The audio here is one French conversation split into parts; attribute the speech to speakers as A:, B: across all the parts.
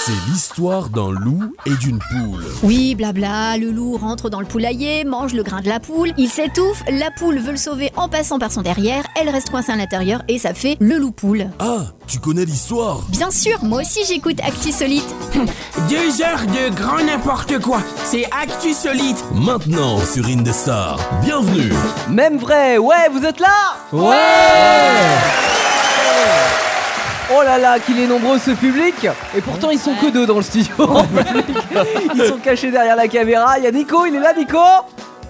A: C'est l'histoire d'un loup et d'une poule.
B: Oui, blabla, le loup rentre dans le poulailler, mange le grain de la poule, il s'étouffe, la poule veut le sauver en passant par son derrière, elle reste coincée à l'intérieur et ça fait le loup-poule.
A: Ah, tu connais l'histoire
B: Bien sûr, moi aussi j'écoute Actisolite.
C: Deux heures de grand n'importe quoi, c'est Actu Solide.
A: Maintenant sur Indestar. Bienvenue
D: Même vrai, ouais, vous êtes là Ouais Oh là là, qu'il est nombreux ce public Et pourtant ils sont que deux dans le studio en public. Ils sont cachés derrière la caméra, il y a Nico, il est là Nico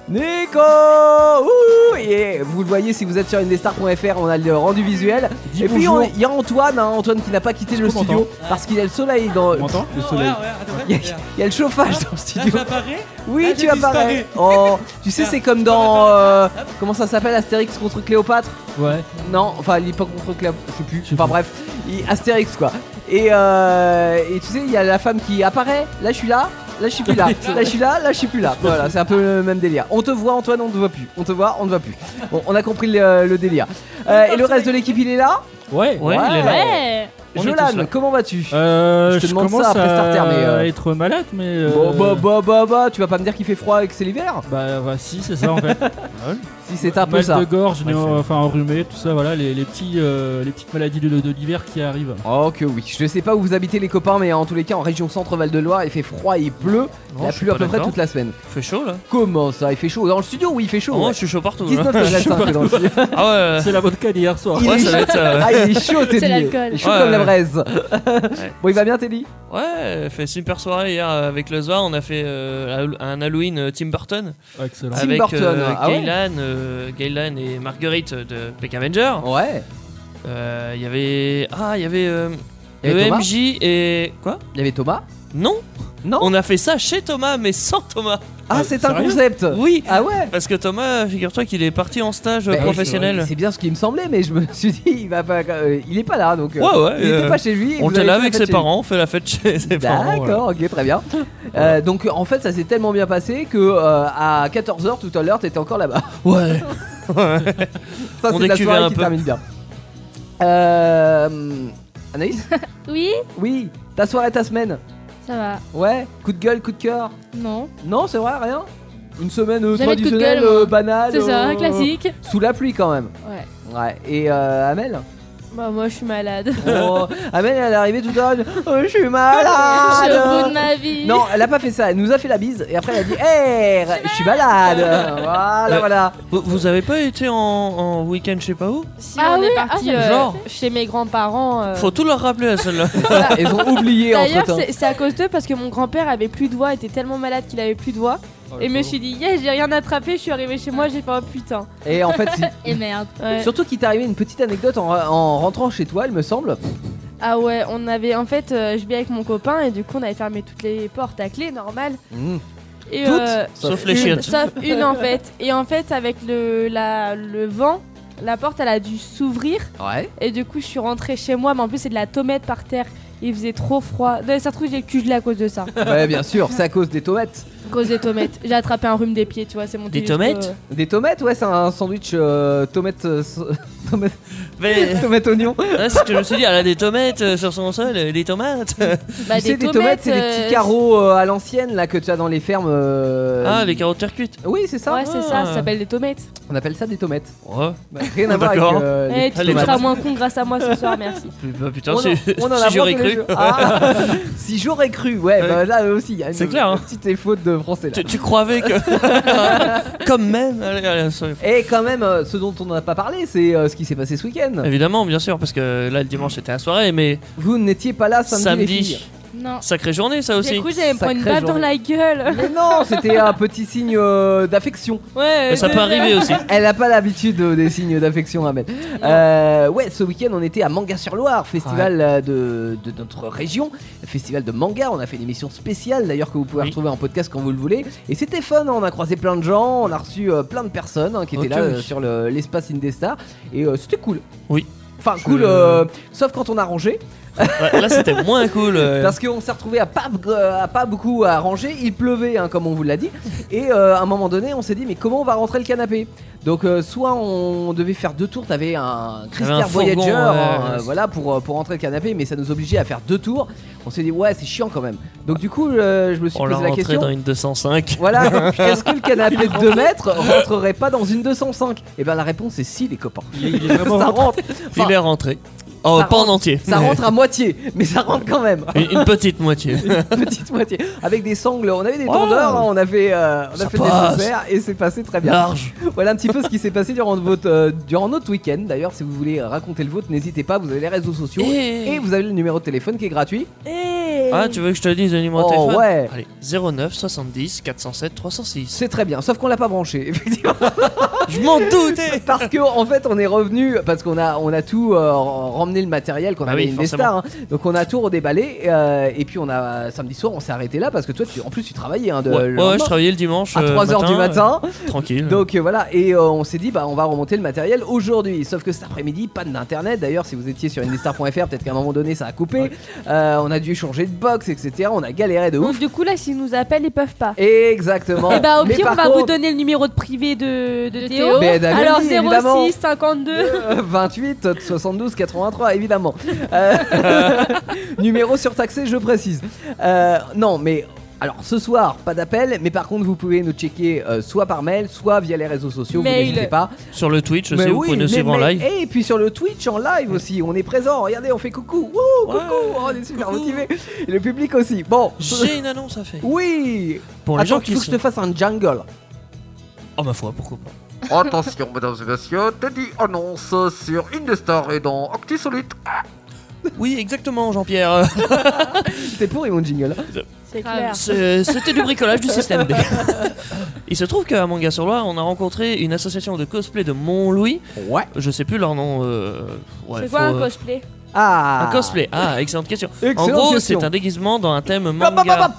D: Nico Ouh Et vous le voyez si vous êtes sur indestar.fr, on a le rendu visuel. Et puis on- il y a Antoine, hein, Antoine qui n'a pas quitté le
E: qu'on
D: studio parce qu'il a le soleil dans...
E: Le
F: Ouais,
E: soleil.
F: Ah, ouais, attends,
D: Il y, a,
F: regarde.
D: il y a le chauffage dans le
F: Là,
D: studio.
F: j'apparais.
D: Oui,
F: Là,
D: tu
F: Ah, j'ai
D: apparais.
F: disparu.
D: Oh, tu sais, c'est comme dans. euh, comment ça s'appelle Astérix contre Cléopâtre
E: Ouais.
D: Non, enfin, il est pas contre Cléopâtre, je sais plus.
E: sais
D: Enfin,
E: plus.
D: bref, il- Astérix quoi. Et, euh, et tu sais, il y a la femme qui apparaît. Là, je suis là. Là, je suis plus là. Là, je suis là. Là, je suis plus là. Voilà, c'est un peu le même délire. On te voit, Antoine, on te voit plus. On te voit, on te voit plus. Bon, on a compris le, le délire. Euh, et le reste de l'équipe, il est là
E: Ouais.
D: Ouais, il est là.
G: Ouais.
E: On est tous
D: Jolan,
E: là.
D: comment vas-tu
E: Euh,
D: Je te
E: je,
D: demande
E: commence
D: ça après
E: à
D: Starter, mais, euh,
E: être malade, mais. euh,
D: Bah, bah, bah, bah, bah, tu vas pas me dire qu'il fait froid et que c'est l'hiver
E: Bah, bah, si, c'est ça en fait.
D: Si, c'est un peu
E: Mal
D: ça.
E: de gorge,
F: Ouais,
E: néo-
F: c'est-
E: enfin enrhumé, tout ça, voilà, les, les petits, euh, les petites maladies de, de l'hiver qui arrivent.
D: Oh que oui, je sais pas où vous habitez les copains, mais en tous les cas en région centre-val de Loire, il fait froid, il pleut,
F: Non,
D: la
F: je suis
D: pluie à
F: pas
D: peu près
F: d'accord.
D: toute la semaine.
F: Fait chaud là.
D: Comment ça Il fait chaud Dans le studio, oui, il fait chaud.
F: Oh,
D: ouais.
F: je suis chaud partout. là.
D: 19 degrés cinq, dans le studio.
F: Ah ouais.
E: C'est la vodka d'hier soir.
D: Il
F: Ouais,
D: est
F: ça va être. euh,
D: Ah, il est chaud, Teddy.
G: l'alcool.
D: Il est chaud
F: Ouais,
D: comme la
F: ouais.
D: braise. bon, il va bien, Teddy
F: Ouais, fait super soirée hier euh, avec le Zoa. On a fait euh, un Halloween euh, Tim Burton
E: Ah, Excellent.
F: avec
D: Burton,
F: euh,
D: ah ouais.
F: Gaylan, euh, Gaylan et Marguerite de Peck Avenger.
D: Ouais.
F: Euh, Il y avait. Ah, il y avait. euh,
D: Il y avait
F: le
D: Thomas
F: MJ et. Quoi
D: Il y avait Thomas
F: Non
D: Non
F: On a fait ça chez Thomas, mais sans Thomas.
D: Ah,
E: Ah,
D: c'est un
E: sérieux
D: concept
F: Oui
D: Ah ouais
F: Parce que Thomas, figure-toi qu'il est parti en stage euh,
D: Bah,
F: professionnel.
D: C'est bien ce qui me semblait, mais je me suis dit, il va pas. euh, il est pas là, donc. euh,
F: Ouais, ouais,
D: Il était
F: euh,
D: pas chez lui. et
F: On
D: vous
F: était
D: avez
F: là
D: fait
F: avec
D: la
F: ses
D: fête chez lui.
F: parents, on fait la fête chez ses parents. voilà.
D: D'accord, ok, très bien. Euh, donc en fait, ça s'est tellement bien passé que euh, à 14h tout à l'heure, t'étais encore là-bas.
F: Ouais.
D: Ça,
F: On
D: c'est la
F: décuvait
D: soirée
F: un
D: qui
F: peu.
D: termine bien. Euh, Anaïs
G: Oui,
D: Oui, ta soirée, ta semaine
G: ça va.
D: Ouais, coup de gueule, coup de cœur
G: Non.
D: Non, c'est vrai, rien Une semaine euh,
G: Jamais de coup de
D: traditionnelle,
G: gueule, moi.
D: euh, banale.
G: C'est ça,
D: euh,
G: un classique.
D: Sous la pluie quand même.
G: Ouais.
D: Ouais, et euh, Amel
G: Bah moi je suis malade.
D: Oh, Amel, elle est arrivée tout à l'heure. Oh, je suis
F: Ah
G: je
D: malade
G: suis au bout de ma vie.
D: Non, elle a pas fait ça, elle nous a fait la bise et après elle a dit Hey, je suis malade Voilà,
F: Ouais.
D: voilà
F: Vous, vous avez pas été en, en week-end, je sais pas où
H: Si
G: Ah
H: on
G: oui,
H: est
G: ah,
H: parti
G: ça-
H: euh,
F: Genre.
H: chez mes grands-parents. euh,
F: Faut tout leur rappeler à celle-là.
D: Ils ont oublié entre
H: D'ailleurs,
D: temps.
H: c'est c'est à cause d'eux parce que mon grand-père avait plus de voix, était tellement malade qu'il avait plus de voix.
F: Oh,
H: et me suis dit, yeah, j'ai rien attrapé, je suis arrivé chez moi, j'ai fait un putain.
D: Et en fait, si-
H: Eh,
G: Et merde.
H: Ouais.
D: surtout qu'il t'est arrivé une petite anecdote en, en rentrant chez toi, il me semble.
H: Ah ouais, on avait. En fait, euh, je vis avec mon copain et du coup, on avait fermé toutes les portes à clé, normal. Et,
D: Toutes
H: euh,
F: Sauf les
H: une,
F: chiottes.
H: sauf une en fait. Et en fait, avec le, la, le vent, la porte elle a dû s'ouvrir.
D: Ouais.
H: Et du coup, je suis rentrée chez moi, mais en plus, c'est de la tomate par terre. Il faisait trop froid. Non, ça se trouve, j'ai le cul gelé à cause de ça.
D: Ouais, bien sûr, c'est à cause des tomates.
H: À cause des tomates. J'ai attrapé un rhume des pieds, tu vois, c'est mon
F: Des tomates
D: Des tomates, ouais, c'est un sandwich euh, tomate, euh, so- tomate,
F: Mais
D: tomate oignon.
F: là, c'est ce que je me suis dit, elle a des tomates euh, sur son sol, euh, des tomates.
H: Bah,
D: tu sais, des tomates, c'est des petits carreaux euh, à l'ancienne là que tu as dans les fermes. euh,
F: Ah, les carottes terre cuites.
D: Oui, c'est ça.
H: Ouais, c'est ça,
F: Ah.
H: ça s'appelle des tomates.
D: On appelle ça des tomates. Bah,
F: Ouais.
D: Rien à voir avec
F: D'accord.
D: euh,
H: Eh,
D: les
H: tu
F: tomates.
H: seras moins con grâce à moi ce soir, merci.
F: Bah, putain,
D: On en-
F: si,
D: on en
F: si
D: apprend
F: j'aurais
D: tous les
F: cru.
D: jours. Ah, si j'aurais cru, ouais, bah là aussi, il y a une,
F: C'est clair, hein.
D: petite faute de français là.
F: Tu, tu croyais que. Comme même. Allez, allez, sorry.
D: Et quand même, euh, ce dont on n'a pas parlé, c'est euh, ce qui s'est passé ce week-end.
F: Évidemment, bien sûr, parce que là, le dimanche, c'était la soirée, mais
D: Vous n'étiez pas là Ah, samedi, les filles.
F: samedi,
G: Non.
F: sacrée journée, ça
H: J'ai
F: aussi.
H: cru que j'allais me prendre une
D: Sacrée
H: balle dans la gueule.
D: Mais non, c'était un petit signe euh, d'affection.
H: Ouais,
F: Mais ça
H: euh,
F: peut arriver aussi.
D: Elle n'a pas l'habitude euh, des signes d'affection, Amel. Euh, ouais, ce week-end, on était à Manga-sur-Loire, festival euh, de, de notre région, festival de manga. On a fait une émission spéciale, d'ailleurs, que vous pouvez
F: Oui.
D: retrouver en podcast quand vous le voulez. Et c'était fun, hein, on a croisé plein de gens, on a reçu euh, plein de personnes hein, qui étaient
F: Ok,
D: là
F: oui.
D: euh, sur le- l'espace Indestar. Et euh, c'était cool.
F: Oui.
D: Enfin,
F: Je-
D: cool, euh, sauf quand on a rangé.
F: Ouais, là, c'était moins cool. euh.
D: Parce qu'on s'est retrouvé à pas, euh, à pas beaucoup à ranger, il pleuvait hein, comme on vous l'a dit, et euh, à un moment donné on s'est dit mais comment on va rentrer le canapé Donc euh, soit on devait faire deux tours, t'avais un
F: T'avais
D: Chrysler
F: un fourgon,
D: Voyager,
F: ouais,
D: hein,
F: ouais,
D: euh,
F: c'est-
D: voilà pour euh, pour rentrer le canapé, mais ça nous obligeait à faire deux tours. On s'est dit ouais c'est chiant quand même. Donc du coup euh, je me suis
F: On l'a
D: posé la
F: rentré
D: question.
F: dans une 205.
D: Voilà, est-ce que le canapé de 2 mètres rentrerait pas dans une 205 Et bien Eh ben, la réponse est si les copains.
E: Il est, il est vraiment
D: Ça rentre, Enfin,
F: Il est rentré. Oh,
D: ça
F: pas
D: rentre-
F: en entier.
D: ça rentre à moitié, mais ça rentre quand même.
F: Une, une petite moitié.
D: petite moitié avec des sangles. On avait des tendeurs, hein, on avait, euh, on a
F: Oh, Ça
D: fait des
F: passe.
D: desserts et c'est passé très bien.
F: Large.
D: Voilà un petit peu ce qui s'est passé durant votre, euh, durant notre week-end. D'ailleurs, si vous voulez euh, raconter le vôtre, n'hésitez pas. Vous avez les réseaux sociaux et,
F: Et-
D: vous avez le numéro de téléphone qui est gratuit.
H: eh,
F: Ah, tu veux que je te dise le numéro de
D: Oh,
F: téléphone
D: ouais.
F: Allez, 09 70 407 306.
D: C'est très bien, sauf qu'on l'a pas branché. Effectivement,
F: Je m'en doutais
D: parce que en fait, on est revenu parce qu'on a, on a tout euh, ramené le matériel qu'on
F: Bah
D: avait
F: oui,
D: une hein.
F: forcément.
D: Donc on a tout redéballé euh, et puis on a samedi soir, on s'est arrêté là parce que toi, tu, en plus, tu travaillais hein, de,
F: Ouais,
D: le
F: ouais,
D: lendemain.
F: je travaillais le dimanche.
D: à
F: euh,
D: 3h du matin.
F: euh,
H: Hmm.
F: tranquille.
D: Donc euh, voilà, et euh, on s'est dit, bah on va remonter le matériel aujourd'hui. Sauf que cet après-midi, pas d'internet. D'ailleurs, si vous étiez sur indestar.fr, peut-être qu'à un moment donné, ça a coupé. Euh, on a dû changer de box, etc. On a galéré de
H: Donc
D: ouf.
H: du coup là s'ils nous appellent ils peuvent pas.
D: Exactement.
H: Et Hmm. bah au
D: Oh, Mais
H: pire on
D: par
H: va vous
D: contre,
H: donner le numéro de privé de, de
G: De
H: Théo.
G: Théo.
D: Ben, David,
H: Alors
D: oui, évidemment.
H: 06 52.
D: euh, 28 72 83 évidemment Euh, numéro surtaxé je précise Euh, non mais alors ce soir pas d'appel mais par contre vous pouvez nous checker euh, soit par mail soit via les réseaux sociaux
H: Mail.
D: vous n'hésitez pas
F: Sur le Twitch
D: Mais
F: aussi, vous
D: oui,
F: pouvez nous
D: mais-
F: suivre en
D: mais- eh,
F: live.
D: Et puis sur le Twitch en live aussi, on est présent. Regardez, on fait coucou. Wouh, coucou. Oh, on est super
F: coucou.
D: motivés. Et le public aussi. Bon.
F: J'ai une annonce à faire.
D: Oui.
F: Pour les
D: Attends,
F: gens
D: il
F: qui
D: faut que je
F: sont-
D: te fasse un jungle.
F: Oh ma foi, pourquoi pas
I: Attention, mesdames et messieurs, Teddy annonce sur Indestar et dans Actisolite.
F: Oui, exactement, Jean-Pierre.
D: C'était pour mon jingle. hein.
H: C'est
G: grave.
H: clair.
F: C'est- C'était du bricolage du système B. Il se trouve qu'à Manga-sur-Loire, on a rencontré une association de cosplay de Mont-Louis.
D: Ouais.
F: Je sais plus leur nom. euh, ouais,
H: C'est
F: faut,
H: quoi un
F: euh,
H: cosplay
D: Ah.
F: un cosplay Ah, excellente question.
D: Excellente
F: en gros,
D: question.
F: c'est un déguisement dans un thème
D: Hop, hop, hop, hop.
F: manga.
D: Hop, hop,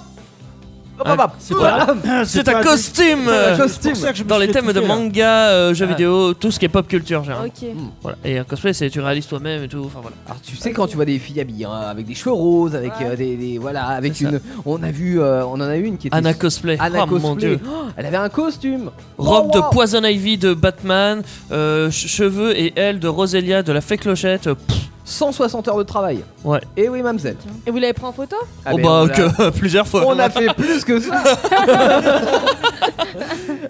D: Ah, hop.
E: Ah, C'est
D: Voilà.
F: C'est un costume
D: un
F: euh,
D: costume.
F: dans les thèmes de manga, euh, jeux vidéo, tout ce qui est pop culture, j'ai
H: Ok.
F: Voilà. Et un cosplay, c'est tu réalises toi-même et tout. Enfin voilà.
D: Alors Ah, tu sais quand tu vois des filles habillées hein, avec des cheveux roses, avec
H: Ouais.
D: euh, des, des- voilà, avec
F: C'est ça.
D: une. On a vu, euh, on en a eu une qui était.
F: Anna cosplay.
D: Anna
F: oh mon
D: Cosplay.
F: dieu.
D: Oh, elle avait un costume.
F: Robe
D: Oh,
F: de
D: wow.
F: Poison Ivy de Batman, euh, che- cheveux et ailes de Roselia de la Fée Clochette. euh, Pff,
D: 160 heures de travail.
F: Ouais.
D: Et oui, mamselle.
H: Et vous l'avez pris en photo
D: Ah,
F: oh
D: mais
F: bah
D: on l'a-
F: que plusieurs fois.
D: On a fait plus que ça.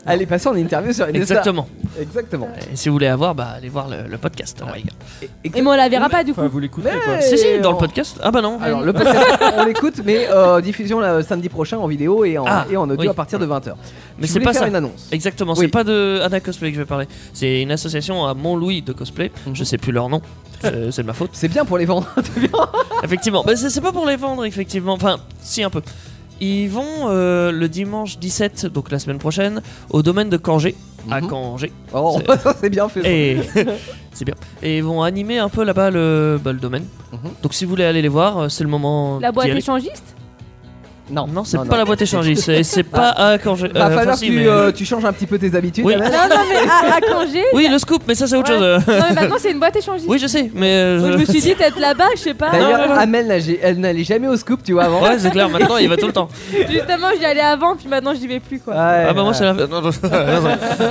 D: Elle est passée en interview sur une
F: Exactement.
D: Exactement.
F: Et si vous voulez avoir, bah allez voir le, le podcast. hein, les gars.
H: Et moi on la verra pas du
E: Enfin,
H: coup.
E: vous l'écoutez
D: Mais-
E: quoi.
F: Si si, dans le
D: on-
F: podcast. Ah bah non.
D: Alors le podcast, on l'écoute, mais euh, diffusion là, samedi prochain en vidéo et en,
F: Ah,
D: et en audio
F: oui.
D: à partir de 20h.
F: Mais c'est pas
D: faire
F: ça.
D: une annonce.
F: Exactement,
D: Oui.
F: c'est pas de Anna Cosplay que je vais parler. C'est une association à Mont-Louis de cosplay. Je sais plus leur nom, Euh, c'est de ma faute.
D: C'est bien pour les vendre.
F: Effectivement, Bah, c'est c'est pas pour les vendre, effectivement. Enfin, si, un peu. Ils vont euh, le dimanche 17, donc la semaine prochaine, au domaine de Cangé, à
D: Mhm.
F: Cangé.
D: Oh, c'est bien fait. ça.
F: Et c'est bien. Et ils vont animer un peu là-bas le, bah, le domaine.
D: Mhm.
F: Donc si vous voulez aller les voir, euh, c'est le moment.
H: La
F: d'y
H: boîte
F: aller.
H: échangiste
D: Non,
F: Non, c'est pas la boîte échangée, c'est c'est pas à Cangé.
D: Va
F: Euh,
D: falloir
F: enfin,
D: que
F: si,
D: tu,
F: mais-
D: euh, tu changes un petit peu tes habitudes.
F: Oui.
D: Amel.
H: Non, non, mais à, à Cangé.
F: Oui, le scoop, mais ça c'est autre
H: Ouais.
F: chose. euh.
H: Non, mais maintenant, c'est une boîte échangiste.
F: Oui, je sais, mais. euh,
H: Donc, je
F: je-
H: me suis dit, peut-être là-bas, je sais pas.
D: D'ailleurs,
F: Ah, non, non.
D: Amel, n'a- j'ai- elle n'allait jamais au scoop, tu vois, avant.
F: Ouais, c'est clair, maintenant il va tout le temps.
H: Justement, j'y allais avant, puis maintenant, j'y vais plus, quoi.
F: Ah bah moi c'est la. Non, non, non.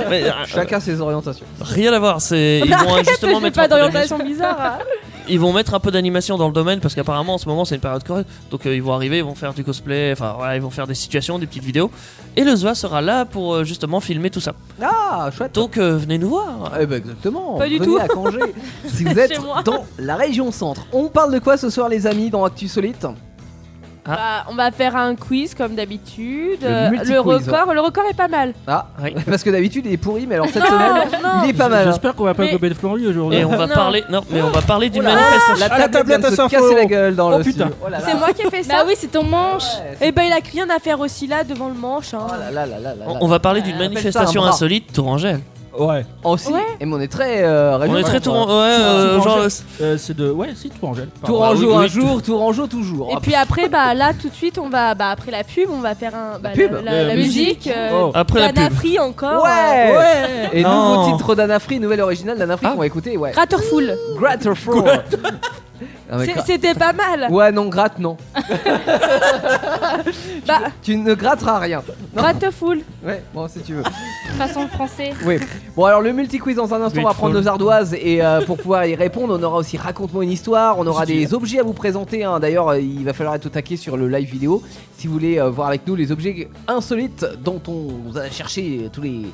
F: Mais, euh,
D: Chacun ses orientations.
F: Rien à voir, c'est ils vont justement
H: j'ai
F: mettre un
H: pas
F: peu
H: d'orientation bizarre. hein.
F: d'animation. Ils vont mettre un peu d'animation dans le domaine parce qu'apparemment en ce moment c'est une période correcte. Donc euh, ils vont arriver, ils vont faire du cosplay, enfin voilà, ils vont faire des situations, des petites vidéos. Et le Zwa sera là pour euh, justement filmer tout ça.
D: Ah, chouette.
F: Donc euh, venez nous voir.
D: Eh ben exactement.
H: Pas du
D: Venez
H: tout.
D: à Cangé. si vous êtes
H: Chez moi.
D: dans la région centre. On parle de quoi ce soir, les amis, dans Actu Solite
H: Bah, on va faire un quiz comme d'habitude.
D: Le
H: Euh,
D: multi-quiz,
H: le record, le record est pas mal.
D: Ah,
F: Oui.
D: parce que d'habitude il est pourri, mais alors cette semaine
H: Ah, non.
D: il est pas mal. hein.
E: J'espère qu'on va pas
H: Mais-
E: gober le flanc aujourd'hui. hein.
F: Et on va
H: Non.
F: parler. Non, mais on va parler d'une
D: Oh là là,
F: manifestation.
D: La
E: Ah, la
D: tablette,
E: tablette
D: vient de
E: à
D: se
E: 5
D: casser
E: euros.
D: la gueule dans
E: Oh,
D: le
E: putain.
D: studio. Oh là là.
H: C'est moi qui ai fait ça.
G: Bah oui, c'est ton manche.
D: Ouais, c'est-
H: Et bah, il a que rien à faire aussi là devant le manche. hein.
D: Oh là là là là là
F: On
D: là.
F: on va parler d'une
D: appelle ça un
F: manifestation
D: bras.
F: insolite, Tourangelle.
E: Ouais.
D: Aussi,
H: Ouais.
D: et mais on est très euh,
F: On
D: région
F: est très
D: centre, hein.
F: Touran. Ouais, euh, genre.
E: Tourangelle. Euh, c'est de. Ouais, si, toi, Angèle. Pardon.
D: Tour en
F: Ah, oui,
D: jour
F: oui,
D: un
F: tout-
D: jour, tour en jour toujours.
H: Et
D: Ah,
H: puis après, bah là, tout de suite, on va, bah après la pub, on va faire un, bah,
D: pub.
H: la,
E: La
H: la- la
E: musique.
H: musique. euh,
E: Oh.
F: Après la
H: Dana
F: pub.
H: Free encore. euh,
D: Ouais. Et
F: Non.
D: nouveau titre d'Anafri, nouvelle originale d'Anafri
F: Ah.
D: qu'on va écouter, ouais.
H: Gratterful.
D: Gratterful. Ah, mais
H: C'est-
D: gra-
H: C'était pas mal.
D: Ouais, non, gratte, non.
H: Bah,
D: Tu ne gratteras rien.
H: Rattefoul,
D: Ouais, bon, si tu veux.
G: façon français.
D: Oui. Bon, alors le multi-quiz dans un instant, on va
F: Grateful.
D: prendre nos ardoises et euh, pour pouvoir y répondre, on aura aussi raconte-moi une histoire, on aura
E: Si tu
D: des objets à vous présenter. hein. D'ailleurs, euh, il va falloir être au taquet sur le live vidéo si vous voulez euh, voir avec nous les objets insolites dont on vous a cherché tous les.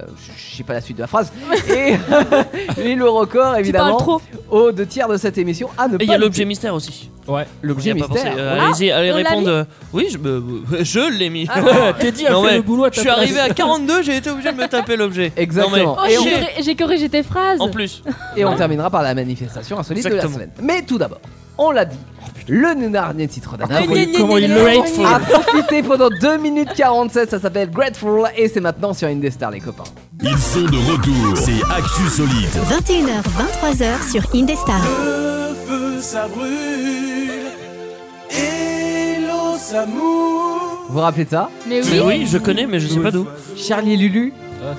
D: euh, je- je sais pas la suite de la phrase. Et, et le record,
H: tu parles
D: évidemment,
H: trop.
D: aux deux tiers de cette émission à ne
F: Et
D: pas.
F: il y a
D: louper.
F: l'objet mystère aussi.
E: Ouais.
D: L'objet
F: On y a pas
D: mystère.
F: pensé. Euh,
D: voilà.
F: allez-y, allez
H: on l'a
F: répondre.
H: mis
F: euh, oui, je, me- je l'ai mis.
E: Teddy a
F: Non,
E: fait
F: ouais.
E: le boulot à ta
F: Je suis
E: place.
F: arrivé à 42, j'ai été obligé de me taper l'objet.
D: Exactement.
F: Non,
G: Oh,
F: mais-
G: j'ai
F: Et on-
G: corrigé- j'ai corrigé tes phrases.
F: En plus,
D: Et on terminera par la manifestation insolite de
F: Exactement. Oh,
D: la semaine. Mais tout d'abord, on l'a dit, le dernier titre
F: Ah,
D: d'Anna.
E: Comment il-
H: Gna, gna,
E: comment
H: gna,
E: il
H: gna,
E: le
H: gna,
E: hate,
H: gna,
D: A
H: gna.
D: profiter pendant 2 minutes 47, ça s'appelle Grateful et c'est maintenant sur Indestar les copains.
A: Ils sont de retour. C'est Actu Solide.
B: 21h, 23h sur Indestar.
D: Vous vous rappelez de ça
G: Mais oui.
F: mais oui, je connais, mais je sais pas d'où.
D: Charlie et Lulu
E: Ah,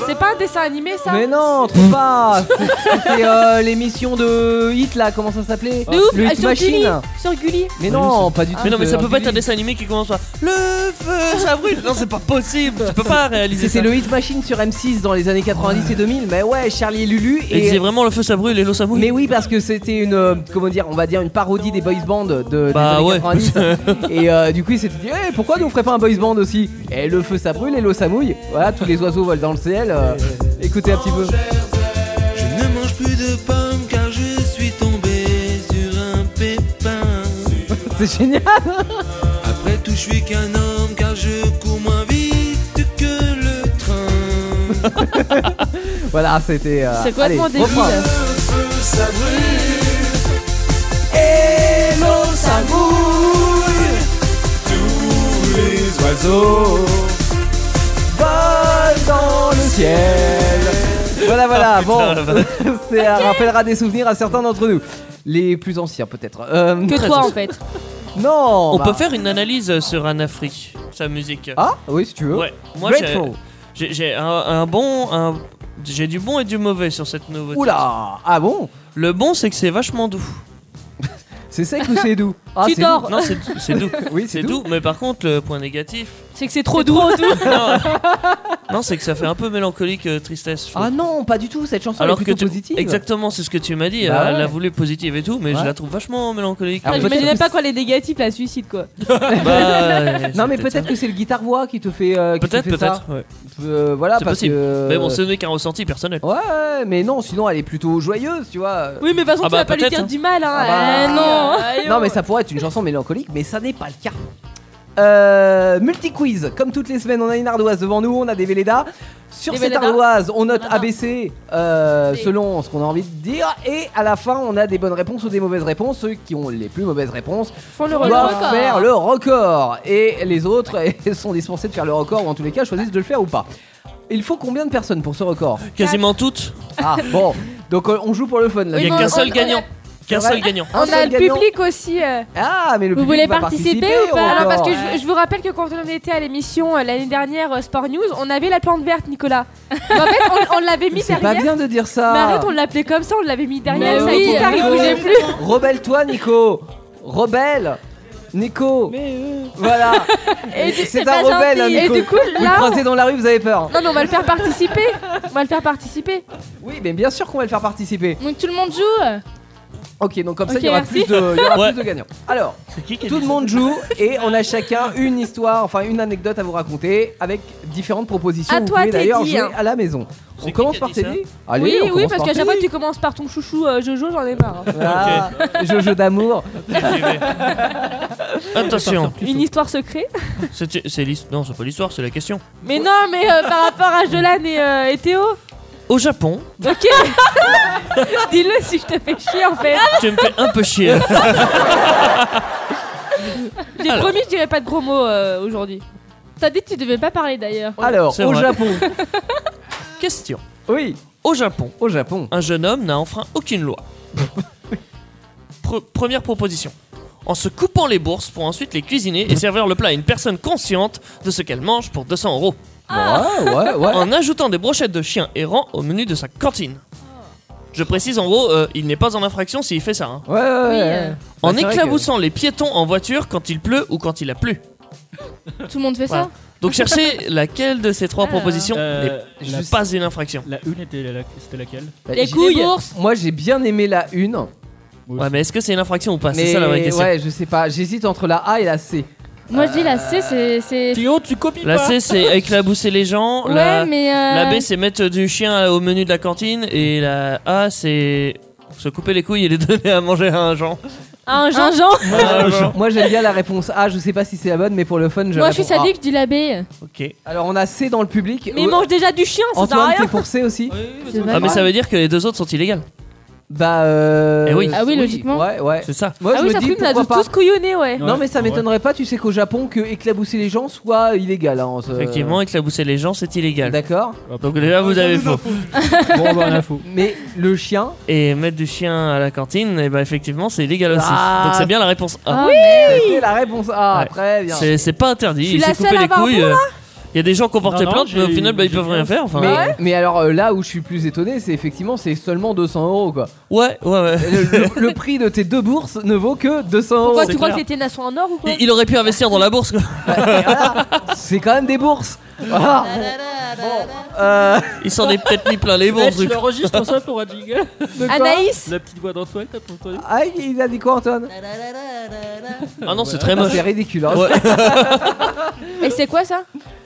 E: c'est
H: C'est pas un dessin animé ça
D: Mais non, trop pas C'est- C'était euh, l'émission de Hit là, comment ça s'appelait
H: De ouf,
D: Le
H: ah,
D: Hit
H: sur Gulli,
D: Machine
H: Sur Gulli.
D: Mais non, pas du tout.
F: Mais non, mais ça
D: Ah, c'est
F: peut pas être un
D: Gulli.
F: dessin animé qui commence par Le feu, ça brûle. Non, c'est pas possible. Tu peux pas réaliser
D: C'était le
F: ça.
D: Hit Machine sur M6 dans les années 90 et 2000. Mais ouais, Charlie et Lulu
F: Et c'est
D: et.
F: vraiment le feu, ça brûle et l'eau, ça brûle.
D: Mais oui, parce que c'était une, euh, comment dire, on va dire une parodie des boys bands de, des
F: Bah
D: années
F: ouais.
D: 90. et euh, du coup, il s'était dit, Eh, pourquoi nous on ferait pas un boys band aussi Et le feu ça brûle et l'eau ça mouille. Voilà, tous les oiseaux volent dans le ciel. euh, écoutez un petit peu.
J: Je ne mange plus de pommes car je suis tombé sur un pépin.
D: C'est génial.
J: Après tout, je suis qu'un homme car je cours moins vite que le train.
D: Voilà, c'était. euh,
H: C'est complètement
D: allez,
H: débile.
D: refrain.
J: Ça brûle, tous les oiseaux.
D: Volent dans le ciel. Voilà, voilà.
F: Ah,
D: bon, c'est un- rappellera des souvenirs à certains d'entre nous. Les plus anciens peut-être. Euh,
H: Que toi en fait.
D: Non.
F: On
D: bah-
F: peut faire une analyse sur Anafri, sa musique.
D: Ah oui, si tu veux.
F: Ouais, moi j'ai-
D: Grateful.
F: j'ai j'ai un, un bon. un- J'ai du bon et du mauvais sur cette nouveauté.
D: Oula. Ah bon.
F: Le bon, c'est que c'est vachement doux.
D: C'est sec ou c'est doux Ah,
H: Tu
D: c'est
H: dors.
D: doux.
F: Non, c'est doux. C'est doux.
D: Oui,
F: C'est doux, mais par contre, le point négatif.
H: C'est que c'est trop doux.
F: non, non, c'est que ça fait un peu mélancolique, euh, tristesse. je trouve.
D: Ah non, pas du tout, cette chanson est plutôt
F: tu...
D: positive.
F: Exactement, c'est ce que tu m'as dit.
D: Bah
F: euh, Elle
D: ouais.
F: a voulu positive et tout, mais
D: Ouais. Ah,
F: je la trouve vachement mélancolique.
D: Alors,
H: Je
D: peut-être
H: m'imaginais
D: que
H: pas quoi les négatifs, la suicide quoi.
F: Bah, ouais,
D: Non
F: c'est
D: mais peut-être que c'est le guitare-voix qui te fait euh,
F: ça.
D: qui te
F: Peut-être,
D: fait ça.
F: peut-être. ouais.
D: Euh, voilà
F: C'est
D: parce
F: possible.
D: que
F: Mais bon, ce n'est qu'un ressenti personnel.
D: Ouais, Ouais, mais non, sinon elle est plutôt joyeuse, tu vois.
H: Oui, mais de toute façon,
F: Ah
H: tu
F: bah,
H: vas pas lui
F: peut-être,
H: dire
F: hein.
H: du mal, hein.
D: Ah bah.
H: Eh non. Eh,
D: Non
H: oh.
D: mais ça pourrait être une chanson mélancolique, mais ça n'est pas le cas. Euh, multi-quiz, comme toutes les semaines, on a une ardoise devant nous, on a des Vélédas. Sur
H: Des
D: cette
H: Vélédas
D: ardoise, on note
H: Vélédas.
D: ABC euh,
H: Des-
D: selon ce qu'on a envie de dire, et à la fin, on a des bonnes réponses ou des mauvaises réponses. Ceux qui ont les plus mauvaises réponses
H: Font le
D: doivent
H: record.
D: Bah, faire le record. Et les autres eh, sont dispensés de faire le record, ou en tous les cas, choisissent de le faire ou pas. Il faut combien de personnes pour ce record
F: Quasiment toutes.
D: Ah, bon. Donc euh, on joue pour le fun là.
F: Il y
H: mais
F: a
H: on-
F: qu'un
H: on-
F: seul
H: on-
F: gagnant. Qu'un
D: vrai.
F: seul gagnant.
D: Un
H: On a
D: seul
H: le
D: gagnant.
H: public aussi. euh.
D: Ah, mais le
G: Vous
D: public
G: voulez
D: va
G: participer ou
D: au
G: pas
H: Ah
D: record.
H: non, parce que je, je vous rappelle que quand on était à l'émission euh, l'année dernière, euh, Sport News, on avait la plante verte, Nicolas. Mais en fait, on, on l'avait mis
D: C'est pas
H: derrière.
D: bien de dire ça.
H: Mais arrête, on l'appelait comme ça, on l'avait mis derrière.
G: Mais
H: ça
G: oui,
H: oui,
G: euh,
H: il bougeait plus.
D: Rebelle-toi, Nico. Rebelle. Nico. Voilà.
H: euh. Et du-
D: C'est
H: c'est
D: un
H: pas
D: rebelle,
H: gentil.
D: hein, Nico.
H: Et du coup,
D: Vous le
H: là.
D: croisez dans la rue, vous avez peur.
H: on- Non, mais on va le faire participer. On va le faire participer.
D: Oui, mais bien sûr qu'on va le faire participer.
G: Donc tout le monde joue.
D: Ok, donc comme ça,
H: Ok,
D: il y aura,
H: merci.
D: plus de, il y aura
F: Ouais.
D: plus de gagnants. Alors,
F: C'est qui qui a
D: tout
F: dit
D: le
F: ça
D: monde joue et on a chacun une histoire, enfin une anecdote à vous raconter avec différentes propositions.
H: À
D: Vous
H: toi,
D: pouvez d'ailleurs
H: Teddy,
D: jouer
H: hein.
D: à la maison.
F: C'est
D: On
F: qui
D: commence
F: qui a
D: par
F: dit ça
D: Teddy Allez,
H: oui,
D: on
H: oui,
D: commence
H: parce
D: par
H: qu'à chaque fois que
D: Teddy.
H: tu commences par ton chouchou euh, Jojo, j'en ai marre.
D: Voilà. Jojo d'amour.
F: J'y vais. Attention,
H: Une histoire secrète.
F: c'est c'est l'his- non, c'est pas l'histoire, c'est la question.
H: Mais non, mais euh, par rapport à Jolan et, euh, et Théo.
F: Au Japon,
H: Ok. Dis-le si je te fais chier en fait.
G: Ah.
F: tu me fais un peu chier.
H: J'ai
F: Alors.
H: promis, je dirais pas de gros mots euh, aujourd'hui.
G: T'as dit que tu devais pas parler d'ailleurs.
D: Alors,
F: c'est
D: au
F: vrai.
D: Japon.
F: Question.
D: Oui,
F: Au Japon,
D: au Japon.
F: un jeune homme n'a enfreint aucune loi. Pre- première proposition. En se coupant les bourses pour ensuite les cuisiner et servir le plat à une personne consciente de ce qu'elle mange pour 200 euros.
H: Ah.
D: Ouais, ouais, ouais.
F: En ajoutant des brochettes de chien errant au menu de sa cantine. Je précise en gros, euh, il n'est pas en infraction s'il fait ça. hein.
D: Ouais, ouais, ouais.
G: Oui,
D: ouais.
G: euh,
F: En
D: Bah, c'est vrai
F: éclaboussant les piétons en voiture quand il pleut ou quand il a plu.
G: Tout le monde fait ça.
F: Donc cherchez laquelle de ces trois
G: Ah.
F: propositions
E: Euh,
F: n'est
E: la-
F: pas une infraction.
E: La une était la- c'était laquelle
D: Bah,
H: Les
D: j'ai-
H: couilles
D: Moi j'ai bien aimé la une.
F: Ouais, mais est-ce que c'est une infraction ou pas Ah, C'est
D: mais
F: ça la vraie question.
D: ouais, je sais pas. J'hésite entre la A et la C.
G: Moi je dis la
F: Euh,
G: C, c'est. c'est-
E: Théo, tu copies
F: La
E: pas
F: C c'est éclabousser les gens. la...
G: Ouais, mais. euh,
F: la B c'est mettre du chien au menu de la cantine. Et la A c'est se couper les couilles et les donner à manger à un gens.
G: Un gingembre.
F: Ah, bon.
D: Moi j'aime bien la réponse A. Je sais pas si c'est la bonne, mais pour le fun, je.
G: Moi je suis
D: réponds A.
F: Ah.
G: sadique, je dis la B.
F: ok.
D: Alors on a C dans le public.
H: Mais
D: Euh,
H: il mange déjà du chien, ça sert à
D: Antoine, t'es
H: rien.
D: pour C aussi
G: C'est
F: Ah mais
G: vrai.
F: ça veut dire que les deux autres sont illégales.
D: Bah. Euh...
F: Eh oui.
G: Ah oui, logiquement.
D: Ouais, ouais.
F: C'est ça.
D: Moi
H: Ah
D: je
H: oui,
D: me
H: ça
D: dis
H: truc, on a
D: pourquoi pas.
H: tous couillonné, ouais.
D: Non mais ça
E: Ouais.
D: m'étonnerait pas. Tu sais qu'au Japon que éclabousser les gens soit illégal. hein,
E: Euh.
D: en ce-
F: Effectivement, éclabousser les gens c'est illégal.
D: D'accord.
F: Donc déjà vous
E: Ah,
F: avez faux.
E: Bon, bah, on a faux.
D: Mais le chien.
F: Et mettre du chien à la cantine, et bah effectivement c'est illégal aussi.
D: Ah.
F: Donc c'est bien la réponse A.
G: Ah, mais-
D: C'était la réponse A.
F: Ouais.
D: Très bien.
F: C'est c'est pas interdit,
H: Je suis
F: il
H: la
F: s'est coupé
H: seule à
F: les
H: avoir
F: couilles. euh, Il y a des gens qui ont
E: Non,
F: porté
E: non,
F: plainte, mais au
E: j'ai-
F: final, bah, ils
E: j'ai
F: peuvent rien faire. Enfin,
D: Mais,
H: Ah
D: mais alors euh, là où je suis plus étonné, c'est effectivement c'est seulement 200 euros quoi.
F: Ouais, ouais, ouais.
D: Le, le- le prix de tes deux bourses ne vaut que 200 euros.
H: Pourquoi
F: c'est
H: tu crois que
F: clair.
H: c'était nation en or ou quoi
F: Il, il aurait pu investir dans la bourse. quoi.
D: C'est quand même des bourses. Voilà. Bon, euh,
F: Il s'en est peut-être mis plein les bons.
E: Mets, tu l'enregistres ça pour un jingle
D: de quoi
H: Anaïs
E: La petite voix d'Antoine, t'as ton truc
D: Ah, il a dit quoi Antoine
F: Ah non, c'est très
D: Non,
F: moche.
D: C'est ridicule. hein.
F: Ouais.
H: Et c'est quoi ça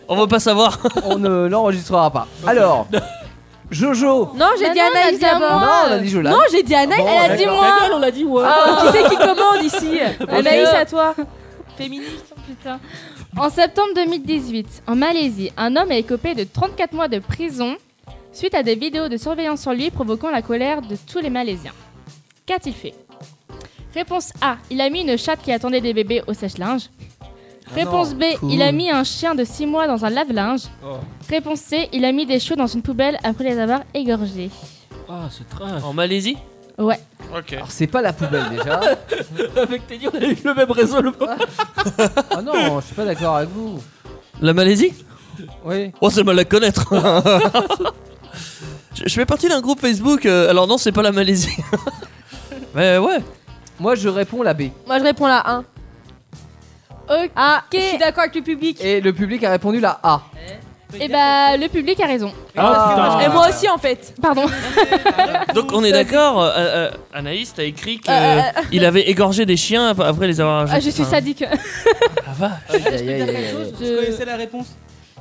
F: On veut pas savoir.
D: On ne l'enregistrera pas. Alors, Jojo.
H: Non, j'ai
G: Bah
H: dit
G: non, elle a
H: Anaïs
G: dit à
H: d'abord.
D: Non,
G: moi.
D: on a dit Jolan.
H: Non, j'ai dit Anaïs,
D: bon,
H: elle a dit
D: d'accord.
H: moi.
E: on l'a dit, ouais.
H: Ah, qui c'est qui commande ici Anaïs, à toi.
G: Féministe, Oh, putain. En septembre 2018, en Malaisie, un homme a écopé de 34 mois de prison suite à des vidéos de surveillance sur lui provoquant la colère de tous les Malaisiens. Qu'a-t-il fait Réponse A. Il a mis une chatte qui attendait des bébés au sèche-linge. Réponse B. Il a mis un chien de 6 mois dans un lave-linge.
E: Oh.
G: Réponse C. Il a mis des chiots dans une poubelle après les avoir égorgés.
E: Ah, c'est trash.
F: En Malaisie
G: Ouais.
F: Ok.
D: Alors, c'est pas la poubelle déjà.
E: Avec Teddy, on a eu le même raisonnement.
D: Ah non, je suis pas d'accord avec vous.
F: La Malaisie
D: Oui.
F: Oh, c'est mal à connaître. je, je fais partie d'un groupe Facebook. euh, alors non, c'est pas la Malaisie. mais ouais.
D: Moi, je réponds la B.
H: Moi, je réponds la 1.
G: Ok.
H: Ah, je suis d'accord avec le public.
D: Et le public a répondu la A.
G: Et bah, le public a raison.
E: Ah,
H: Et moi aussi, en fait.
G: Pardon.
F: Donc on est d'accord. euh, euh, Anaïs, t'as écrit qu'il
H: Euh,
F: avait égorgé des chiens ap- après les avoir.
G: Ah, je suis
D: Hein.
F: Enfin,
G: sadique.
F: ah, va.
D: Aïe, aïe, aïe, aïe, aïe.
G: Je-
J: la réponse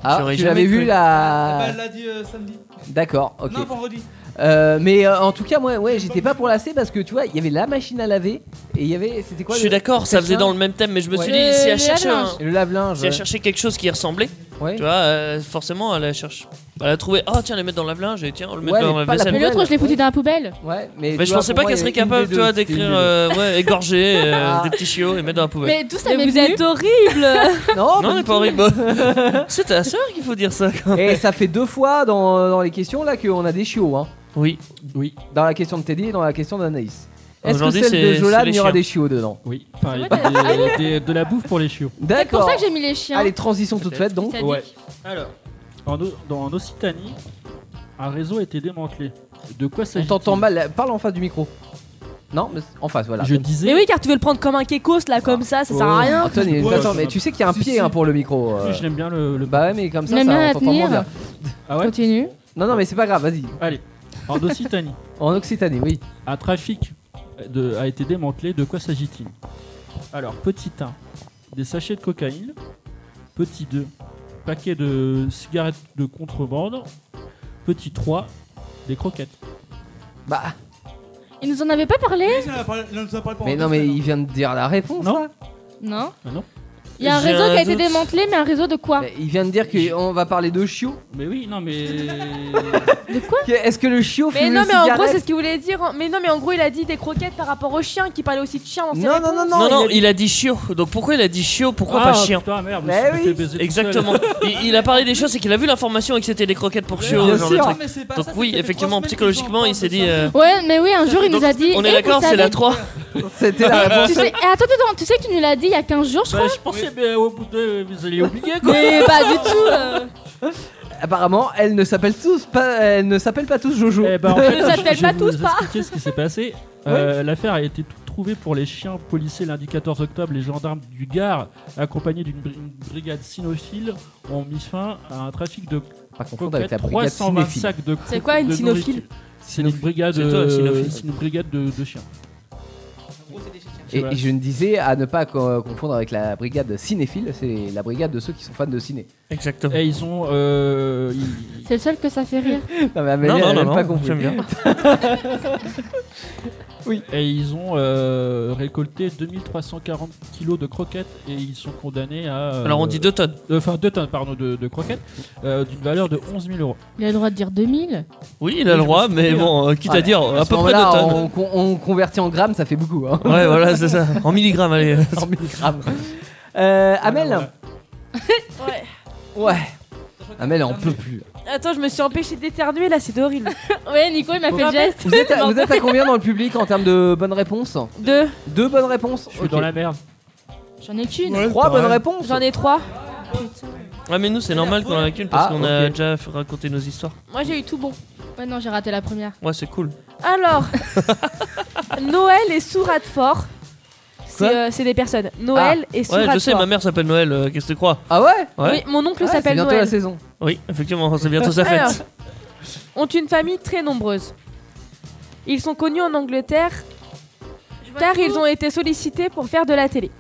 D: Ah,
F: J'aurais
D: tu
F: jamais
D: l'avais vu
F: cru.
E: Ah.
D: la.
J: l'a dit euh, samedi.
D: D'accord, ok.
J: vendredi.
D: Euh, mais euh, en tout cas, moi, ouais, j'étais pas pour la C parce que tu vois, il y avait la machine à laver et il y avait. C'était quoi
F: Je
D: le-
F: suis d'accord, ça faisait
D: quelqu'un Euh,
F: dans le même thème, mais je me suis
G: Ouais.
F: dit, si
G: Le-
F: elle
G: le
F: cherchait, un-
G: lave-linge.
D: Et le lave-linge.
F: si elle cherchait quelque chose qui y ressemblait,
D: Ouais.
F: tu vois, euh, forcément, elle cherche. Elle a trouvé, ah tiens, les mettre dans le lave-linge, et tiens, on le met
D: Ouais,
F: dans
D: mais
F: la
D: pas la
F: vaisselle.
G: Mais l'autre, je l'ai foutu
D: Ouais.
G: dans la poubelle.
D: Ouais, mais.
F: Mais
D: tu
F: je
D: vois,
F: pensais
D: pour
F: pas
D: moi,
F: qu'elle
D: il y avait
F: serait
D: une
F: capable,
D: des
F: tu vois,
D: deux, Ah. c'était une
F: d'écrire,
D: des
F: euh, ouais, égorger euh, des petits chiots et mettre dans la poubelle.
G: Mais tout ça
H: Mais
G: m'est
H: vous
G: venu.
H: êtes horrible.
D: deux. Non,
F: Non,
D: pas
F: mais
D: du
F: pas horrible. C'est à ça qu'il faut dire ça.
D: tout. Et ça fait deux fois dans, dans les questions là qu'on a des chiots. Hein.
F: Oui.
D: Dans la question de Teddy et dans la question d'Anaïs. Est-ce que
F: Aujourd'hui,
D: celle de
F: c'est-
D: Jolan,
F: c'est les
D: il y aura
F: chiens.
D: des chiots dedans
E: Oui, enfin, il y a des- des- de la bouffe pour les chiots.
G: C'est pour
D: D'accord.
G: ça que j'ai mis les chiens.
D: Allez, transition toute faite donc.
G: Sadique.
E: Ouais. Alors, en, O- dans, en Occitanie, un réseau a été démantelé. De quoi
D: On
E: s'agit-il
D: t'entend mal, parle en face du micro. Non, mais en face, voilà.
E: Je disais.
H: Mais oui, car tu veux le prendre comme un kekos, là, comme ça, ça sert
E: Oh.
H: à rien.
D: Antoine, il-
E: Ouais,
D: attends,
E: je-
D: mais tu sais qu'il y a un
E: Si,
D: pied
E: si.
D: hein, pour le micro. euh.
E: Je l'aime bien le. le-
D: Bah ouais, mais comme ça,
G: J'aime bien
D: ça
G: la
D: on t'entend moins
G: tenir.
D: bien.
E: Ah ouais
G: Continue.
D: Non, non, mais c'est pas grave, vas-y.
E: Allez. En Occitanie,
D: En Occitanie, oui.
E: un trafic de- a été démantelé. De quoi s'agit-il Alors, petit 1, des sachets de cocaïne. Petit 2, paquet de cigarettes de contrebande. Petit 3, des croquettes.
D: Bah,
G: Ils nous en avaient pas parlé
D: mais non, mais il vient de dire la réponse.
E: Non.
D: là.
G: Non.
E: Ah non
G: Il y a un
F: J'ai
G: réseau qui a
F: un
G: été
F: doute.
G: démantelé, mais un réseau de quoi
D: Mais Il vient de dire qu'on va parler de chiots.
E: Mais oui, non, mais.
G: De quoi
D: Que- Est-ce que le chiot fume
H: Mais
D: une
H: non, mais en gros,
D: cigarette
H: c'est ce qu'il voulait dire. hein. Mais non, mais en gros, il a dit des croquettes par rapport au chien, qui parlait aussi de chien dans ses
D: Non, non, non,
H: réponses.
F: Non,
D: non.
F: non, il a dit chiot. Donc pourquoi il a dit chiot Pourquoi pas
D: Ah,
F: chien
E: Ah, Putain, merde, je me
D: Mais
E: suis
D: oui.
E: fait baiser tout seul.
F: Exactement. il, il a parlé des choses, c'est qu'il a vu l'information et que c'était des croquettes pour chiots.
D: bien
F: genre le
D: sûr.
F: truc. Donc oui, effectivement, psychologiquement, il s'est dit. euh,
G: Ouais, mais oui, un jour il
F: donc,
G: nous a dit.
F: On
G: eh,
F: est
G: vous
F: d'accord, c'est la
G: savez-
F: 3.
D: C'était la réponse.
G: Tu sais, eh, attends, attends, tu sais que tu nous l'as dit il y a 15 jours, je
E: Bah,
G: crois.
E: je pensais, mais au bout de. Vous allez oublier quoi
H: Mais pas du tout. euh.
D: apparemment, elles ne s'appellent tous pas, elles ne s'appellent pas tous Jojo.
E: Eh ben, en
H: Nous
E: fait,
H: appelle
E: je
H: pas
E: vais vous
H: tous, pas.
E: expliquer ce qui s'est passé. Euh, L'affaire a été toute trouvée pour les chiens policiers lundi 14 octobre. Les gendarmes du Gard, accompagnés d'une bri- une brigade cynophile, ont mis fin à un trafic de
D: Pas confondre avec
E: coquettes,
D: la brigade
E: 320
D: cinéphile.
E: sacs de
H: C'est quoi une
E: de nourriture.
H: cynophile
E: C'est une brigade,
F: C'est toi,
E: euh,
F: cynophile.
E: c'est une brigade de, de chiens.
D: Et,
E: Voilà.
D: et je ne disais à ne pas co- confondre avec la brigade cinéphile, c'est la brigade de ceux qui sont fans de ciné. Eh,
F: Exactement.
E: Et ils ont. euh, ils-
G: C'est le seul que ça fait rire.
D: Non mais Amélie,
F: Non, non,
D: elle a
F: non,
D: même pas
F: non,
D: compris.
F: j'aime bien.
E: Et ils ont euh, récolté 2340 kilos de croquettes et ils sont condamnés à. euh,
F: Alors on dit 2 tonnes.
E: euh, Enfin, 2 tonnes, pardon, de, de croquettes euh, d'une valeur de 11 000 euros.
G: Il a le droit de dire 2000.
F: Oui, il a
E: Oui, je
F: le droit,
E: me suis
F: mais
E: dit,
F: bon, euh, quitte
D: Ah,
F: à dire
D: À
F: à
D: ce
F: peu près 2
D: moment-là,
F: tonnes.
D: on, con- on convertit en grammes, ça fait beaucoup. Hein.
F: Ouais, voilà, c'est ça. En milligrammes, allez.
D: En milligrammes.
F: Ah
D: Euh, Amel
E: Voilà,
H: Ouais.
D: Ouais. Amel, on peut plus.
H: Attends, je me suis empêchée d'éternuer là, c'est horrible.
G: Ouais, Nico, il m'a fait le geste.
D: Vous êtes, à, vous êtes à combien dans le public en termes de bonnes réponses
H: Deux.
D: Deux bonnes réponses
E: Je suis dans la merde.
G: J'en ai qu'une.
D: Trois bonnes réponses
H: J'en ai trois.
F: Ah, mais nous, c'est normal qu'on en ait qu'une parce
D: Ah,
F: qu'on a
D: ok.
F: déjà raconté nos histoires.
H: Moi j'ai eu tout bon.
G: Ouais, non, j'ai raté la première.
F: Ouais, c'est cool.
H: Alors, Noël et Souradfort.
F: Quoi
H: C'est euh, c'est des personnes. Noël et
F: Ouais, je sais,
H: Souradfort.
F: ma mère s'appelle Noël, euh, qu'est-ce que tu crois
D: Ah ouais
F: Ouais.
H: Oui, mon oncle
D: Ouais, C'est
H: s'appelle
D: bientôt
H: Noël.
D: la saison.
F: Oui, effectivement, c'est bientôt sa
H: Alors,
F: fête.
H: ont une famille très nombreuse. Ils sont connus en Angleterre car ils ont été sollicités pour faire de la télé.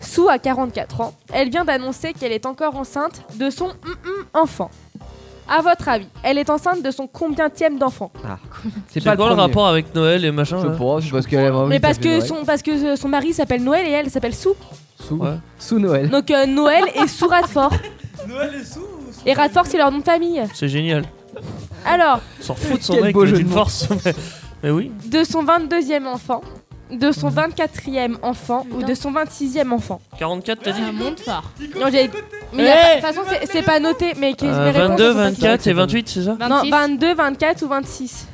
H: Sue a 44 ans. Elle vient d'annoncer qu'elle est encore enceinte de son hum-hum enfant. À votre avis, elle est enceinte de son combientième d'enfant
D: C'est
F: C'est
D: pas
F: quoi le
D: premier.
F: rapport avec Noël et machin
D: Je
F: là
D: pense, parce qu'elle a vraiment
H: Mais
D: envie
H: parce
D: de s'appeler
H: que, son, parce que euh, son mari s'appelle Noël et elle s'appelle Sue.
D: Noël. Sous,
F: Ouais.
D: sous Noël.
H: Donc euh, Noël et Sue Radford. Et Radford, c'est leur nom de famille.
F: C'est génial.
H: Alors,
F: On S'en fout de son
D: Quel
F: mec,
D: beau
F: mais
D: jeu
F: c'est
D: de
F: une
D: mots.
F: force. mais- Mais oui.
H: de son 22e enfant, de son 24e enfant ou de son 26e enfant.
F: 44, t'as dit
G: Ça monte fort.
H: Non, j'ai- Mais y a pas- de toute façon, c'est- c'est pas noté. Mais que-
F: Euh,
H: mes réponses
F: 22,
H: sont pas-
F: 24 et 28, c'est ça
G: 26.
H: Non, 22, 24 ou 26.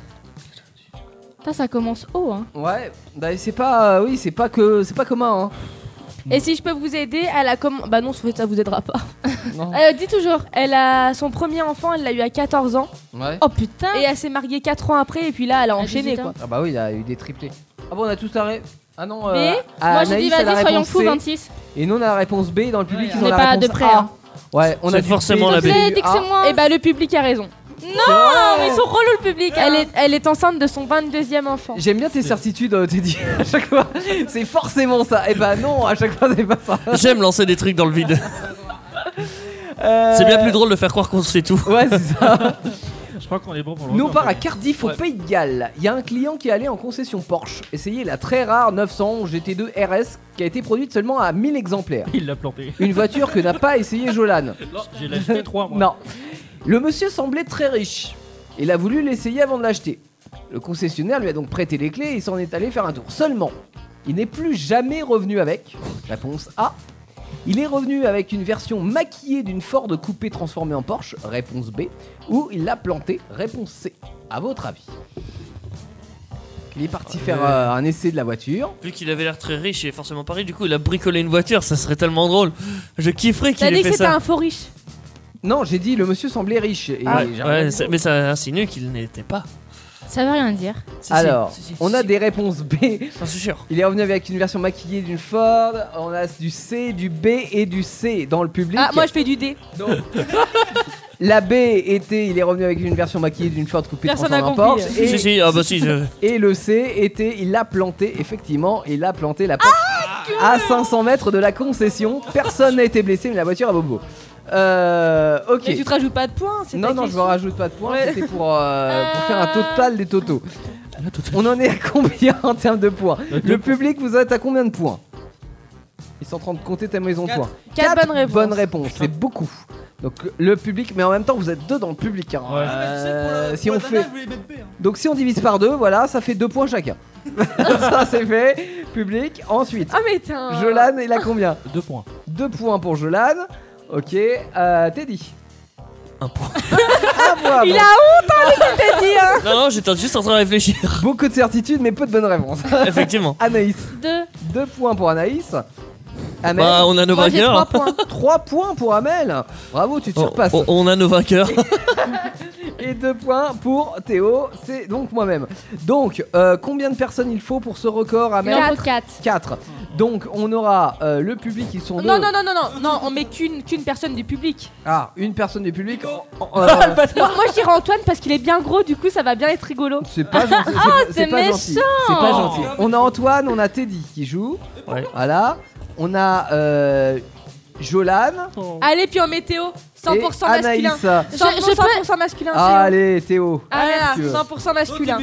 G: Putain, ça commence haut, hein.
D: Ouais, bah, c'est pas, oui, c'est pas que, c'est pas commun. Hein.
H: Et si je peux vous aider, elle a comme. Bah non, en fait, ça vous aidera pas.
D: Non.
H: Euh, dis toujours, elle a son premier enfant, elle l'a eu à 14 ans.
D: Ouais.
G: Oh putain.
H: Et elle s'est mariée 4 ans après, et puis là, elle a
G: À
H: enchaîné
G: 18 ans.
H: quoi.
D: Ah bah oui, il a eu des triplés. Ah bon, on a tous la ré... Ah non. euh,
H: Mais,
D: ah,
G: Moi, j'ai dit,
D: Anaïs a la
G: vas-y, soyons
D: réponse
G: fous,
D: C,
G: 26.
D: Et nous on a la réponse B dans le public.
G: On
D: ils ont
G: n'est
D: la
G: pas
D: réponse
G: de près,
D: A.
G: hein.
D: Ouais, on a Ah,
F: C'est
D: du
F: forcément
D: B,
F: la
D: du
F: B.
D: A.
G: Allez, Dixon-moi.
H: Et bah le public a raison.
D: Ah,
H: mais ils sont relous le public. hein. Elle est, elle est enceinte de son 22e enfant.
D: J'aime bien tes certitudes, euh, Teddy. À chaque fois, c'est forcément ça. Et bah non, à chaque fois c'est pas ça.
H: Ah.
F: J'aime lancer des trucs dans le vide.
D: Euh,
F: C'est bien plus drôle de faire croire qu'on sait tout.
D: Ouais, c'est ça.
E: Je crois qu'on est bon pour le
D: Nous on
E: record.
D: part à Cardiff au
E: Ouais.
D: Pays de Galles. Il y a un client qui est allé en concession Porsche. Essayer la très rare 900 GT2 RS qui a été produite seulement à 1000 exemplaires.
E: Il l'a planté.
D: Une voiture que n'a pas essayé Jolan.
E: J'ai l'acheté 3 moi.
D: Non. Le monsieur semblait très riche. Il a voulu l'essayer avant de l'acheter. Le concessionnaire lui a donc prêté les clés et il s'en est allé faire un tour. Seulement, il n'est plus jamais revenu avec. Réponse A. Il est revenu avec une version maquillée d'une Ford coupée transformée en Porsche. Réponse B. Ou il l'a planté. Réponse C. À votre avis Il est parti faire euh, un essai de la voiture.
F: Vu qu'il avait l'air très riche et forcément Paris, du coup, il a bricolé une voiture, ça serait tellement drôle. Je kifferais qu'il
H: T'as
F: ait
H: dit que
F: fait
H: c'était
F: ça.
H: un faux riche.
D: Non, j'ai dit le monsieur semblait riche. Et
F: Ouais,
D: Ah, j'ai
F: Ah. ouais,
D: rien
F: c'est- mais ça insinue qu'il n'était pas.
G: Ça veut rien dire.
F: Si, si,
D: Alors,
F: si, si,
D: on a
F: si.
D: des réponses B.
F: J'en suis sûr.
D: Il est revenu avec une version maquillée d'une Ford. On a du C, du B et du C dans le public.
H: Ah, moi je fais du dé.
D: La B était, il est revenu avec une version maquillée d'une Ford coupée
H: Personne
D: transformée
H: n'a
D: en
H: compris.
D: Porsche.
F: Si,
D: Et,
F: si, ah bah si, je-
D: et le C était, il a planté, effectivement, il a planté la Porsche
H: Ah,
D: à 500 mètres de la concession. Personne n'a été blessé, mais la voiture a bobo. Euh, ok.
H: Mais tu te rajoutes pas de points. c'est
D: Non,
H: ta
D: non, je me
H: question.
D: rajoute pas de points. C'était pour, euh, pour faire un total des totaux. On en est à combien en termes de points Le public, vous êtes à combien de points Ils sont en train de compter ta maison de points.
H: Quatre
D: Quatre
H: bonnes réponses.
D: bonnes réponses, c'est beaucoup. Donc le public, mais en même temps, vous êtes deux dans le public. hein.
E: Ouais.
H: Ah,
D: Euh, si on fait, donc si on divise par deux, voilà, ça fait deux points chacun. ça c'est fait. Public. Ensuite,
H: Ah, mais t'es un-
D: Jolan, il a combien
E: 2 points.
D: Deux points pour Jolan. Ok. Euh, Teddy.
F: un point.
D: Un point.
H: Il
D: bon.
H: a honte, dit, hein
F: Non, non, j'étais juste en train de réfléchir.
D: Beaucoup de certitudes, mais peu de bonnes réponses.
F: Effectivement.
D: Anaïs.
G: Deux.
D: Deux points pour Anaïs. Amel
F: Bah, on a nos
H: Moi, j'ai trois
F: vainqueurs.
H: points.
D: 3 points pour Amel Bravo, tu te
F: On,
D: surpasses
F: on- on a nos vainqueurs.
D: Et 2 points pour Théo, c'est donc moi-même. Donc, euh, combien de personnes il faut pour ce record,
G: Il en
D: Amel
G: faut 4.
D: 4. Donc, on aura euh, le public, ils sont deux.
H: Non, non, non, non, non, non, on met qu'une qu'une personne du public.
D: Ah, une personne du public. Oh, oh, euh,
H: Moi, moi, je dirais Antoine parce qu'il est bien gros, du coup, ça va bien être rigolo.
D: c'est pas gentil. c'est- c'est
G: Ah, c'est
D: pas
G: méchant.
D: gentil. C'est pas gentil. On a Antoine, on a Teddy qui joue.
F: Ouais.
D: Voilà. On a euh, Jolan
H: Allez, puis on met Théo.
D: et
H: 100%
D: Anaïs.
H: masculin. 100%,
G: Je- je peux-
H: 100% masculin. c'est-
D: Allez, Théo.
H: Ah,
D: si tu veux.
H: 100% masculin.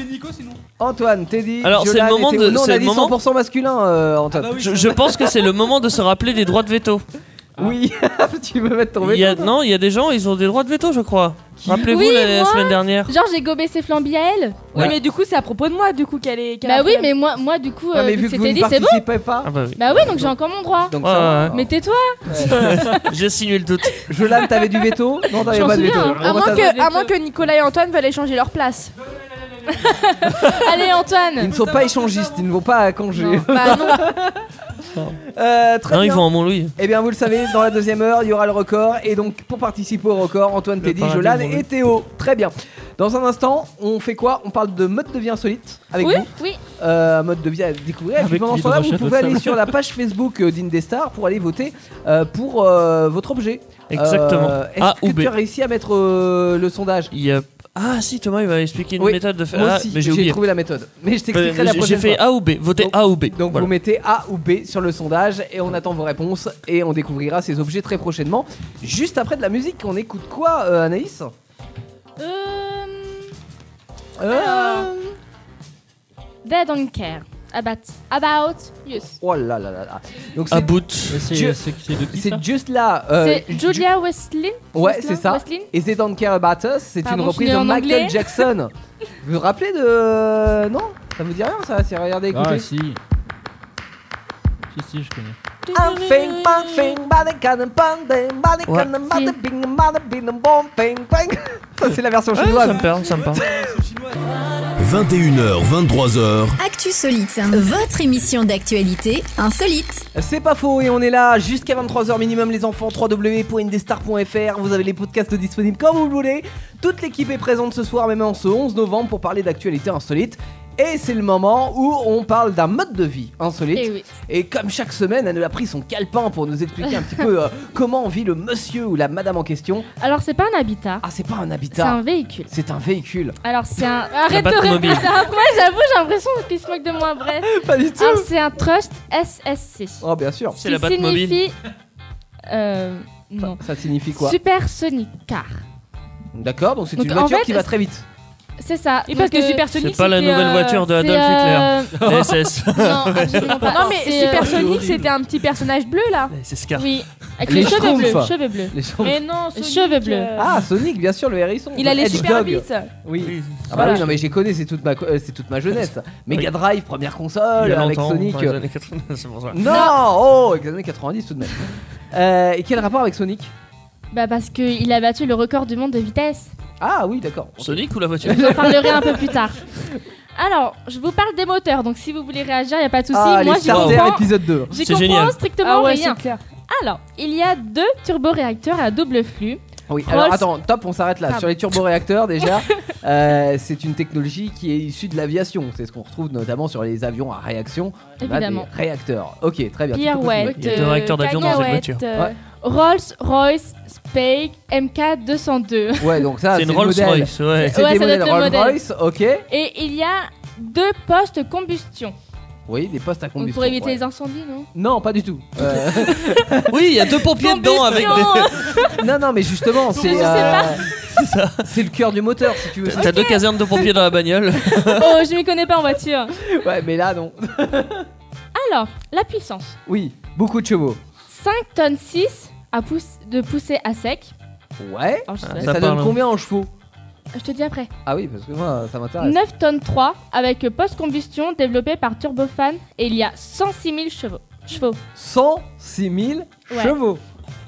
D: Antoine, Teddy.
F: Alors, c'est
D: Jolan
F: le moment
D: et Théo.
F: de-
D: Non, on
F: c'est
D: a
F: le
D: dit
F: moment
D: 100% masculin, euh, Antoine.
F: Je, je pense que c'est le moment de se rappeler des droits de veto.
D: Oui, tu veux mettre ton
F: Il y a,
D: veto, toi
F: non, il y a des gens, ils ont des droits de veto, je crois. Rappelez-vous
G: Oui,
F: la, la
G: moi.
F: semaine dernière.
G: Genre, j'ai gobé ses flambis à elle.
H: Oui, mais du coup, c'est à propos de moi, du coup, qu'elle est. qu'elle a
G: Bah oui,
H: fait la-
G: mais moi, moi du coup,
D: Ah,
G: euh,
D: mais
G: vu
D: vu
G: que
D: que vous
G: c'était
D: ne
G: dit, c'est bon.
D: participez pas.
F: Ah bah oui.
G: Bah oui, donc j'ai encore mon droit.
D: Donc
F: Ouais,
D: ça,
F: ouais.
G: Mais tais-toi.
F: J'ai signé le doute.
D: Jolan, t'avais du veto Non, t'avais
G: Je m'en
D: pas de veto.
G: souviens, hein.
H: À
D: Bon, bah,
H: moins,
D: ça-
H: que, à moins que Nicolas et Antoine veulent échanger leur place.
G: Allez,
D: Ils
G: Antoine.
D: ne sont pas échangistes, ils ne vont pas à congé.
G: Non, bah non.
D: Euh, très
F: Non, ils
D: bien.
F: vont à Montlouis.
D: Eh bien, vous le savez, dans la deuxième heure, il y aura le record. Et donc, pour participer au record, Antoine, Teddy,
F: paradis
D: Jolan
F: mouru.
D: et Théo. Très bien. Dans un instant, on fait quoi On parle de mode de vie insolite avec
G: Oui,
D: vous.
G: oui.
D: Euh, mode de vie à découvrir. Et puis,
E: Avec
D: pendant ce
E: les
D: temps-là,
E: deux
D: vous
E: rachats de
D: pouvez aller
E: sable.
D: sur la page Facebook euh, d'Indestar pour aller voter euh, pour euh, votre objet.
F: Exactement.
D: Euh, Est-ce
F: A
D: que
F: ou B.
D: tu as réussi à mettre euh, le sondage
F: Il y a- Ah si, Thomas, il va expliquer une
D: Oui,
F: méthode de faire.
D: Moi
F: Ah,
D: aussi,
F: mais j'ai
D: j'ai
F: oublié. Bah,
D: trouvé la méthode. Mais je t'expliquerai la
F: J'ai j'ai
D: prochaine
F: fait
D: fois.
F: A ou B. Votez
D: Donc-
F: A ou B.
D: Donc
F: Voilà.
D: vous mettez A ou B sur le sondage et on attend vos réponses et on découvrira ces objets très prochainement. Juste après de la musique, on écoute quoi euh, Anaïs
G: Euh,
D: Euh,
G: They don't care about, about use.
D: Oh là là là là. Donc
F: À
D: c'est
F: bout.
E: Mais C'est
D: Dieu.
E: c'est- c'est de qui ça
D: c'est juste là. euh,
G: c'est Julia Westlin.
D: Ju- Ouais,
G: Westlin-
D: c'est ça.
G: Westlin
D: Et c'est Don't Care About Us, c'est une
G: Pardon, je
D: reprise
G: l'ai
D: de
G: en
D: Michael
G: anglais.
D: Jackson. vous vous rappelez de. Non Ça vous dit rien ça C'est regarder écouter.
E: Ah si. Si, si, je connais.
D: I'm fing, bang, fing, bada, cannon, bang, ding, bada,
F: Ouais.
D: cannon, bada,
G: Si.
D: bing, bada, bing, bong, ping, ping. Ça, c'est la version
F: Ah, ça
D: chinoise.
F: me parle, ça me parle.
A: 21h, 23h,
B: Actu Solite, votre émission d'actualité insolite.
D: C'est pas faux et on est là jusqu'à 23h minimum les enfants www.indestar.fr Vous avez les podcasts disponibles quand vous le voulez Toute l'équipe est présente ce soir même en ce 11 novembre pour parler d'actualités insolites et c'est le moment où on parle d'un mode de vie insolite.
G: Eh oui.
D: Et comme chaque semaine, elle nous a pris son calepin pour nous expliquer un petit peu euh, comment vit le monsieur ou la madame en question.
G: Alors, c'est pas un habitat,
D: Ah, c'est pas un
G: c'est un
D: habitat,
G: véhicule.
D: c'est un... véhicule.
G: Alors, c'est un.
F: La
G: Arrête de
F: Batmobile.
G: répéter Moi, j'avoue, j'ai l'impression qu'il se moque de moi. Bref.
D: Pas du tout
G: Alors, c'est un Trust SSC.
D: Ah, Oh, bien sûr.
F: C'est
G: qui
F: la Batmobile.
G: signifie. Euh. Non.
D: Ça signifie quoi
G: Supersonic Car.
D: D'accord, donc c'est
G: Donc,
D: une
G: en
D: voiture
G: fait,
D: qui va très vite.
G: C'est ça.
H: Et parce
G: Donc,
H: que
G: euh,
H: Supersonic.
F: C'est pas la
H: c'était,
F: nouvelle
H: euh,
F: voiture de
G: c'est,
F: Adolf
G: euh,
F: Hitler. SS.
G: Non, absolument pas.
H: Non, mais
G: C'est, euh,
H: Supersonic, c'était un petit personnage bleu là.
F: Eh, C'est Scar.
G: Oui, avec
D: Les
G: les cheveux bleus,
D: Schtroumpfs.
G: cheveux bleus.
D: Les gens-
H: Mais non,
G: Sonic,
H: cheveux bleus.
G: euh,
D: Ah, Sonic, bien sûr, le hérisson.
H: il allait
D: Hedgehog.
H: super vite.
D: Oui.
F: Oui.
D: Ah bah
H: Voilà.
D: oui, non mais j'ai connu, c'est toute ma, co- euh, c'est toute ma jeunesse. Mega Drive, première console, avec Sonic.
F: dans les années 80, c'est pour ça.
D: Non, oh, avec les années 90 tout de même. Euh, et quel rapport avec Sonic
G: Bah parce qu'il a battu le record du monde de vitesse.
D: Ah oui, d'accord.
F: Sonic ou la voiture
G: J'en parlerai un peu plus tard. Alors, je vous parle des moteurs, donc si vous voulez réagir, il a pas de souci.
D: ah,
G: Moi,
D: les
G: j'y
D: starters,
G: comprends,
D: épisode 2.
G: j'y
F: C'est
G: comprends
F: génial.
G: strictement
D: Ah
G: rien.
H: Ah clair.
G: Alors, il y a deux turboréacteurs à double flux.
D: Ah Oui,
G: Rolls-
D: alors attends, top, on s'arrête là.
G: Pardon.
D: Sur les turboréacteurs, déjà, euh, c'est une technologie qui est issue de l'aviation. C'est ce qu'on retrouve notamment sur les avions à réaction. On a des
G: Évidemment.
D: réacteurs. Ok, très bien. tu peux continuer.
G: Pirouette,
F: Il y a deux réacteurs d'avion dans cette
G: cacahuète,
F: voiture.
G: euh,
D: Ouais.
G: Rolls-Royce Spake MK202.
D: Ouais, donc ça,
F: Ah, C'est
D: c'est
F: une
D: le
F: Rolls
D: modèle.
F: Royce, ouais.
D: C'est
G: Ouais,
D: des
G: ça doit
D: modèles
G: être le
D: Rolls
G: modèle.
D: Royce, ok.
G: Et il y a deux postes combustion.
D: Oui, des postes à
G: Donc,
D: combustion.
G: pour éviter
D: ouais.
G: les incendies, non
D: Non, pas du tout. Euh,
F: Oui, il y a deux pompiers dedans avec des.
D: Non, non, mais justement,
G: je
D: c'est euh,
G: sais pas.
D: c'est le cœur du moteur, si tu veux.
F: T'as deux casernes de pompiers dans la bagnole.
G: Oh, je m'y connais pas en voiture.
D: Ouais, mais là, non.
G: Alors, la puissance.
D: Oui, beaucoup de chevaux.
G: 5 tonnes 6 à pousse- de poussée à sec.
D: Ouais.
G: Alors, je, sais
D: Mais
G: pas,
D: ça,
F: Ça
D: donne
F: parle.
D: combien en chevaux
G: je te dis après.
D: Ah oui, parce que moi, ça m'intéresse.
G: 9 tonnes 3 avec post-combustion développé par Turbofan et il y a 106 000 chevaux. chevaux.
D: 106 000
G: Ouais.
D: chevaux.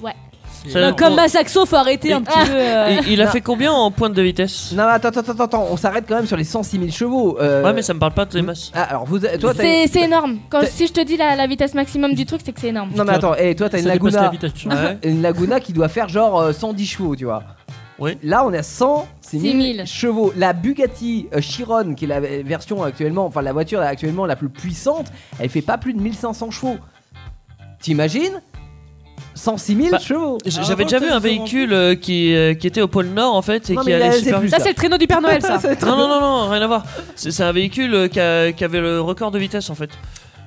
G: Ouais.
E: c'est-
F: Ça-
E: non,
F: comme
H: Comme
F: ma
H: ma saxo, faut arrêter un petit peu. euh,
F: Il, il a
G: Ah.
D: Non.
F: fait combien en pointe de vitesse
D: Non, mais attends, attends, attends, attends, on s'arrête quand même sur les 106 000 chevaux. euh,
F: Ouais, mais ça me parle pas de masses.
D: Ah, alors, vous, toi, t'as.
G: C'est c'est énorme. Quand,
D: t'as-
G: si je te dis la, la vitesse maximum du truc, c'est que c'est énorme.
D: Non, mais attends, et toi, t'as une
E: ça dépasse la
D: Laguna.
E: vitesse du son.
F: Ouais.
D: Une Laguna qui doit faire genre euh, 110 chevaux, tu vois.
F: Oui.
D: Là, on est à 106 000,
G: 6 000.
D: chevaux. La Bugatti euh, Chiron, qui est la version actuellement, enfin la voiture actuellement la plus puissante, elle fait pas plus de 1500 chevaux. T'imagines 106 000
F: Bah,
D: chevaux.
F: J-
E: Ah,
F: J'avais
E: avant,
F: déjà vu
E: t'as
F: un
E: dit
F: véhicule euh, qui, euh, qui était au pôle Nord en fait et
D: Non,
F: qui
D: mais là,
F: allait
D: c'est
F: super
D: plus
F: vite.
H: Ça, c'est le traîneau du Père Noël, ça.
F: Non, non, non, non, rien à voir. C'est c'est un véhicule euh, qui, a- qui avait le record de vitesse en fait.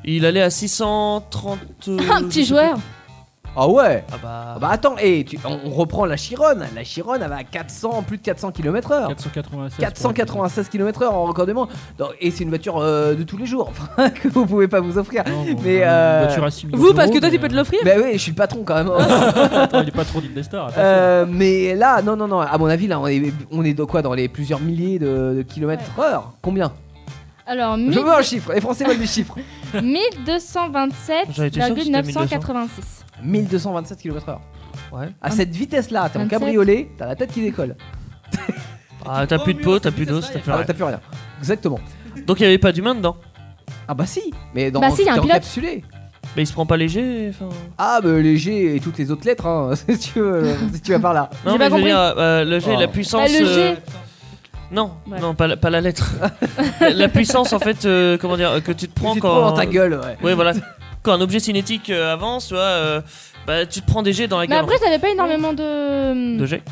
F: Il allait à 630. euh,
G: Un petit joueur.
D: Ah ouais
F: Ah bah.
D: Ah Bah attends, et tu- on, on reprend la Chiron. La Chiron, elle va à 400, plus de 400 km/h.
E: 496.
D: 496 km/h en record de monde. Non, Et c'est une voiture euh, de tous les jours enfin, que vous pouvez pas vous offrir.
E: Non, bon, bah,
D: Mais,
E: une
D: euh,
E: voiture à six millions
H: Vous, parce
E: d'euros,
H: que toi, tu
E: mais,
H: peux te l'offrir.
D: Bah oui, je suis le patron quand même. hein.
E: Ah, Attends, il est pas trop dit des stars. attention.
D: Euh, mais là, non, non, non. À mon avis, là, on est, on est dans quoi Dans les plusieurs milliers de, de kilomètres/heure Combien
G: Alors,
D: Je veux un chiffre. Les Français veulent des chiffres.
G: 1227,986.
F: J'avais été sûr que c'était
D: 1227 km/h.
F: Ouais.
D: À cette vitesse-là, t'es en
G: 27.
D: cabriolet, t'as la tête qui décolle.
F: Ah,
D: oh,
F: t'as plus de peau, t'as plus d'os, t'as plus
D: Ah,
F: rien.
D: T'as plus rien. Exactement.
F: Donc il y avait pas d'humain dedans.
D: Ah bah si, mais dans
G: Bah si, y a un
D: t'es
G: pilote.
D: encapsulé.
F: Mais il se prend pas léger. enfin.
D: Ah bah les G et toutes les autres lettres, hein, si tu veux, euh, si tu vas par là.
F: Non, mais
G: J'ai pas
F: je veux
G: compris.
F: dire, euh, le G,
D: Oh.
F: la puissance.
G: Bah, le G.
F: euh, Non,
G: Ouais.
F: non, pas la, pas la lettre. la, la puissance en fait, euh, comment dire, euh, que tu te prends
D: Tu te
F: quand.
D: prends dans ta gueule, ouais.
F: Ouais, voilà. Quand un objet cinétique euh, avance, tu vois, euh, bah, tu te prends des jets dans la
G: Mais
F: gueule.
G: après,
F: en
G: j'avais pas énormément de,
F: fait, de jets.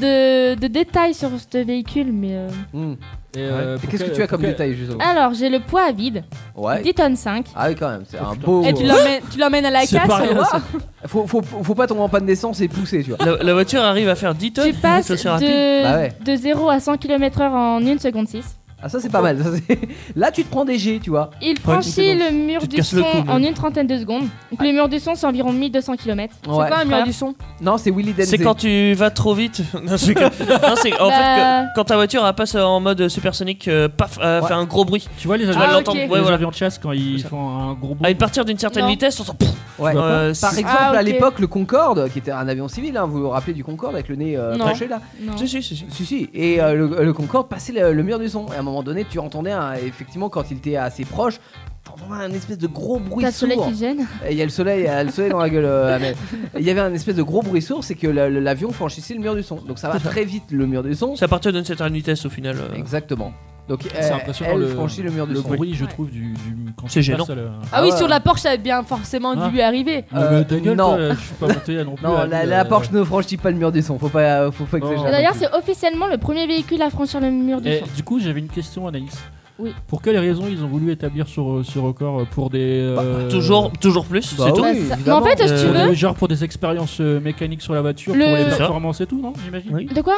G: de, de détails sur ce véhicule. mais euh.
D: Hmm.
E: Et, euh,
D: Et
E: pour
D: Qu'est-ce que
E: quel-
D: tu as comme
E: pour quel-
D: détail, justement
G: Alors, j'ai le poids à vide,
D: Oh. Ouais.
G: 10 tonnes 5.
D: Ah oui, quand même, c'est
E: Oh,
D: un
E: putain.
D: beau. euh,
H: Et tu l'emmènes- tu l'emmènes à la
E: C'est
H: casse.
E: pas rien,
H: oh.
E: ça.
D: Faut, faut, faut pas tomber en panne d'essence et pousser, tu vois.
F: La, la voiture arrive à faire 10 tonnes.
G: Tu passes
F: ça, c'est rapide.
G: de,
D: Bah ouais.
G: de 0 à 100 km/h en 1 seconde 6.
D: Ah, ça c'est pas mal. ça, c'est- Là, tu te prends des G, tu vois.
G: Il
F: Prends une
G: franchit
F: seconde.
G: le mur
F: Tu te
G: du
F: casses
G: son
F: le cou, moi.
G: en une trentaine de secondes. Donc, le mur du son, c'est environ 1200 km.
H: C'est quoi un mur
G: frère.
H: du son
D: Non, c'est Willy Denzé.
F: C'est quand tu vas trop vite. Non, c'est que- non, c'est- en fait,
G: Bah.
F: que- quand ta voiture elle passe euh, en mode supersonique, euh, paf, elle
D: Ouais.
F: fait un gros bruit.
E: Tu vois les
F: Tu
E: avions,
F: vas
G: Ah,
F: l'entendre.
G: ok.
F: Ouais,
E: les
F: voilà.
E: avions de chasse quand ils font un gros
D: Ah,
E: bruit.
F: À une partir d'une certaine
G: Non.
F: vitesse, on sent.
D: Ouais.
F: Euh, c'est-
D: Par exemple,
G: Ah, ok.
D: à l'époque, le Concorde, qui était un avion civil, hein, vous vous rappelez du Concorde avec le nez euh,
H: Non.
D: penché là
G: Non.
F: Si, si, si, si.
D: Si, si, et euh, le, le Concorde passait le, le mur du son. Et à un moment donné, tu entendais, un- effectivement, quand il était assez proche, t'entendais un espèce de gros bruit
G: T'as le soleil
D: sourd.
G: qui gêne.
D: Et Il y a le soleil, il y a le soleil dans la gueule. euh, Ahmed. Et Il y avait un espèce de gros bruit sourd, c'est que la- la- l'avion franchissait le mur du son. Donc ça va très vite le mur du son.
F: C'est à partir d'une certaine vitesse au final. euh.
D: Exactement. Donc
E: C'est
D: elle,
E: impressionnant
D: Euh, elle
E: le,
D: franchit le mur du
E: le
D: son.
E: bruit, je trouve, du, du quand
F: C'est
E: tu
F: gênant.
E: passes euh, à la-
H: Ah
D: Ah
H: oui,
D: ouais.
H: sur la Porsche, ça a bien forcément
E: Ah.
H: dû lui arriver.
E: Non,
D: Euh,
E: mais ta gueule,
D: non.
E: toi, je suis pas monté non plus.
D: Non,
E: à-
D: la,
E: euh,
D: la Porsche ne franchit pas le mur du son. Faut pas, euh, faut pas
E: Non.
D: exagérer.
E: Ah,
G: D'ailleurs,
E: ok.
G: c'est officiellement le premier véhicule à franchir le mur du
E: Et
G: son.
E: Eh, du coup, j'avais une question, Anaïs.
G: Oui.
E: Pour quelles raisons ils ont voulu établir ce, re- ce record pour des. euh,
F: Toujours, toujours plus,
D: Bah
F: c'est
D: oui,
F: tout.
G: Bah, ça- Mais
D: évidemment.
G: en fait, si tu
E: pour
G: veux.
E: des- Genre pour des expériences euh, mécaniques sur la voiture,
G: Le-
E: pour les
G: Ça.
E: performances et tout, non J'imagine.
F: Oui.
G: De quoi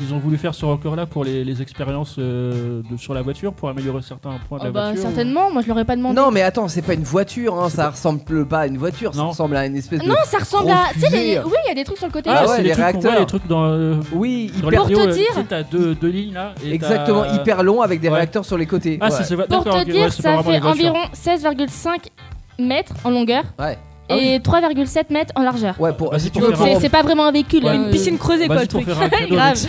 E: Ils ont voulu faire ce record-là pour les, les expériences euh, de- sur la voiture, pour améliorer certains points de la
G: Oh, bah,
E: voiture. ou-
G: certainement, moi je l'aurais pas demandé.
D: Non, mais attends, c'est pas une voiture, hein, ça ressemble pas à une voiture, ça
E: Non.
D: ressemble à une espèce de.
G: Ah Non, ça ressemble
D: grosse
G: à. Tu sais,
D: fusée.
G: les- oui, il y a des trucs sur le côté.
D: Ah
E: c'est
D: ouais,
E: les,
D: les
E: trucs qu'on voit,
D: réacteurs.
E: les trucs dans. euh,
D: Oui,
E: dans
D: hyper.
E: les vidéos,
G: te
E: euh,
G: dire-
E: tu sais, t'as deux, deux lignes là. et t'as-
D: Exactement, hyper long avec des
E: Ouais.
D: réacteurs sur les côtés.
E: Ah,
D: ouais.
E: c'est- c'est
G: Pour
E: d'accord,
G: te
E: ok,
G: dire,
E: ouais, c'est pas
G: ça
E: vraiment
G: fait
E: les voitures.
G: environ 16,5 mètres en longueur
D: Ouais. Ah oui.
G: et 3,7 mètres en largeur.
D: Ouais, pour,
E: Vas-y,
D: si tu
E: Bah, pour
D: veux,
E: faire
D: pour-
G: C'est- C'est pas vraiment un véhicule.
E: Ouais,
G: hein.
E: euh,
H: Une piscine creusée, quoi,
E: Vas-y
H: le
E: pour
H: truc.
E: faire un cadeau avec
G: Grave.
E: ça.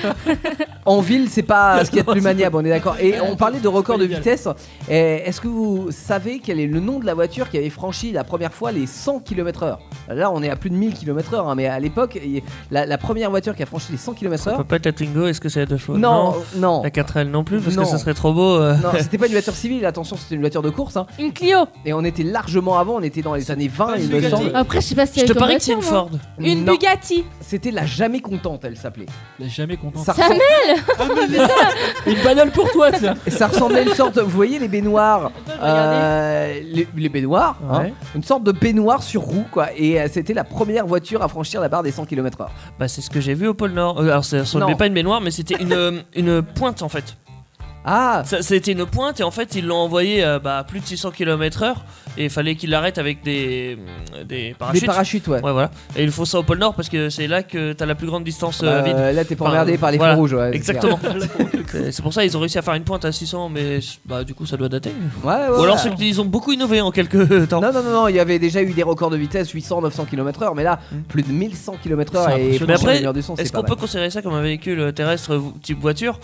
D: En ville, c'est pas ce qu'il y a de plus maniable, on est d'accord. Et on parlait de record de
E: pas idéal.
D: vitesse. Et Est-ce que vous savez quel est le nom de la voiture qui avait franchi la première fois les 100 km/h Là, on est à plus de 1000 km/h, hein, mais à l'époque, il- la, la première voiture qui a franchi les 100
F: Ça peut
D: km/h.
F: pas être la Twingo, est-ce que c'est la deux chevaux
D: Non, non.
F: La 4L non plus, parce
D: Non.
F: que ça serait trop beau. euh.
D: Non, c'était pas une voiture civile, attention, c'était une voiture de course. hein.
H: Une Clio.
D: Et on était largement avant, on était dans les années 20, il me
E: Bugatti.
D: semble.
G: Après, je sais pas si
F: Je te parie que
G: hein,
F: c'est une Ford.
H: Une
D: Non,
H: Bugatti.
D: C'était la jamais contente, elle s'appelait.
E: J'ai Bah, jamais content.
D: Ça,
G: Ça
D: ressemble-
E: Une banale pour toi, tiens.
D: ça ressemblait à une sorte, vous voyez les baignoires, euh, les, les baignoires, hein,
F: Ouais.
D: une sorte de baignoire sur roue quoi. Et euh, c'était la première voiture à franchir la barre des 100 km/h.
F: Bah, c'est ce que j'ai vu au pôle Nord. Euh, alors, ça ressemblait
D: Non.
F: pas à une baignoire, mais c'était une, euh, une pointe en fait.
D: Ah
F: Ça- C'était une pointe et en fait ils l'ont envoyé euh, bah, à plus de 600 km/h et il fallait qu'il l'arrête avec des, mm, des
D: Des
F: parachutes.
D: parachutes, ouais.
F: Ouais, voilà. Et il faut ça au pôle Nord parce que c'est là que t'as la plus grande distance
D: Bah,
F: euh, vide.
D: là, t'es pas
F: Enfin,
D: emmerdé par les
F: voilà.
D: feux rouges, ouais. c'est
F: Exactement. Euh, c'est pour ça ils ont réussi à faire une pointe à 600, mais bah, du coup ça doit dater.
D: clair. Ouais, ouais,
F: Ou alors
D: ouais.
F: c'est qu'ils ont beaucoup innové en quelques temps.
D: Non, non, non, non, il y avait déjà eu des records de vitesse 800, 900 km/h, mais là,
E: Hmm.
D: plus de 1100 km/h
F: C'est
D: et
F: impressionnant. Mais après,
D: l'heure du son, c'est
F: Est-ce
D: pas
F: qu'on
D: mal.
F: peut considérer ça comme un véhicule euh, terrestre vo- type voiture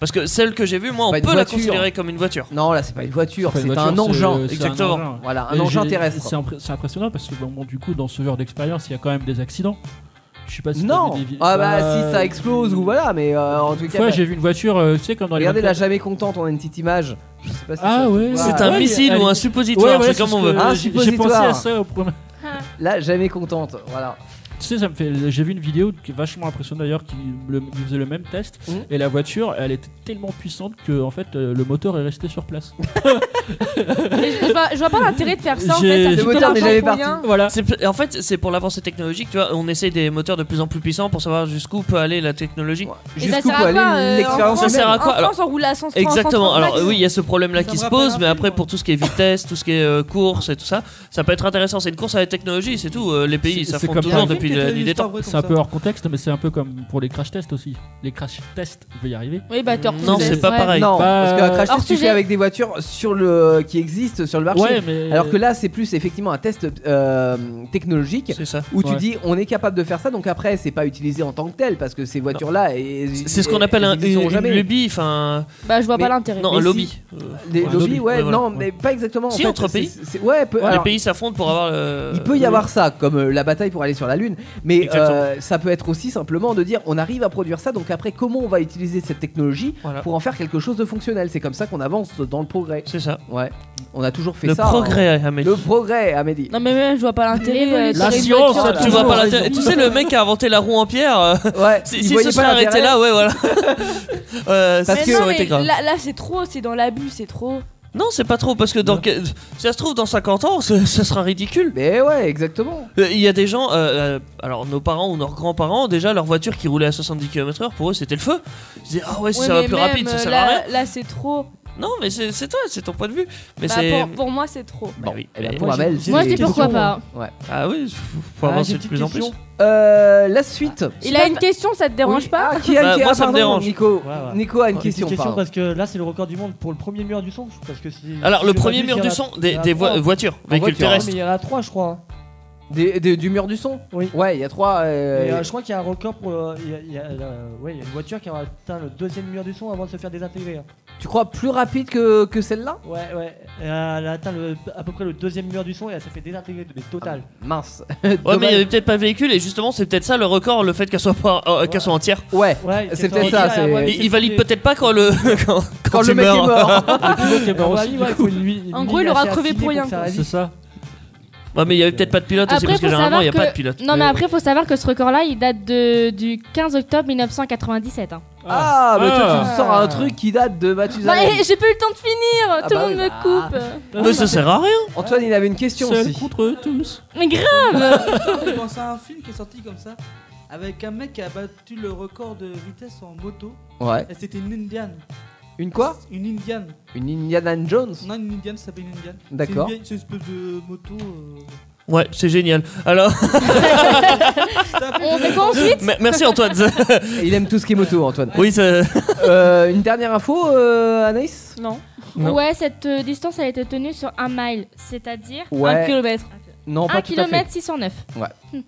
F: Parce que celle que j'ai vue, moi, on
D: Pas
F: peut
D: une
F: la
D: voiture.
F: considérer comme une voiture.
D: Non, là, c'est pas une voiture, c'est un engin.
E: c'est
F: exactement.
E: un engin.
D: Voilà, un
E: Mais
D: engin
E: j'ai-
D: terrestre.
E: C'est impré- c'est impressionnant parce que bon, bon, du coup, dans ce genre d'expérience, il y a quand même des accidents. Je sais pas si t'as
D: Non
E: vu des vi-
D: Ah bah
E: Euh,
D: si ça explose ou voilà, mais euh, en tout
E: Une
D: cas...
E: fois,
D: bah,
E: j'ai vu une voiture, euh, tu sais, comme dans les.
D: Regardez la
E: 24.
D: jamais contente, on a une petite image. Je sais pas si
E: Ah
D: ça-
E: ouais.
D: Voilà.
F: C'est un
E: Ouais,
F: missile
E: elle-
F: ou un
E: Ouais,
F: suppositoire,
E: ouais,
F: c'est
E: c'est
F: comme
E: ce
F: on
E: que-
F: veut.
D: Ah,
E: j'ai- J'ai pensé
D: suppositoire.
E: à ça au premier.
D: La jamais contente, voilà.
E: Tu sais, ça me fait. J'ai vu une vidéo qui est vachement impressionnante d'ailleurs, qui le- qui faisait le même test.
D: Mhm.
E: Et la voiture, elle était tellement puissante que en fait, euh, le moteur est resté sur place.
H: Mais je, je vois, je vois pas l'intérêt de faire ça en
E: J'ai-
H: fait. Ça
E: Le
H: coûte
D: moteur n'est
H: l'argent
D: jamais
H: pour
D: parti.
H: rien.
E: Voilà.
F: C'est p- en fait, c'est pour l'avancée technologique, tu vois, on essaye des moteurs de plus en plus puissants pour savoir jusqu'où peut aller la technologie.
H: Et ça
D: Jusqu'où
H: sert
D: peut
H: à quoi
D: aller
H: euh, en
D: l'expérience
H: France-
F: Ça sert
D: humaine
F: à quoi
H: En France, on roule à 100
F: Exactement.
H: 130,
F: Alors
H: max.
F: oui, il y a ce problème-là
C: Ça
F: qui
C: me
F: se
C: rappelle
F: pose,
C: un
F: mais
C: film,
F: après
C: moi.
F: pour tout ce qui est vitesse, tout ce qui est euh, course et tout ça, ça peut être intéressant. C'est une course à la technologie, c'est tout. Euh, Les pays
E: C'est-
F: ça
E: c'est
F: font
E: comme
F: toujours
E: par-
F: depuis la nuit des temps.
E: C'est un peu hors contexte, mais c'est un peu comme pour les crash tests aussi. Les crash tests, je vais y arriver.
H: Oui, bah t'es
F: Non, c'est pas pareil.
D: Non,
E: Bah,
D: parce qu'un crash
H: hors
D: test, tu
H: sujet.
D: fais avec des voitures sur le... qui existent sur le marché.
E: Ouais, mais.
D: Alors que là, c'est plus effectivement un test euh, technologique
F: C'est ça.
D: où tu
E: Ouais.
D: dis on est capable de faire ça, donc après, c'est pas utilisé en tant que tel parce que ces voitures-là.
F: C'est ce qu'on appelle un
D: Ils ont
F: une
D: jamais.
F: lobby, enfin
H: Bah je vois
D: Mais-
H: pas l'intérêt.
F: non
D: Mais
F: un
D: si.
F: lobby. Euh,
D: Les
E: Ouais,
D: lobbies,
E: lobby,
D: ouais,
E: ouais, voilà.
D: non, mais pas exactement. en
F: Si,
D: fait,
F: entre
D: c'est-
F: pays.
D: c'est- Ouais, peu-
F: Les
D: alors,
F: pays s'affrontent pour avoir. le-
D: Il peut y avoir ça, comme euh, la bataille pour aller sur la Lune, mais
F: Exactement.
D: euh, ça peut être aussi simplement de dire on arrive à produire ça, donc après comment on va utiliser cette technologie
F: Voilà.
D: pour en faire quelque chose de fonctionnel. C'est comme ça qu'on avance dans le progrès.
F: C'est ça.
D: Ouais, on a toujours fait
F: Le
D: ça.
F: progrès,
D: hein.
F: Amélie.
D: Le progrès, Amélie.
H: Non mais même je vois pas l'intérêt. euh,
E: La
H: tirer une
E: science,
H: voiture.
E: ça,
F: Tu vois
E: Toujours
F: pas la
E: raison.
F: Tu sais le mec qui a inventé la roue en pierre. euh,
D: Ouais,
F: Si,
D: il
F: si
D: voyait
F: se
D: pas
F: serait arrêté
D: l'intérêt.
F: là, ouais, voilà. Euh,
D: Parce
F: ça
H: Mais
D: que-
H: non,
F: aurait été
H: mais
F: grave.
H: là, là, c'est trop, c'est dans l'abus, c'est trop.
F: Non, c'est pas trop, parce que dans... que- si ça se trouve, dans 50 ans, ce- ça sera ridicule.
D: Mais ouais, exactement.
F: Euh, Il y a des gens, euh, euh, alors nos parents ou nos grands-parents, déjà leur voiture qui roulait à 70 km/h, pour eux c'était le feu. Ils disaient, ah ouais, si
H: Ouais,
F: ça va
H: mais
F: plus
H: même,
F: rapide, ça
H: euh,
F: sert à rien.
H: là, là, c'est trop.
F: Non, mais c'est c'est toi, c'est ton point de vue. Mais
H: Bah,
F: c'est.
H: pour, pour moi, c'est trop.
F: Bah oui,
D: Eh ben,
F: mais-
D: pour Amel,
G: Moi, je
D: c'est-
G: dis pourquoi pas.
F: Ah oui, faut
D: Ah,
F: avancer
D: j'ai
F: de
D: une
F: plus en plus.
D: question. Euh, la suite.
H: Il a une question, ça te dérange
D: Oui.
H: pas
D: Ah, qui a,
F: Bah,
D: qui a-
F: moi, ça me
D: pardon,
F: dérange. Oh,
D: Nico,
K: Ouais, ouais.
D: Nico a une
K: Une
D: question.
K: question
D: pardon.
K: parce que là c'est le record du monde pour le premier mur du son. Parce que si-
E: Ah,
F: Alors,
K: si
F: le
K: je
F: premier
K: m'abuse,
F: mur
K: il y
F: du
K: en a
F: son,
K: trois.
F: des,
K: Il y en a
F: des vo-
K: trois.
F: voitures, véhicules
D: voiture,
K: Ouais,
F: terrestres.
K: mais il y en a trois, je crois.
D: Des- des- du mur du son
K: Oui.
D: Ouais, il y a trois. euh,
K: Et, euh, je crois qu'il y a un record pour. le- il y a- il y a la- ouais, il y a une voiture qui a atteint le deuxième mur du son avant de se faire désintégrer. hein.
D: Tu crois plus rapide que, que celle-là
K: Ouais, ouais. Et, euh, elle a atteint le- à peu près le deuxième mur du son et elle s'est fait désintégrer de mais total.
D: Mince.
F: Ouais, mais il y
D: Dommage.
F: avait peut-être pas de véhicule, et justement, c'est peut-être ça le record, le fait qu'elle soit, pas- euh, qu'elle soit entière.
D: Ouais.
E: Ah,
K: Ouais,
D: C'est
K: qu'elle
D: peut-être
K: soit
D: ça,
K: entière et
D: c'est-
K: avoir une
F: Il, il valide
K: capacité-
F: peut-être pas quand le quand,
D: Quand
F: il
D: le mec est
F: meurt.
D: mort.
E: pilote est mort
K: Ah bah
E: aussi,
K: oui,
E: du
K: ouais,
E: coup.
K: faut une nuit- une
H: En
K: nuit
H: gros, il aura
K: assez
H: crevé
K: affinée
H: pour rien,
K: que ça
H: quoi.
E: C'est
K: résiste.
E: ça.
F: Ouais, mais il y avait peut-être pas de pilote aussi
G: Après,
F: parce que
G: faut
F: généralement il n'y a
G: savoir
F: pas
G: que-
F: de pilote.
G: Non, mais après, faut savoir que ce record-là, il date de, du 15 octobre 1997. hein.
D: Ah, mais toi, tu
K: Ah.
D: nous sors un truc qui date de Mathusalem.
G: Bah, eh, j'ai pas eu le temps de finir.
D: bah
G: Tout le monde
D: oui,
G: me coupe.
D: bah.
F: Mais ça sert à rien.
D: Antoine, il avait une question
E: Seul
D: aussi.
E: contre eux tous.
G: Mais grave.
K: Ça fait penser à un film qui est sorti comme ça, avec un mec qui a battu le record de vitesse en moto.
D: Ouais.
K: Et C'était une Indiane.
D: Une quoi
K: Une Indiane.
D: Une Indiana Jones
K: Non, une Indiane, ça s'appelle une Indiane.
D: D'accord.
K: C'est une vieille- C'est une espèce de moto. euh,
F: Ouais, c'est génial. Alors,
D: Ah,
G: On fait quoi ensuite
F: me- merci Antoine.
D: Il aime tout ce qui est moto, Antoine.
F: oui, ça-
D: Euh, une dernière info, euh, Anaïs
H: Non.
F: Non.
G: Ouais, cette euh, distance, elle a été tenue sur un mile, c'est-à-dire
D: Ouais.
H: Un kilomètre.
D: Non, pas
G: 1
D: tout à fait.
G: km 609.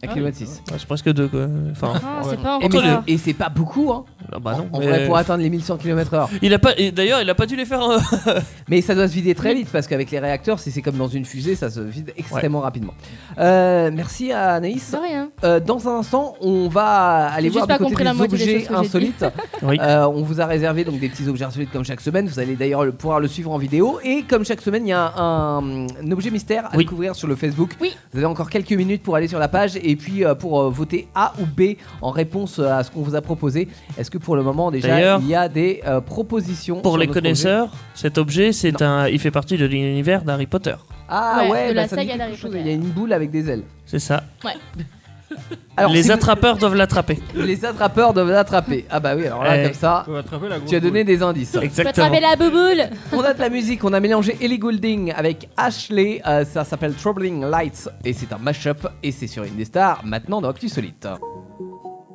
D: Un kilomètre six.
F: Ouais, c'est presque deux quoi. Enfin,
G: Ah,
F: ouais.
G: c'est pas un
D: Et, mais-
G: record.
D: et c'est pas beaucoup, hein.
F: Ah bah non.
D: en
F: mais-
D: vrai, pour atteindre les 1100 km/h.
F: Il a pas. et D'ailleurs, il a pas dû les faire. euh,
D: Mais ça doit se vider très vite parce qu'avec les réacteurs, si c'est comme dans une fusée, ça se vide extrêmement rapidement. Euh, merci à Anaïs.
G: De rien.
D: Euh, dans un instant, on va aller
G: J'ai
D: voir
G: juste
D: du
G: pas
D: côté
G: compris
D: des
G: la moitié des
D: objets
G: choses que j'ai
D: insolites.
F: Oui.
D: Euh, on vous a réservé donc des petits objets insolites comme chaque semaine. Vous allez d'ailleurs le- pouvoir le suivre en vidéo. Et comme chaque semaine, il y a un, un objet mystère à
F: Oui.
D: découvrir sur le Facebook.
G: Oui.
D: Vous avez encore quelques minutes pour aller sur la page et puis euh, pour euh, voter A ou B en réponse euh, à ce qu'on vous a proposé. Est-ce que pour le moment déjà
F: D'ailleurs,
D: il y a des euh, propositions
F: Pour
D: sur
F: les
D: notre
F: connaisseurs, cet objet, c'est un. Il fait partie de l'univers d'Harry Potter.
D: objet Ah ouais,
G: Ouais, de
D: bah,
G: la
D: ça me dit
G: saga
D: quelque
G: d'Harry
D: chose.
G: Potter.
D: Il y a une boule avec des ailes.
F: C'est ça. les
D: si vous-
F: attrapeurs doivent l'attraper.
D: Les attrapeurs doivent l'attraper. Ah bah oui, alors là,
F: Eh,
D: comme ça, tu as donné des indices.
F: Exactement.
G: la bouboule
D: On a de la musique, on a mélangé Ellie Goulding avec Ashley, euh, ça s'appelle Troubling Lights, et c'est un mash-up, et c'est sur Indestar, maintenant dans Actu Solite.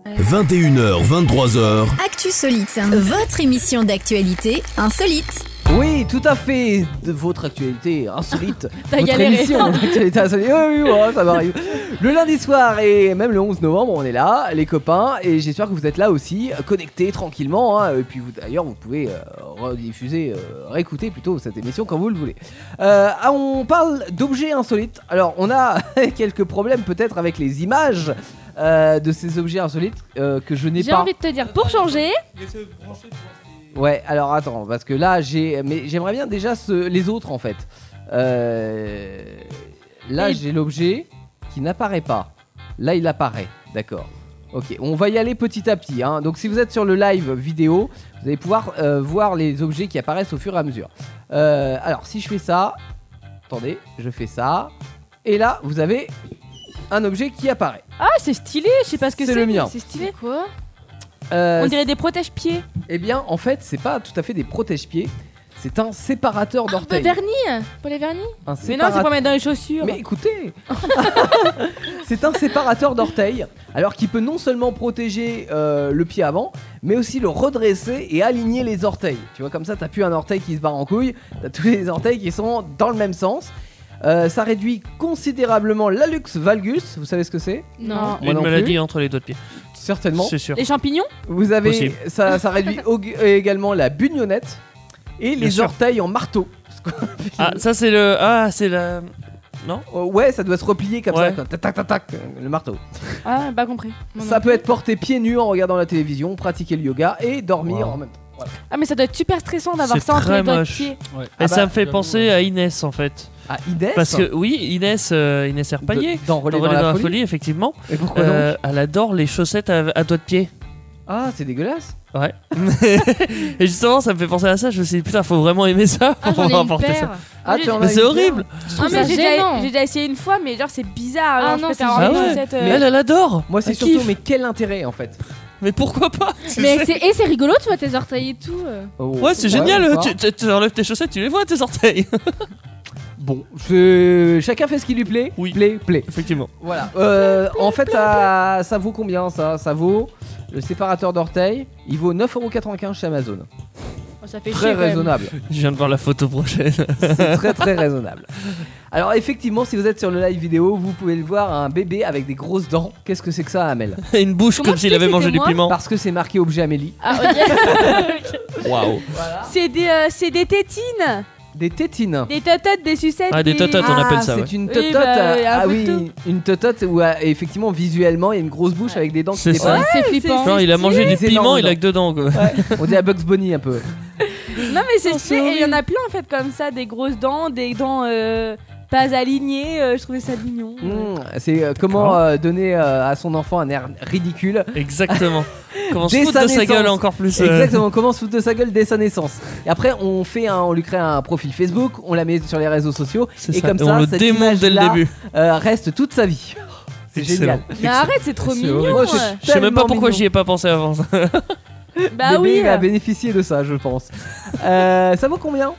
A: 21h, 23h.
B: Actu Solite, votre émission d'actualité insolite.
D: Oui, tout à fait, de votre actualité insolite.
B: T'as
D: votre
B: galéré.
D: émission, actualité insolite. Oui, oui, ouais, ça m'arrive. Le lundi soir et même le 11 novembre, on est là, les copains, et j'espère que vous êtes là aussi, connectés tranquillement. hein, et puis vous- d'ailleurs, vous pouvez euh, rediffuser, euh, réécouter plutôt cette émission quand vous le voulez. Euh, ah, on parle d'objets insolites. Alors, on a quelques problèmes peut-être avec les images euh, de ces objets insolites euh, que je n'ai
G: J'ai
D: pas.
G: envie de te dire, pour changer,
D: Ouais, alors attends, parce que là, j'ai, mais j'aimerais bien déjà ce- les autres en fait. Euh, Là, j'ai l'objet qui n'apparaît pas. Là, il apparaît, d'accord. Ok, on va y aller petit à petit. hein. Donc, si vous êtes sur le live vidéo, vous allez pouvoir euh, voir les objets qui apparaissent au fur et à mesure. Euh, alors, si je fais ça, attendez, je fais ça, et là, vous avez un objet qui apparaît.
H: Ah, c'est stylé, je sais pas ce que
D: C'est
H: c'est.
D: le
H: mais
D: mien.
H: C'est stylé.
G: Quoi
D: Euh,
H: On dirait des protège-pieds.
D: Eh bien, en fait, c'est pas tout à fait des protège-pieds, c'est un séparateur
H: De
D: d'orteils.
H: vernis Pour les vernis
D: Un
H: Mais non, c'est
D: séparat-
H: pour mettre dans les chaussures.
D: Mais écoutez C'est un séparateur d'orteils, alors qui peut non seulement protéger euh, le pied avant, mais aussi le redresser et aligner les orteils. Tu vois, comme ça, t'as plus un orteil qui se barre en couille, t'as tous les orteils qui sont dans le même sens. Euh, ça réduit considérablement l'alux valgus, vous savez ce que c'est
H: Non.
D: Moi
F: Une
D: non plus.
F: maladie entre les doigts de pied.
D: Certainement.
F: C'est sûr.
H: Les champignons
D: Vous avez,
F: Possible.
D: ça, ça réduit au- euh, également la bunionnette et les
F: sûr.
D: orteils en marteau.
F: Ah, ça c'est le. Ah, c'est la. Non
D: Euh, Ouais, ça doit se replier comme
F: Ouais.
D: ça, comme tac tac tac, tac, le marteau.
H: Ah, pas compris. Moi non
D: Ça
H: plus.
D: peut être porté pieds nus en regardant la télévision, pratiquer le yoga et dormir en même temps.
H: Ah, mais ça doit être super stressant d'avoir
F: C'est
H: ça entre
F: très
H: les doigts de
F: moche.
H: pied.
E: Ouais.
F: Et
D: Ah
F: ça
D: bah,
F: me fait
E: j'avoue,
F: penser
E: ouais.
F: à Inès en fait.
D: Ah, Inès
F: Parce que oui, Inès, euh, Inès Herpaillet.
D: de- dans Relais dans
F: dans Relais
D: la
F: dans la
D: folie.
F: folie, effectivement.
D: Et pourquoi
F: Euh,
D: donc
F: Elle adore les chaussettes à, à doigts de pied.
D: Ah, c'est dégueulasse.
F: Ouais. et justement, ça me fait penser à ça. Je me suis dit, putain, faut vraiment aimer ça
G: ah,
F: pour
G: j'en ai une
F: apporter
G: paire.
F: ça.
D: Ah, tu en
F: Mais
D: as
F: c'est
D: une
F: horrible.
G: Je
H: Ah,
G: trouve ça
H: mais j'ai
G: gênant.
H: déjà, j'ai déjà essayé une fois, mais genre c'est bizarre.
G: Ah
H: genre, je
G: non,
H: préfère
G: c'est
H: avoir une
F: génial.
H: chaussette, euh,
F: Mais elle, elle adore.
D: Moi, c'est
F: Elle
D: surtout,
F: kiffe.
D: mais quel intérêt en fait
F: Mais pourquoi pas
G: Mais c'est, et c'est rigolo, tu vois, tes orteils et tout. euh.
D: Oh,
F: Ouais, c'est
D: ou
F: génial.
D: pas
F: Tu, tu- tu enlèves tes chaussettes, tu les vois tes orteils.
D: Bon, je- chacun fait ce qui lui plaît.
F: Oui.
D: Plaît, plaît.
F: effectivement.
D: Voilà. Euh, en fait, ça, ça vaut combien ça Ça vaut le séparateur d'orteils. Il vaut 9,95€ chez Amazon.
H: oh, ça
D: Très
H: fait chier, quand même.
D: raisonnable.
F: Je viens de voir la photo prochaine.
D: C'est très très raisonnable. Alors effectivement, si vous êtes sur le live vidéo, vous pouvez le voir un bébé avec des grosses dents. Qu'est-ce que c'est que ça, Amel
F: Une bouche
G: Comment
F: comme
G: tu
F: s'il
G: sais
F: avait
G: que
F: mangé
G: c'était
F: du
G: moi
F: piment.
D: Parce que c'est marqué objet Amélie.
G: Ah, ok.
F: Waouh.
H: C'est des, euh, c'est des tétines,
D: Des tétines.
H: des tototes, des sucettes.
F: Ah, des tototes. on appelle ça,
D: C'est
F: ouais.
D: une
H: Oui,
D: totote.
H: bah,
D: euh,
H: un
D: ah
H: peu
D: oui,
H: de tout.
D: une totote où euh, effectivement visuellement il y a une grosse bouche avec des dents qui
F: C'est ça.
D: dépassent.
G: c'est flippant.
F: Genre, il a mangé du
D: C'est
F: piment,
D: énorme,
F: il a que dedans quoi.
D: On dit à Bugs Bunny un peu.
H: Non mais c'est stylé. Et il y en a plein en fait comme ça, des grosses dents, des dents euh, pas alignées. euh, je trouvais ça mignon.
F: Mmh.
D: Hmm, c'est euh, comment euh, donner euh, à son enfant un air ridicule.
F: Exactement. Comment se
D: Dès
F: foutre
D: sa
F: de sa gueule
D: naissance.
F: encore plus. euh,
D: Exactement, comment se foutre de sa gueule dès sa naissance. Et après, on fait un, on lui crée un profil Facebook, on la met sur les réseaux sociaux
F: c'est
D: et
F: ça.
D: comme
F: on
D: ça,
F: le
D: cette
F: démonte dès le
D: image-là,
F: début.
D: euh, reste toute sa vie. C'est génial.
F: Excellent.
H: Mais arrête, c'est trop
E: C'est
H: mignon.
E: horrible.
D: Moi, je suis
F: Je sais même pas
D: tellement
F: pourquoi
D: mignon.
F: j'y ai pas pensé avant. ça.
H: Bah
D: Bébé,
H: oui.
D: il a bénéficié de ça, je pense. Euh, ça vaut combien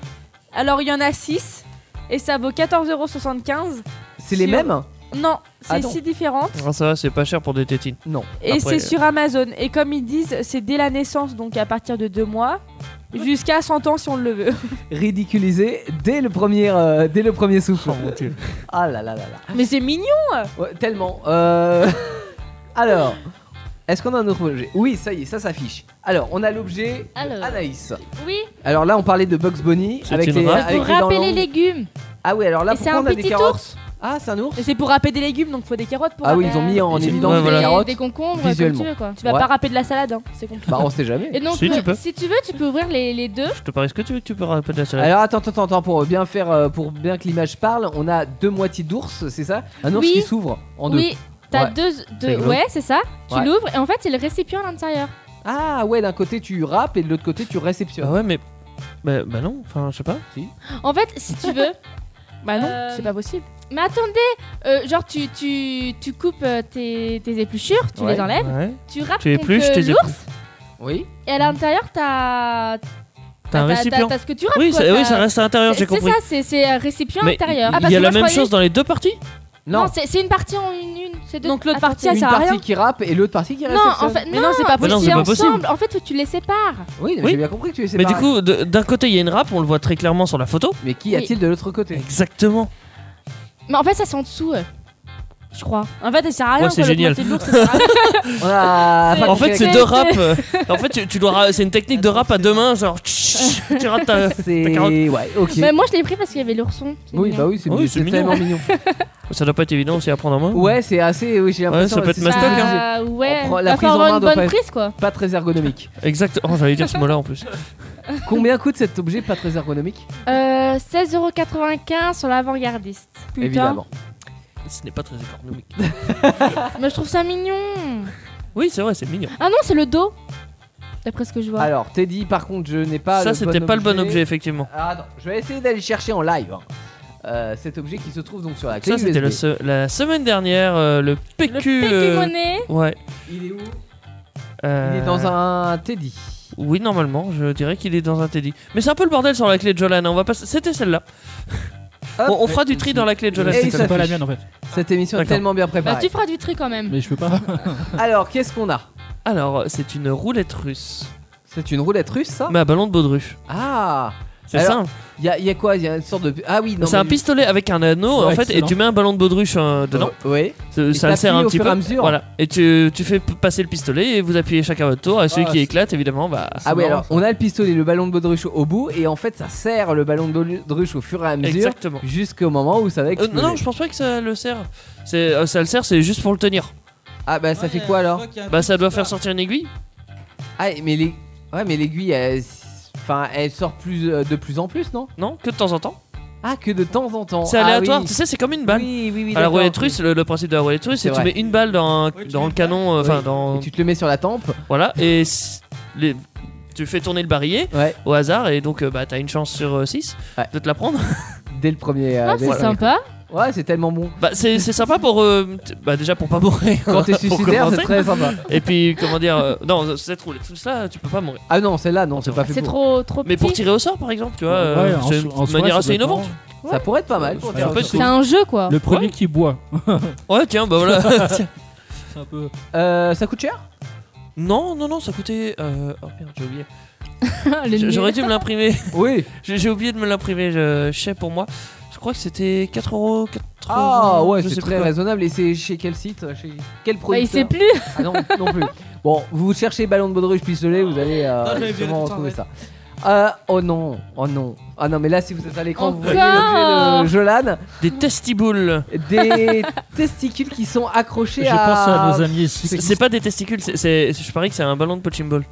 H: Alors il y en a 6 et ça vaut 14,75€.
D: C'est les
H: Sur-
D: mêmes
H: Non,
D: Ah
H: c'est
D: non.
H: 6 différentes
F: Ah, ça va, c'est pas cher pour des tétines.
D: Non.
H: et
F: Après,
H: c'est
F: euh,
H: sur Amazon. Et comme ils disent, c'est dès la naissance, donc à partir de 2 mois. Jusqu'à 100 ans si on le veut.
D: Ridiculisé dès le premier, euh, dès le premier
F: Oh,
D: souffle. Ah là là là là.
H: Mais c'est mignon
D: Ouais, tellement. Euh, Alors, est-ce qu'on a un autre objet Oui, ça y est, ça s'affiche. Alors, on a l'objet
G: Alors.
D: Anaïs.
G: Oui,
D: Alors là, on parlait de Bugs Bunny
F: C'est
D: avec
F: une
D: les,
F: rate.
D: avec
G: pour
D: les dents
G: râper Ah, les
D: longues.
G: légumes.
D: Ah oui, alors là,
G: Et c'est
D: pourquoi
G: un
D: on a des
G: petit
D: carottes
G: ours.
D: Ah, c'est un ours
H: Et c'est pour râper des légumes, donc faut des carottes pour
D: Ah oui,
H: râper.
D: ils ont mis en
F: Ils ont-
D: évidence
F: ouais,
D: les
F: voilà.
G: Des-
D: carottes.
G: Des concombres, comme tu
D: visuellement.
G: veux, quoi.
H: Tu vas
D: Ouais.
H: pas râper de la salade, hein, c'est compliqué.
D: Bah, on sait jamais.
G: Et donc,
F: Si, tu
G: euh,
F: peux.
G: si tu veux, tu peux ouvrir les, les deux.
F: Je te parie ce que tu veux que tu peux rappeler de la salade.
D: Alors attends, attends, attends, pour bien faire, euh, pour bien que l'image parle, on a deux moitiés d'ours, c'est ça Un ours
G: Oui.
D: qui s'ouvre en deux.
G: Oui, t'as
D: Ouais.
G: deux,
F: C'est
G: deux.
F: rigolo.
G: Ouais, c'est ça. Tu
D: Ouais.
G: l'ouvres et en fait, c'est le récipient à l'intérieur.
D: Ah ouais, d'un côté tu râpes et de l'autre côté tu
F: Ah
D: réceptionnes.
F: ouais, mais. Bah, bah non, enfin, je sais pas.
G: En fait, si tu veux,
H: Bah non,
G: Euh,
H: c'est pas possible.
G: Mais attendez, euh, genre tu, tu, tu coupes euh, tes, tes épluchures, tu
F: Ouais,
G: les enlèves,
F: ouais.
G: tu râpes
F: Tu
G: contre
F: épluches tes
G: l'ours,
F: Oui.
G: et à l'intérieur
F: T'as un
G: t'as... t'as-
F: récipient.
G: t'as ce que tu râpes,
F: Oui,
G: quoi,
F: ça,
G: t'as-
F: oui, ça reste à l'intérieur, j'ai
G: C'est-
F: compris.
G: C'est ça, c'est- c'est un récipient Ah,
F: Mais
G: intérieur.
F: Il y a la même chose dans les deux parties
G: Non, c'est c'est une partie en une, une c'est deux.
H: Donc l'autre
G: Attends,
H: partie, elle
G: une
H: sert à rien.
D: partie qui rappe et l'autre partie qui reste.
G: Non, en
D: seule.
G: fait,
H: Mais non, c'est pas
F: Mais non,
G: c'est
F: c'est pas
G: ensemble.
F: possible.
G: En fait, faut que tu les sépares.
D: Oui,
F: Oui.
D: j'ai bien compris que tu les
F: Mais
D: séparais.
F: du coup, de- d'un côté, il y a une râpe, on le voit très clairement sur la photo.
D: Mais qui
G: Oui. a-t-il
D: de l'autre côté
F: Exactement.
G: Mais en fait, ça c'est en dessous, euh, je crois.
H: En fait, elle sert à
F: Ouais,
H: rien.
F: c'est
H: quoi, le
F: génial.
H: pointé de l'ours, ça sert à rien.
D: On a-
F: en fait, c'est
H: c'est-
F: deux râpes. euh, en fait, tu, tu dois. ra- C'est une technique de râpe à deux mains, genre. tch, tch, Tu rates ta, ta carotte.
D: C'est. Ouais, ok.
G: Mais moi, je l'ai pris parce qu'il y avait l'ourson. c'est
D: Oui,
G: mignon.
D: bah oui, c'est
F: Oui,
D: mignon,
F: c'est
D: c'est
F: mignon.
D: tellement mignon.
F: Ça doit pas être évident aussi à prendre en main.
D: Ouais, c'est assez. Oui, j'ai l'impression.
F: ça peut être
D: c'est-
F: mastoc,
D: c'est-
F: hein.
G: Bah ouais,
D: On prend- la
G: va
D: prise en
G: falloir avoir
D: main
G: une
D: doit
G: bonne
D: pas être-
G: prise quoi.
D: Pas très ergonomique.
F: Exact. Oh, j'allais dire ce mot-là en plus.
D: Combien coûte cet objet pas très ergonomique
G: Euh, 16,95€ sur l'avant-gardiste.
H: Putain.
D: Évidemment.
F: Ce n'est pas très économique.
G: Mais je trouve ça mignon.
F: Oui, c'est vrai, c'est mignon.
G: Ah non, c'est le dos. D'après ce que je vois.
D: Alors, Teddy, par contre, je n'ai pas.
F: ça,
D: le
F: c'était
D: bon
F: pas le bon objet, effectivement.
D: Ah non, je vais essayer d'aller chercher en live hein, euh, cet objet qui se trouve donc sur la clé
F: Ça, c'était
D: USB.
F: le se- la semaine dernière, euh, le PQ.
G: le PQ
F: euh,
G: monnaie.
F: Ouais.
D: Il est où
F: euh,
D: Il est dans un Teddy.
F: Oui, normalement, je dirais qu'il est dans un Teddy. Mais c'est un peu le bordel sur la clé de Jolane. On va pas... C'était celle-là.
D: Hop.
F: On, on fera du tri dans la clé de Jolane.
D: Et
E: C'est
D: il
E: comme pas la
D: s'affiche.
E: mienne en fait.
D: Cette émission est
F: D'accord.
D: tellement bien
G: Bah
D: préparée.
G: tu feras du tri quand même.
E: Mais je peux pas.
D: Alors, qu'est-ce qu'on a
F: Alors, euh, c'est une roulette russe.
D: C'est une roulette russe, ça
F: Mais à ballon de baudruche.
D: Ah
F: C'est
D: Alors,
F: simple.
D: Il y, a- y a quoi Il y a une sorte de. Ah oui, non.
F: C'est
D: mais
F: un
D: lui-
F: pistolet avec un anneau, en
E: Ouais,
F: fait,
E: excellent.
F: et tu mets un ballon de baudruche euh, dedans.
D: Euh, Oui.
F: Ça-
D: t'appuies
F: ça le sert un
D: au
F: petit
D: fur
F: peu.
D: et à mesure.
F: Voilà. Et tu, tu fais p- passer le pistolet et vous appuyez chacun à votre tour. Et celui
D: Ah,
F: qui
D: c'est-
F: éclate, évidemment, bah.
D: Ah oui,
F: c'est
D: alors on a le pistolet, le ballon de baudruche au bout, et en fait ça serre le ballon de baudruche au fur et à mesure
F: Exactement.
D: jusqu'au moment où ça va
F: Euh,
D: exploser.
F: non, non, je pense pas que ça le sert. C'est, euh, ça le sert, c'est juste pour le tenir.
D: Ah bah ça
K: Ouais,
D: fait
K: je
D: quoi alors
K: crois qu'il y a un
F: Bah,
K: truc
F: ça
K: qui
F: doit
K: part.
F: faire sortir une aiguille.
D: Ah mais les... ouais, mais l'aiguille, elle... enfin elle sort plus euh, de plus en plus, non
F: Non, que de temps en temps.
D: Ah que de temps en temps.
F: C'est
D: Ah
F: aléatoire,
D: oui.
F: tu sais, c'est comme une balle.
D: Oui, oui, oui.
F: à la
D: d'accord.
F: roulette russe, le, le principe de la roulette russe,
D: C'est
F: c'est que tu
D: vrai.
F: mets une balle dans,
K: Oui, tu
F: dans
K: mets
F: le
K: une
F: canon, euh, enfin,
D: Oui.
F: dans.
D: Et tu te le mets sur la tempe.
F: Voilà, et s- les- tu fais tourner le barillet
D: Ouais.
F: au hasard, et donc, euh, bah, t'as une chance sur 6
D: Ouais.
F: de te la prendre.
D: Dès le premier. euh,
G: Ah,
D: dès
G: c'est
D: le-
G: sympa.
D: Ouais, c'est tellement bon.
F: Bah, c'est c'est sympa pour. euh, t- bah, déjà pour pas mourir.
D: Quand t'es
F: pour
D: suicidaire, c'est
F: commencer.
D: très sympa.
F: Et puis, comment dire. euh, non, cette roulette, tout ça, tu peux pas mourir.
D: Ah non, celle-là, non, c'est pas fait
G: C'est
D: pour.
G: trop trop
F: Mais
G: petit.
F: pour tirer au sort, par exemple, tu vois, euh,
E: Ouais, en
F: c'est
E: so-
F: une
E: en soi,
F: manière
E: ça
F: assez
E: doit être
F: innovante.
E: marrant.
D: Ça pourrait être pas mal. pour
E: Ça
D: dire
E: peut
D: ça.
E: être
G: C'est un jeu quoi.
E: Le premier qui boit.
F: Ouais, tiens, bah voilà. Tiens.
E: C'est un peu.
D: Euh, ça coûte cher
F: non, non, non, ça coûtait. euh, Oh merde, j'ai oublié.
G: Le
F: J-
G: nez.
F: J'aurais dû me l'imprimer.
D: Oui.
F: J'ai j'ai oublié de me l'imprimer, je je sais pour moi. Je crois que c'était 4,80€.
D: Ah ouais,
F: je
D: c'est
F: sais
D: très
F: plus quoi.
D: raisonnable. Et c'est chez quel site Chez quel
G: Bah, il
D: producteur
G: sait plus.
D: Ah non, non plus. Bon, vous cherchez ballon de baudruche pistolet, vous allez euh,
K: Non, je l'avais viré
D: sûrement
K: tout le temps,
D: retrouver
K: ouais.
D: ça. Euh, oh non, oh non. Ah non, mais là, si vous êtes à l'écran, vous voyez
G: Encore
D: l'objet de Jolan,
F: Des testiboules.
D: des testicules qui sont accrochés
E: Je
D: à.
E: pense à nos amis ici.
F: C'est c'est pas des testicules, c'est- c'est- je parie que c'est un ballon de punching ball.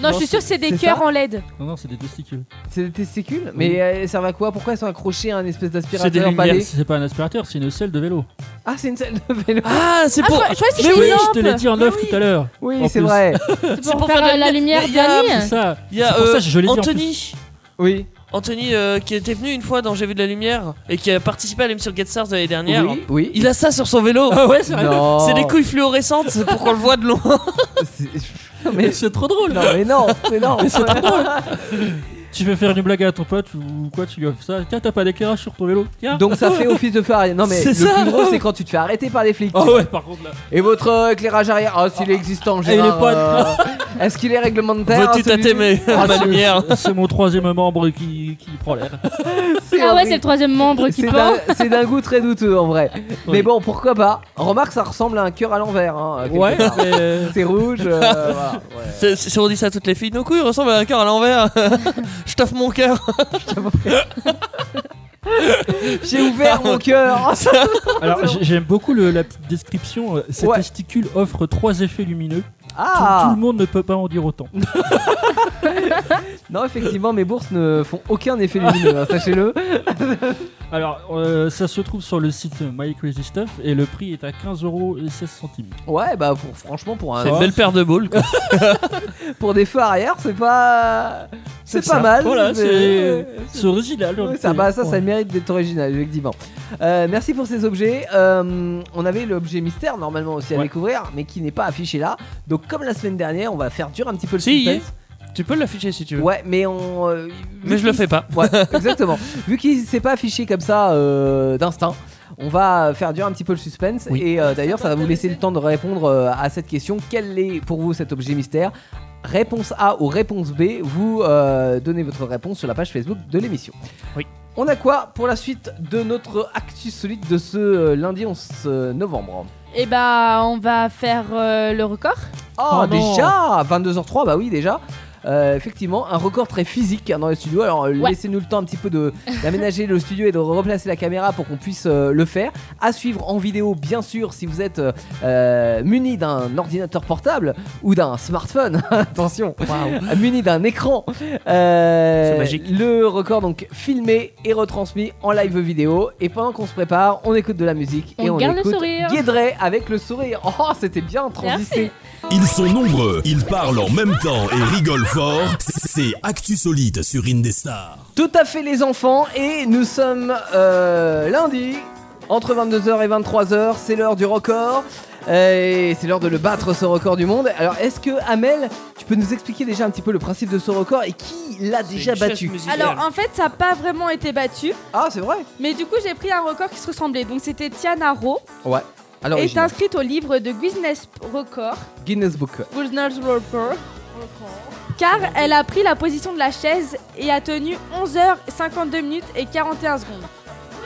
H: Non, je suis sûr que c'est des
D: c'est
H: cœurs
D: ça
H: en LED.
E: Non, non, c'est des testicules.
D: C'est des testicules Mais euh, ça va quoi Pourquoi ils sont accrochés à un espèce
E: C'est des
D: d'aspirateur
E: lumières.
D: palais
E: C'est pas un aspirateur, c'est une selle de vélo.
D: Ah, c'est une salle de vélo.
F: Ah, c'est pour.
H: Je crois que
E: Mais
H: c'est
E: oui,
H: une
E: je te l'ai
H: lampe.
E: dit en neuf tout à l'heure.
D: Oui,
E: En
D: c'est
E: plus.
D: vrai.
G: C'est pour
F: pour
G: faire
F: faire
G: euh, la lumière
F: il y a-
G: de la
E: C'est
G: nuit.
E: ça.
F: Il y a
E: C'est pour ça
F: euh,
E: que je l'ai dit en
F: Anthony.
D: Oui.
F: Anthony euh, qui était venu une fois dans J'ai vu de la lumière et qui a participé à l'émission Get Stars de l'année dernière.
D: Oui, oui.
F: Il a ça sur son vélo.
E: Ah ouais,
D: Non.
F: C'est des couilles fluorescentes c'est pour qu'on le voit de loin.
D: C'est- Mais...
E: C'est trop drôle.
D: Non, mais non, mais non.
E: Tu veux faire une blague à ton pote ou quoi Tu lui offres ça. Tiens, t'as pas d'éclairage sur ton vélo. Tiens.
D: Donc ça fait office de phare. Non, mais
F: C'est
D: le
F: ça.
D: plus gros, c'est quand tu te fais arrêter par les flics.
E: Ah ouais, par contre là.
D: Et votre euh, éclairage arrière Ah, s'il est existant,
E: Et il est
D: Gérard,
E: pas-
D: euh, Est-ce qu'il est
E: Bah,
D: réglementaire
F: Veux-tu
D: celui-ci
F: tâter mes-
D: Ah,
F: ma lumière
E: C'est mon troisième membre qui, qui prend l'air.
G: Ah ouais,
D: horrible.
G: c'est le troisième membre qui
D: C'est
G: pend.
D: d'un- C'est d'un goût très douteux en vrai. Mais bon, pourquoi pas Remarque, ça ressemble à un cœur à l'envers. hein, quelque
E: Ouais,
D: part.
E: mais-
D: C'est rouge. euh, voilà, ouais.
F: C'est- c'est- Si on dit ça à toutes les filles, nos couilles ressemblent à un cœur à l'envers. je taffe mon cœur.
D: J'ai ouvert mon cœur.
E: Alors j'ai- j'aime beaucoup le- la petite description. euh, Ces
D: Ouais.
E: testicules offrent trois effets lumineux. Tout- Tout,
D: Ah
E: le monde ne peut pas en dire autant.
D: Non, effectivement, mes bourses ne font aucun effet lumineux, hein, sachez-le.
E: Alors, euh, ça se trouve sur le site My Crazy Stuff et le prix est à 15,16€.
D: Ouais, bah pour, franchement, pour un.
F: C'est une belle paire de boules. quoi.
D: Pour des feux arrière, c'est pas. C'est
E: C'est
D: pas
E: ça.
D: mal.
E: Voilà,
D: mais-
E: c'est- c'est original, on
D: Ouais,
E: le
D: ça,
E: sait.
D: bah, ça, ça
E: Ouais.
D: mérite d'être original, effectivement. Euh, merci pour ces objets. Euh, on avait l'objet mystère normalement aussi à découvrir, mais qui n'est pas affiché là. Donc, comme la semaine dernière, on va faire dur un petit peu le
F: Si, il y est.
D: suspense.
F: Tu peux l'afficher si tu veux.
D: Ouais, mais on. euh,
F: Mais je le fais pas.
D: Ouais, exactement. Vu qu'il s'est pas affiché comme ça euh, d'instinct, on va faire durer un petit peu le suspense. Et euh, d'ailleurs, ça va vous laisser le temps de répondre euh, à cette question. Quel est pour vous cet objet mystère Réponse A ou réponse B, vous euh, donnez votre réponse sur la page Facebook de l'émission.
F: Oui.
D: On a quoi pour la suite de notre Actus Solide de ce euh, lundi 11 novembre
H: Et bah, on va faire euh, le record.
D: Oh, déjà 22h03, bah oui déjà. Euh, effectivement, un record très physique hein, dans le studio. Alors euh,
H: Ouais.
D: laissez-nous le temps un petit peu de d'aménager le studio et de replacer la caméra pour qu'on puisse euh, le faire. À suivre en vidéo, bien sûr, si vous êtes euh, euh, muni d'un ordinateur portable ou d'un smartphone. Attention, muni d'un écran. Euh,
F: C'est magique.
D: Le record donc filmé et retransmis en live vidéo. Et pendant qu'on se prépare, on écoute de la musique et
G: On
D: on
G: garde le
D: écoute
G: sourire.
D: Guédré avec le sourire. Oh, c'était bien transité.
A: Ils sont nombreux, ils parlent en même temps et rigolent fort. C'est Actu Solide sur Indestar.
D: Tout à fait les enfants et nous sommes euh, lundi entre 22h et 23h, c'est l'heure du record et c'est l'heure de le battre ce record du monde. Alors est-ce que Amel, tu peux nous expliquer déjà un petit peu le principe de ce record et qui l'a déjà
F: une chaise
D: battu
F: musicale.
H: Alors, en fait, ça n'a pas vraiment été battu.
D: Ah c'est vrai
H: Mais du coup, j'ai pris un record qui se ressemblait. Donc, c'était Tiana Ro.
D: Ouais. Alors
H: est inscrite au livre de Guinness Record.
D: Guinness Book.
H: Guinness Record. Car elle a pris la position de la chaise et a tenu 11h52 minutes et 41 secondes.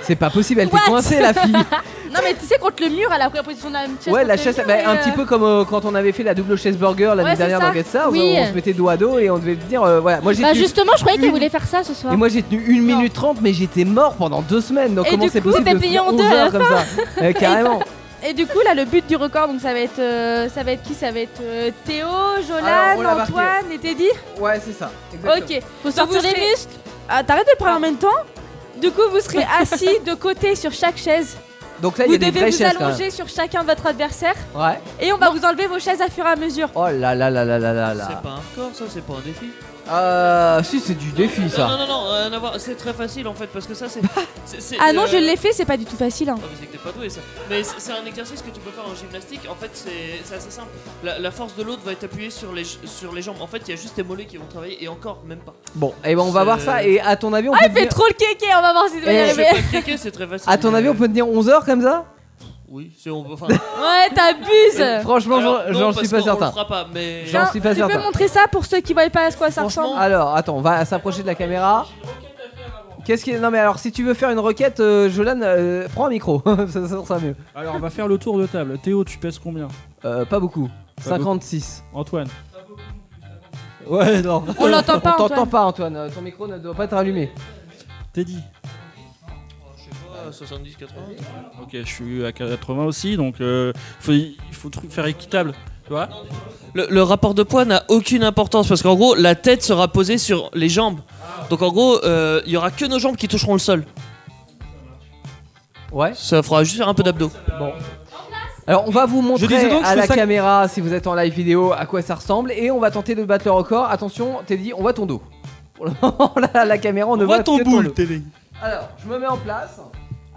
D: C'est pas possible, elle t'est
H: What
D: coincée la fille.
H: Non mais tu sais contre le mur elle a pris la position de la chaise.
D: Ouais, la
H: contre le
D: chaise,
H: mur,
D: bah,
H: et,
D: un
H: euh,
D: petit peu comme euh, quand on avait fait la double chaise burger l'année
H: Ouais, c'est
D: dernière
H: ça.
D: dans Get Star,
H: Oui.
D: on se mettait dos à dos et on devait dire euh, voilà, moi j'ai
G: Bah
D: tenu-
G: justement, je croyais qu'elle
D: une-
G: voulait faire ça ce soir.
D: Mm. Et moi j'ai tenu 1 minute 30 mais j'étais mort pendant 2 semaines donc
H: Et
D: comment
H: du
D: c'est
H: coup,
D: possible
H: t'es
D: de
H: payé
D: tenir
H: en
D: 11
H: deux à la
D: heures comme ça Euh, Carrément
H: Et du coup là le but du record donc ça va être euh, ça va être qui ça va être euh, Théo,
D: Alors, on l'a
H: Jolan,
D: marqué.
H: Antoine et Teddy.
D: Ouais c'est ça
H: Ok. Faut
G: sortir les
H: muscles. Ah t'arrêtes de le prendre en même temps. Du coup vous serez assis de côté sur chaque chaise.
D: Donc là il y
H: vous
D: a des
H: devez
D: vraies
H: vous
D: chaises quand
H: allonger sur chacun de votre adversaire
D: même. Ouais
H: et on va vous enlever vos chaises à fur et à mesure.
D: Oh là là là là là là
F: C'est
D: là
F: pas un record, ça, c'est pas un défi.
D: Euh si c'est du défi
F: Non, non,
D: ça
F: non, non, rien à voir. c'est très facile en fait parce que ça c'est. c'est- c'est,
H: Ah non
F: euh,
H: je l'ai fait c'est pas du tout facile. hein.
F: Ah, mais c'est que t'es pas doué ça. Mais c'est c'est un exercice que tu peux faire en gymnastique. En fait, c'est c'est assez simple. La, la force de l'autre va être appuyée sur les, sur les jambes. En fait, il y a juste tes mollets qui vont travailler et encore, même pas.
D: Bon et ben on va
F: C'est-
D: voir ça et à ton avis on
H: Ah
D: peut
H: il
D: te
H: fait
D: dire...
H: trop le kéké on va voir si tu vas y
D: Eh,
F: Je
H: arriver.
F: sais pas cliquer, c'est très facile.
D: À ton avis on peut tenir 11 heures comme ça
F: Oui, c'est on peut. Enfin,
H: Ouais t'abuses.
D: Franchement
F: alors,
D: j'en-
F: non,
D: j'en
F: parce
D: suis pas
F: qu'on- On
D: certain
F: le fera pas, mais.
D: J'en Euh, suis pas
H: tu peux
D: certain
H: montrer ça pour ceux qui voient pas à quoi ça
F: Franchement,
H: ressemble
D: Alors attends on va s'approcher de la caméra Qu'est-ce qu'il Non mais alors si tu veux faire une requête euh, Jolan euh, prends un micro ça, ça sera mieux
E: Alors, on va faire le tour de table. Théo, tu pèses combien
D: Euh, Pas beaucoup
E: Pas beaucoup.
D: 56
E: Antoine
D: Ouais, non.
H: On l'entend pas,
D: On t'entend
H: Antoine.
D: pas, Antoine. Euh, Ton micro ne doit pas être allumé.
E: Teddy
F: je sais pas, 70, 80.
E: Ok, je suis à 80 aussi, donc euh, faut- il faut, tru- faire équitable. Tu vois
F: Le, le rapport de poids n'a aucune importance parce qu'en gros, la tête sera posée sur les jambes. Donc en gros, euh, il y aura que nos jambes qui toucheront le sol.
D: Ouais.
F: Ça fera juste faire un peu d'abdos.
D: Bon. Alors on va vous montrer
K: disais donc,
D: à
K: ce
D: la
K: sac-
D: caméra si vous êtes en live vidéo à quoi ça ressemble et on va tenter de battre le record. Attention, Teddy, on voit ton dos. Pour le moment, là, la caméra, on, ne voit, que ton dos.
F: télé.
D: Alors, je me mets en place.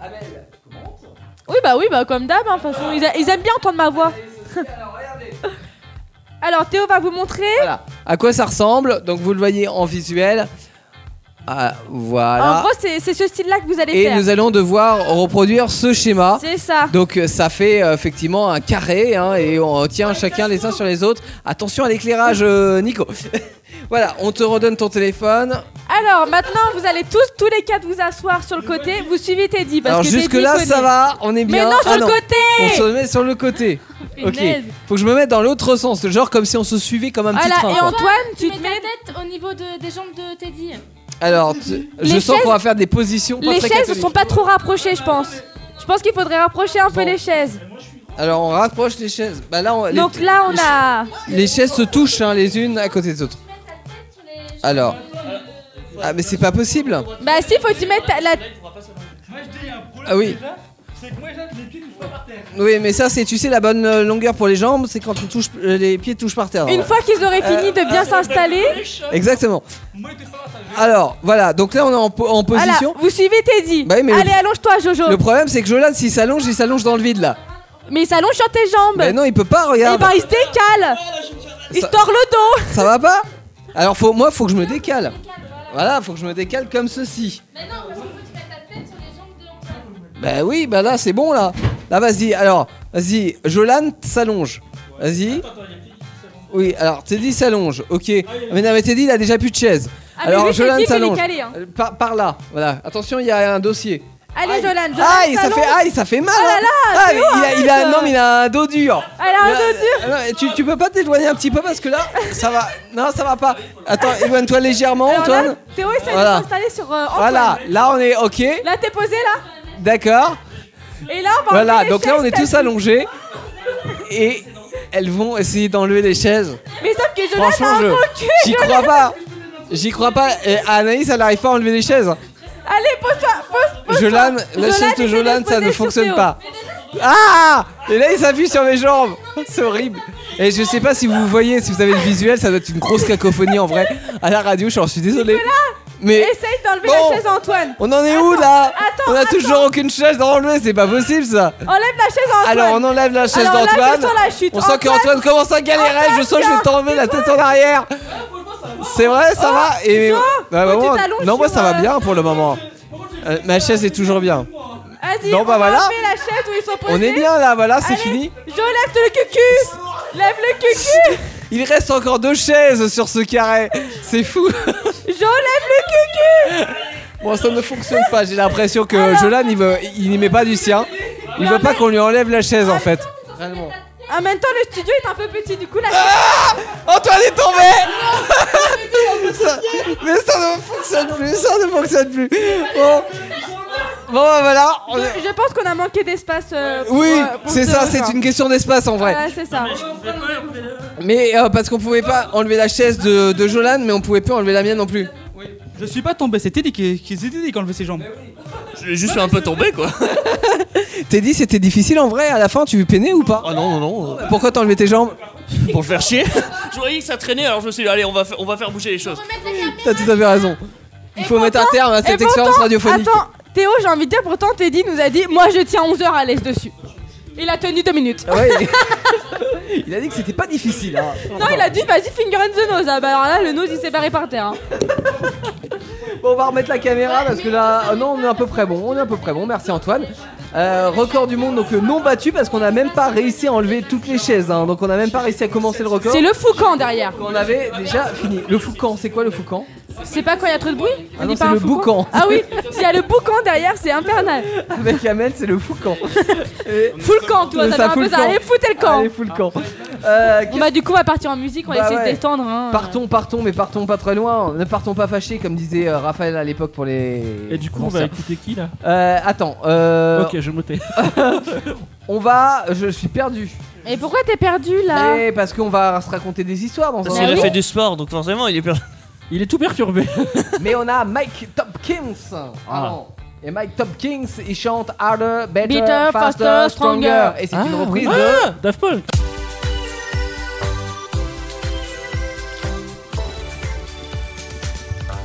D: Amel, monte.
H: Oui bah oui bah comme d'hab hein, de toute façon ils, a- ils aiment bien entendre ma voix.
D: Alors regardez.
H: Alors Théo va vous montrer.
D: Voilà. À quoi ça ressemble Donc vous le voyez en visuel. Ah,
H: En
D: voilà.
H: gros c'est c'est ce style là que vous allez
D: Et
H: faire.
D: nous allons devoir reproduire ce schéma.
H: C'est ça.
D: Donc euh, ça fait euh, effectivement un carré hein, et on tient chacun les uns sur les autres. Attention à l'éclairage, euh, Nico. voilà, on te redonne ton téléphone.
H: Alors maintenant vous allez tous tous les quatre vous asseoir sur le côté. Vous suivez Teddy parce
D: Alors
H: que
D: jusque
H: Teddy
D: là
H: connaît.
D: ça va, on est
H: Mais
D: bien.
H: non sur
D: Ah
H: le
D: On
H: côté.
D: se met sur le côté. ok.
G: Punaise.
D: Faut que je me mette dans l'autre sens, genre comme si on se suivait comme un petit
H: Voilà
D: train.
H: et
D: quoi.
H: Antoine
G: Tu
H: tu te
G: mets
H: mets.
G: ta tête au niveau de- des jambes de Teddy.
D: Alors tu- je
H: Les
D: sens qu'on
H: chaises-
D: va faire des positions. Pas
H: Les
D: très
H: chaises ne
D: catholiques.
H: sont pas trop rapprochées je pense. Je pense qu'il faudrait rapprocher un peu les chaises.
D: Alors on rapproche les chaises. Bah là, on- les-
H: Donc là on a.
D: les chaises se touchent hein, les unes à côté des autres. Alors. Ah mais c'est pas possible.
H: Bah si faut que tu mettes ta- la.
K: Moi je dis, il y a un problème
D: Ah oui.
K: déjà, c'est que moi j'ai les pieds qui sont par terre.
D: Oui, mais ça, c'est, tu sais, la bonne euh, longueur pour les jambes, c'est quand tu touches, euh, les pieds touchent par terre.
H: Une fois qu'ils auraient fini de
D: Euh.
H: bien s'installer.
D: Exactement. Alors, voilà, donc là, on est en, po- en
H: Voilà,
D: position.
H: vous suivez Teddy.
D: Bah oui, mais le-
H: Allez, allonge-toi, Jojo.
D: Le problème, c'est que Jolan, s'il s'allonge, il s'allonge dans le vide là.
H: Mais il s'allonge sur tes jambes.
D: Mais non, il peut pas,
H: Et
D: regarde.
H: Bah. ben, il se décale. Il se tord le dos.
D: Ça va pas Alors, faut, moi, faut que je me décale. Voilà, faut que je me décale comme ceci.
G: Mais non, parce que tu mets ta tête sur les jambes de
D: Bah oui, bah là, c'est bon là. Là, vas-y, alors, vas-y, Jolan s'allonge. Vas-y. Oui, alors, Teddy s'allonge, ok. Mais non, mais Teddy, il a déjà plus de chaise.
H: Ah, mais
D: alors,
H: lui, c'est
D: Jolan
H: dit qu'il est
D: s'allonge.
H: calé, hein.
D: Euh, Par, par là, voilà. Attention, il y a un dossier.
H: Allez, Jolan, Jolan.
D: Aïe, ça
H: s'allonge.
D: fait, aïe, ça fait mal.
H: Oh là
D: hein.
H: là,
D: Ah,
H: Théo,
D: mais il a, il a-
H: arrête.
D: non, mais il a un dos dur.
H: Elle a un dos dur.
D: Ah, non, tu, tu peux pas t'éloigner un petit peu parce que là, ça va. Non, ça va pas. Attends, éloigne-toi légèrement,
H: Alors là,
D: Antoine.
H: Théo essaie
D: Voilà.
H: de s'installer sur euh, Antoine.
D: Voilà, là on est ok.
H: Là, t'es posé là.
D: D'accord.
H: Et là, on va
D: Voilà,
H: enlever les
D: donc là
H: chaises,
D: on est
H: t'as
D: tous
H: dit.
D: allongés. Et elles vont essayer d'enlever les chaises.
H: Mais sauf que Jolan a
D: Franchement,
H: un
D: je.
H: gros cul.
D: J'y
H: Jolan.
D: crois pas. J'y crois pas. Et Anaïs, elle n'arrive pas à enlever les chaises.
H: Allez, pose-toi. Pose, pose
D: Jolan, la chaise de Jolan, ça ne fonctionne pas. Ah Et là, il s'appuie sur mes jambes. C'est horrible. Et je sais pas si vous voyez, si vous avez le visuel, ça doit être une grosse cacophonie en vrai. À la radio, je suis désolé. Mais
H: Essaye d'enlever
D: Bon.
H: la chaise à Antoine.
D: on en est où là
H: attends,
D: On a
H: attends.
D: toujours aucune chaise à enlever, c'est pas possible ça.
H: Enlève la chaise à Antoine.
D: Alors on enlève la chaise
H: Alors, là,
D: d'Antoine.
H: descends la chute.
D: On sent que Antoine commence à galérer. Je sens que je vais t'enlever la tête en arrière. C'est vrai, ça va. Et
H: non,
D: Bah,
H: faut que Oh, tu
D: vraiment,
H: t'allonges
D: non, moi
H: sur,
D: ça va
H: euh,
D: bien pour le moment. Euh, ma chaise est toujours bien.
H: Vas-y,
D: Non, bah,
H: on
D: voilà.
H: met la chaise où ils sont posés.
D: On est bien là, voilà, c'est
H: Allez,
D: fini.
H: Jo, lève le cucu. Lève le cucu.
D: Il reste encore deux chaises sur ce carré. C'est fou.
H: Jo, lève le cucu.
D: Bon, ça ne fonctionne pas. J'ai l'impression que Jolan, il veut, il n'y met pas du sien. Il veut pas qu'on lui enlève la chaise en fait.
H: En même temps, le studio est un peu petit, du coup, la
D: Ah, Antoine est tombé.
H: Ah,
D: Ça- mais ça ne fonctionne plus. Ça ne fonctionne plus. Bon, bon bah, voilà. on est-
H: Je, je pense qu'on a manqué d'espace. euh, pour,
D: Oui,
H: euh, pour
D: c'est
H: ce-
D: ça. C'est une question d'espace en vrai.
H: Voilà, c'est ça.
D: Mais euh, parce qu'on pouvait pas enlever la chaise de, de Jolan, mais on pouvait plus enlever la mienne non plus.
K: Je suis pas tombé, c'est Teddy qui, qui, c'est Teddy qui a enlevé ses jambes.
F: J'ai juste fait un peu tomber quoi.
D: T'es dit c'était difficile en vrai à la fin, tu veux peiner ou pas
F: Oh non, non, non.
D: Pourquoi t'enlevais tes jambes
F: Pour le faire chier. Je voyais que ça traînait alors je me suis dit allez on va, fa- on va faire bouger les choses.
D: Bah T'as tout à fait raison. Il faut mettre un terme à cette
H: Et
D: expérience
H: pourtant-
D: radiophonique.
H: Attends, Théo, j'ai envie de dire, pourtant, Teddy nous a dit Moi, je tiens 11 heures à l'aise dessus. Il a tenu deux minutes.
D: Ah ouais, il- il a dit que c'était pas difficile. hein.
H: Non, il a dit Vas-y, finger and the nose. Ah bah alors là, le nose, il s'est barré par terre. hein.
D: Bon, on va remettre la caméra parce que là, ah non, on est à peu près bon. On est à peu près bon. Merci Antoine. Euh, record du monde donc euh, non battu parce qu'on n'a même pas réussi à enlever toutes les chaises. hein. donc on n'a même pas réussi à commencer le record.
H: C'est le Foucan derrière.
D: On avait déjà fini. Le Foucan, c'est quoi le Foucan
H: C'est pas quand il y a trop de bruit On
D: Ah non,
H: dit pas
D: c'est
H: un
D: le
H: Foucan
D: boucan.
H: Ah oui, s'il y a le boucan derrière, c'est infernal.
D: Avec Amel, c'est le Foucan.
H: Full camp, toi, ça fait
D: Ça
H: un
D: fout
H: peu
D: le
H: ça.
D: camp.
H: Allez, foutez le camp.
D: Allez, fous le camp. Euh,
H: Bon bah, du coup, on va partir en musique, on va
D: Bah
H: essayer
D: ouais.
H: de détendre. hein.
D: Partons, partons, mais partons pas très loin. Ne partons pas fâchés, comme disait euh, Raphaël à l'époque pour les.
E: Et du coup, on va
D: concerts.
E: écouter qui là
D: Euh, attends, euh,
E: Ok, je vais noter.
D: on va. Je suis perdu.
H: Et pourquoi t'es perdu là
D: Eh, parce qu'on va se raconter des histoires dans
F: Parce
D: un
F: qu'il a
D: moment.
F: fait du sport donc forcément il est perdu.
E: Il est tout perturbé.
D: Mais on a Mike Topkins.
E: Ah.
D: Vraiment. Et Mike Topkins, il chante Harder, Better,
H: Better,
D: faster,
H: faster,
D: Stronger.
H: stronger.
D: Et c'est une reprise de.
E: Ah Daft Punk
L: Quand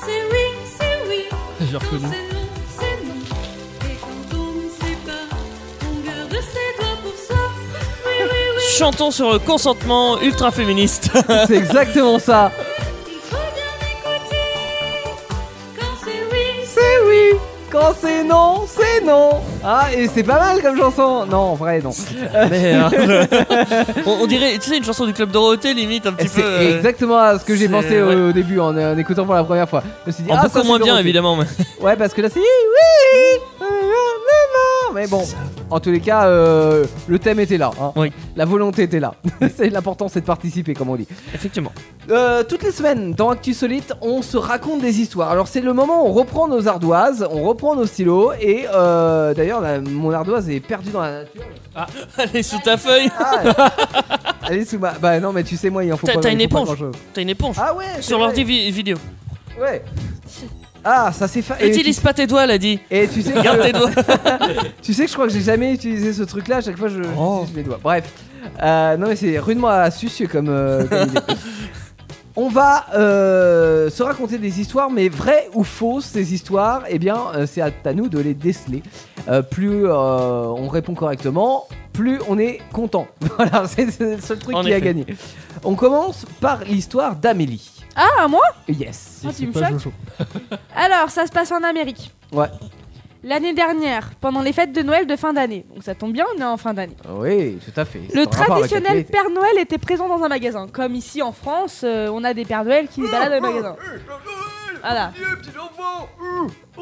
L: c'est oui, c'est oui.
E: J'ai reconnu.
L: Quand c'est non, c'est non. Et quand on ne sait pas, on garde ses doigts pour soi. Oui, oui, oui.
F: Chantons sur le consentement ultra féministe.
E: Ah.
D: C'est exactement ça.
L: Il faut bien écouter. Quand c'est oui,
D: C'est oui. Quand c'est non, c'est non. Ah, et c'est pas mal comme chanson. Non, en vrai, non.
F: Merde. euh, on, on dirait tu sais une chanson du club Dorothée limite un petit peu.
D: euh, Eh, C'est
F: euh,
D: exactement à ce que j'ai
F: c'est-
D: pensé au,
F: ouais.
D: au début en, euh, en écoutant pour la première fois. Je me suis dit,
F: En
D: ah, ça,
F: beaucoup
D: c'est
F: moins bien
D: Dorothée.
F: évidemment mais.
D: Ouais, parce que là c'est oui, oui, euh, maman. Mais bon, en tous les cas, euh, le thème était là. hein.
F: Oui.
D: La volonté était là. c'est l'important, c'est de participer, comme on dit.
F: Effectivement.
D: Euh, toutes les semaines, dans Actu Solite, on se raconte des histoires. Alors c'est le moment où on reprend nos ardoises, on reprend nos stylos et euh, d'ailleurs la- mon ardoise est perdue dans la nature. Ah,
F: Allez sous ta feuille.
D: Elle est sous ma. Bah non, mais tu sais moi, il en faut
F: T'as-
D: pas. Ah
F: t'as
D: il
F: une
D: faut pas
F: éponge.
D: grand-chose.
F: T'as une éponge.
D: Ah ouais. c'est
F: Sur
D: vrai.
F: l'ordi vi- vidéo.
D: Ouais. Ah, ça c'est fa... et Ah,
F: Utilise
D: tu-
F: pas tes doigts, elle a dit.
D: Et tu sais que-
F: Garde tes Oh. doigts.
D: tu sais que je crois que j'ai jamais utilisé ce truc là, à chaque fois je j'utilise mes doigts. Bref. Euh, non mais c'est rudement astucieux comme, euh, comme idée. On va euh, se raconter des histoires, mais vraies ou fausses ces histoires, eh bien euh, c'est à, à nous de les déceler. Euh, plus euh, on répond correctement, plus on est content. voilà, c'est c'est le seul truc
F: En
D: qui a
F: effet.
D: gagné. On commence par l'histoire d'Amélie.
H: Ah, à moi
D: Yes.
H: Ah, tu me choques. Alors, ça se passe en Amérique.
D: Ouais.
H: L'année dernière, pendant les fêtes de Noël de fin d'année. Donc ça tombe bien, on est en fin d'année.
D: Oui, tout à fait.
H: Le
D: C'est en rapport avec la
H: traditionnel
D: qualité.
H: Père Noël était présent dans un magasin. Comme ici en France, euh, on a des Pères Noël qui se baladent dans les magasins. Voilà.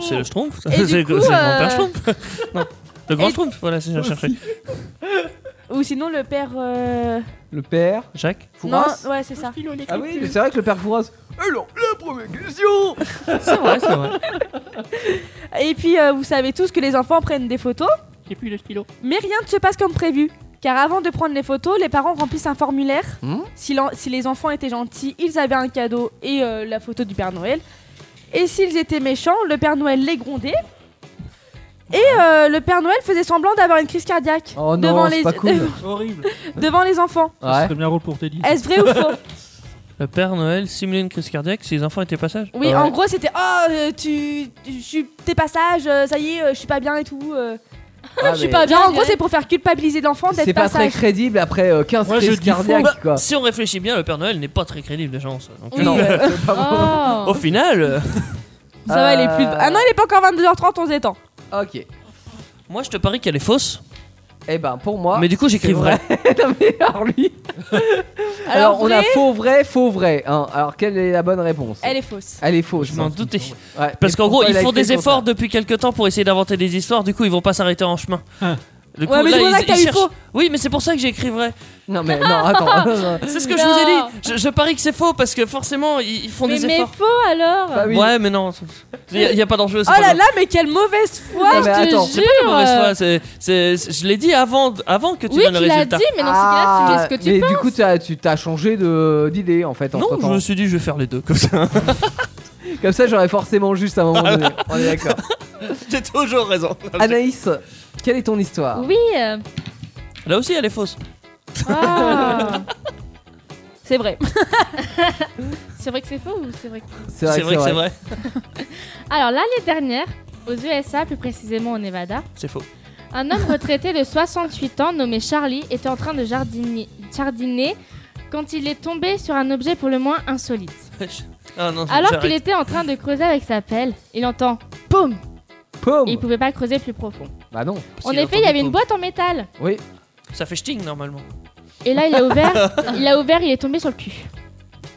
F: C'est le schtroumpf, ça.
H: Et du
F: C'est
H: coup,
F: c'est le
H: euh,
F: grand-père schtroumpf. Non, le grand
H: Et-
F: schtroumpf, voilà, c'est ce que je cherchais.
H: Ou sinon le Père. euh,
D: Le père
F: Jacques
D: Fouras
H: Non, ouais, c'est ça.
D: Ah oui, mais c'est vrai que le père Fouras. Alors, la première question
H: C'est vrai, c'est vrai. Et puis, euh, vous savez tous que les enfants prennent des photos.
E: J'ai plus le stylo.
H: Mais rien ne se passe comme prévu. Car avant de prendre les photos, les parents remplissent un formulaire. Si, l'en- si les enfants étaient gentils, ils avaient un cadeau et euh, la photo du Père Noël. Et s'ils étaient méchants, le Père Noël les grondait. Et euh, le Père Noël faisait semblant d'avoir une crise cardiaque
E: Oh non,
H: devant,
E: c'est
H: les...
E: pas cool.
F: Horrible. Eh
H: devant les enfants.
F: Ouais.
E: Ça serait bien rôle pour Teddy.
H: Est-ce vrai ou faux
F: Le Père Noël simulait une crise cardiaque si les enfants étaient pas sages
H: Oui, en gros, c'était Oh, euh, tu. tu- je suis- T'es pas sage, euh, ça y est, euh, je suis pas bien et tout. euh.
D: Ah,
H: je suis
D: mais-
H: pas bien. En gros, c'est pour faire culpabiliser l'enfant d'être
D: C'est pas très
H: sage.
D: crédible après euh, 15
F: Moi, je
D: crises
F: dis faux.
D: cardiaques
F: Bah,
D: quoi.
F: Si on réfléchit bien, le Père Noël n'est pas très crédible déjà. en soi. Donc, euh,
D: Oui. Non, c'est
H: pas
F: Au final, euh,
H: Oh, Ça va, elle est plus.
F: Euh.
H: Ah non, il est pas encore 22h30, on se détend.
D: Ok.
F: moi je te parie qu'elle est fausse.
D: Eh ben pour moi.
F: Mais du coup, j'écris
D: c'est
F: vrai.
D: non mais alors lui. alors
H: Alors,
D: on a
H: vrai
D: faux vrai, faux vrai. hein. Alors quelle est la bonne réponse
H: Elle est fausse.
D: Elle est fausse. Je m'en
F: doutais.
D: Et
F: Parce qu'en gros,
D: pourquoi
F: ils
D: il a
F: font
D: écrit
F: des
D: le contraire
F: efforts depuis quelques temps pour essayer d'inventer des histoires, du coup, ils vont pas s'arrêter en chemin.
D: Ah.
F: Du
H: Ouais, mais c'est pour ça que t'as eu faux.
F: Oui, mais c'est pour ça que j'ai écrit vrai.
D: Non, mais non, attends. Bah
F: c'est ce que je
H: Non.
F: vous ai dit. Je, je parie que c'est faux parce que forcément, ils, ils font
G: Mais,
F: des
G: mais
F: efforts.
G: faux alors
D: Bah, Ah
F: Ouais, mais non. Il n'y a, pas d'enjeu. c'est
H: Oh
F: pas
H: là
F: grave.
H: là, mais quelle mauvaise foi
F: Ouais,
H: je te
F: c'est pas la mauvaise
H: jure.
F: foi. c'est- c'est- c'est- je l'ai dit avant, avant que tu
H: Oui,
F: donnes
H: tu
F: le
H: l'as
F: résultat.
H: dit, mais dans ce cas-là, tu dis ce que tu
D: Ah, mais
H: penses.
D: du coup, t'as- tu t'as changé de- d'idée en fait.
F: non,
D: entre
F: je me suis dit, je vais faire les deux comme ça.
D: Comme ça, j'aurais forcément juste à un moment donné. On est d'accord.
F: J'ai toujours raison.
D: Anaïs, quelle est ton histoire
G: Oui euh,
F: Là aussi, elle est fausse.
G: ah.
H: C'est vrai.
G: c'est vrai que c'est faux ou c'est vrai que
D: C'est vrai,
F: C'est
D: que
F: vrai que c'est vrai.
G: Alors l'année dernière, aux USA, plus précisément au Nevada,
F: C'est faux.
G: un homme retraité de 68 ans nommé Charlie était en train de jardiner, jardiner quand il est tombé sur un objet pour le moins insolite.
F: Ah non,
G: Alors
F: j'arrête.
G: qu'il était en train de creuser avec sa pelle, il entend POUM
D: Poum
G: Et il pouvait pas creuser plus profond.
D: Bah non.
G: en effet, il y avait une boîte en métal.
D: Oui.
F: Ça fait sting normalement.
G: Et là, il a ouvert, il a ouvert, il est tombé sur le cul.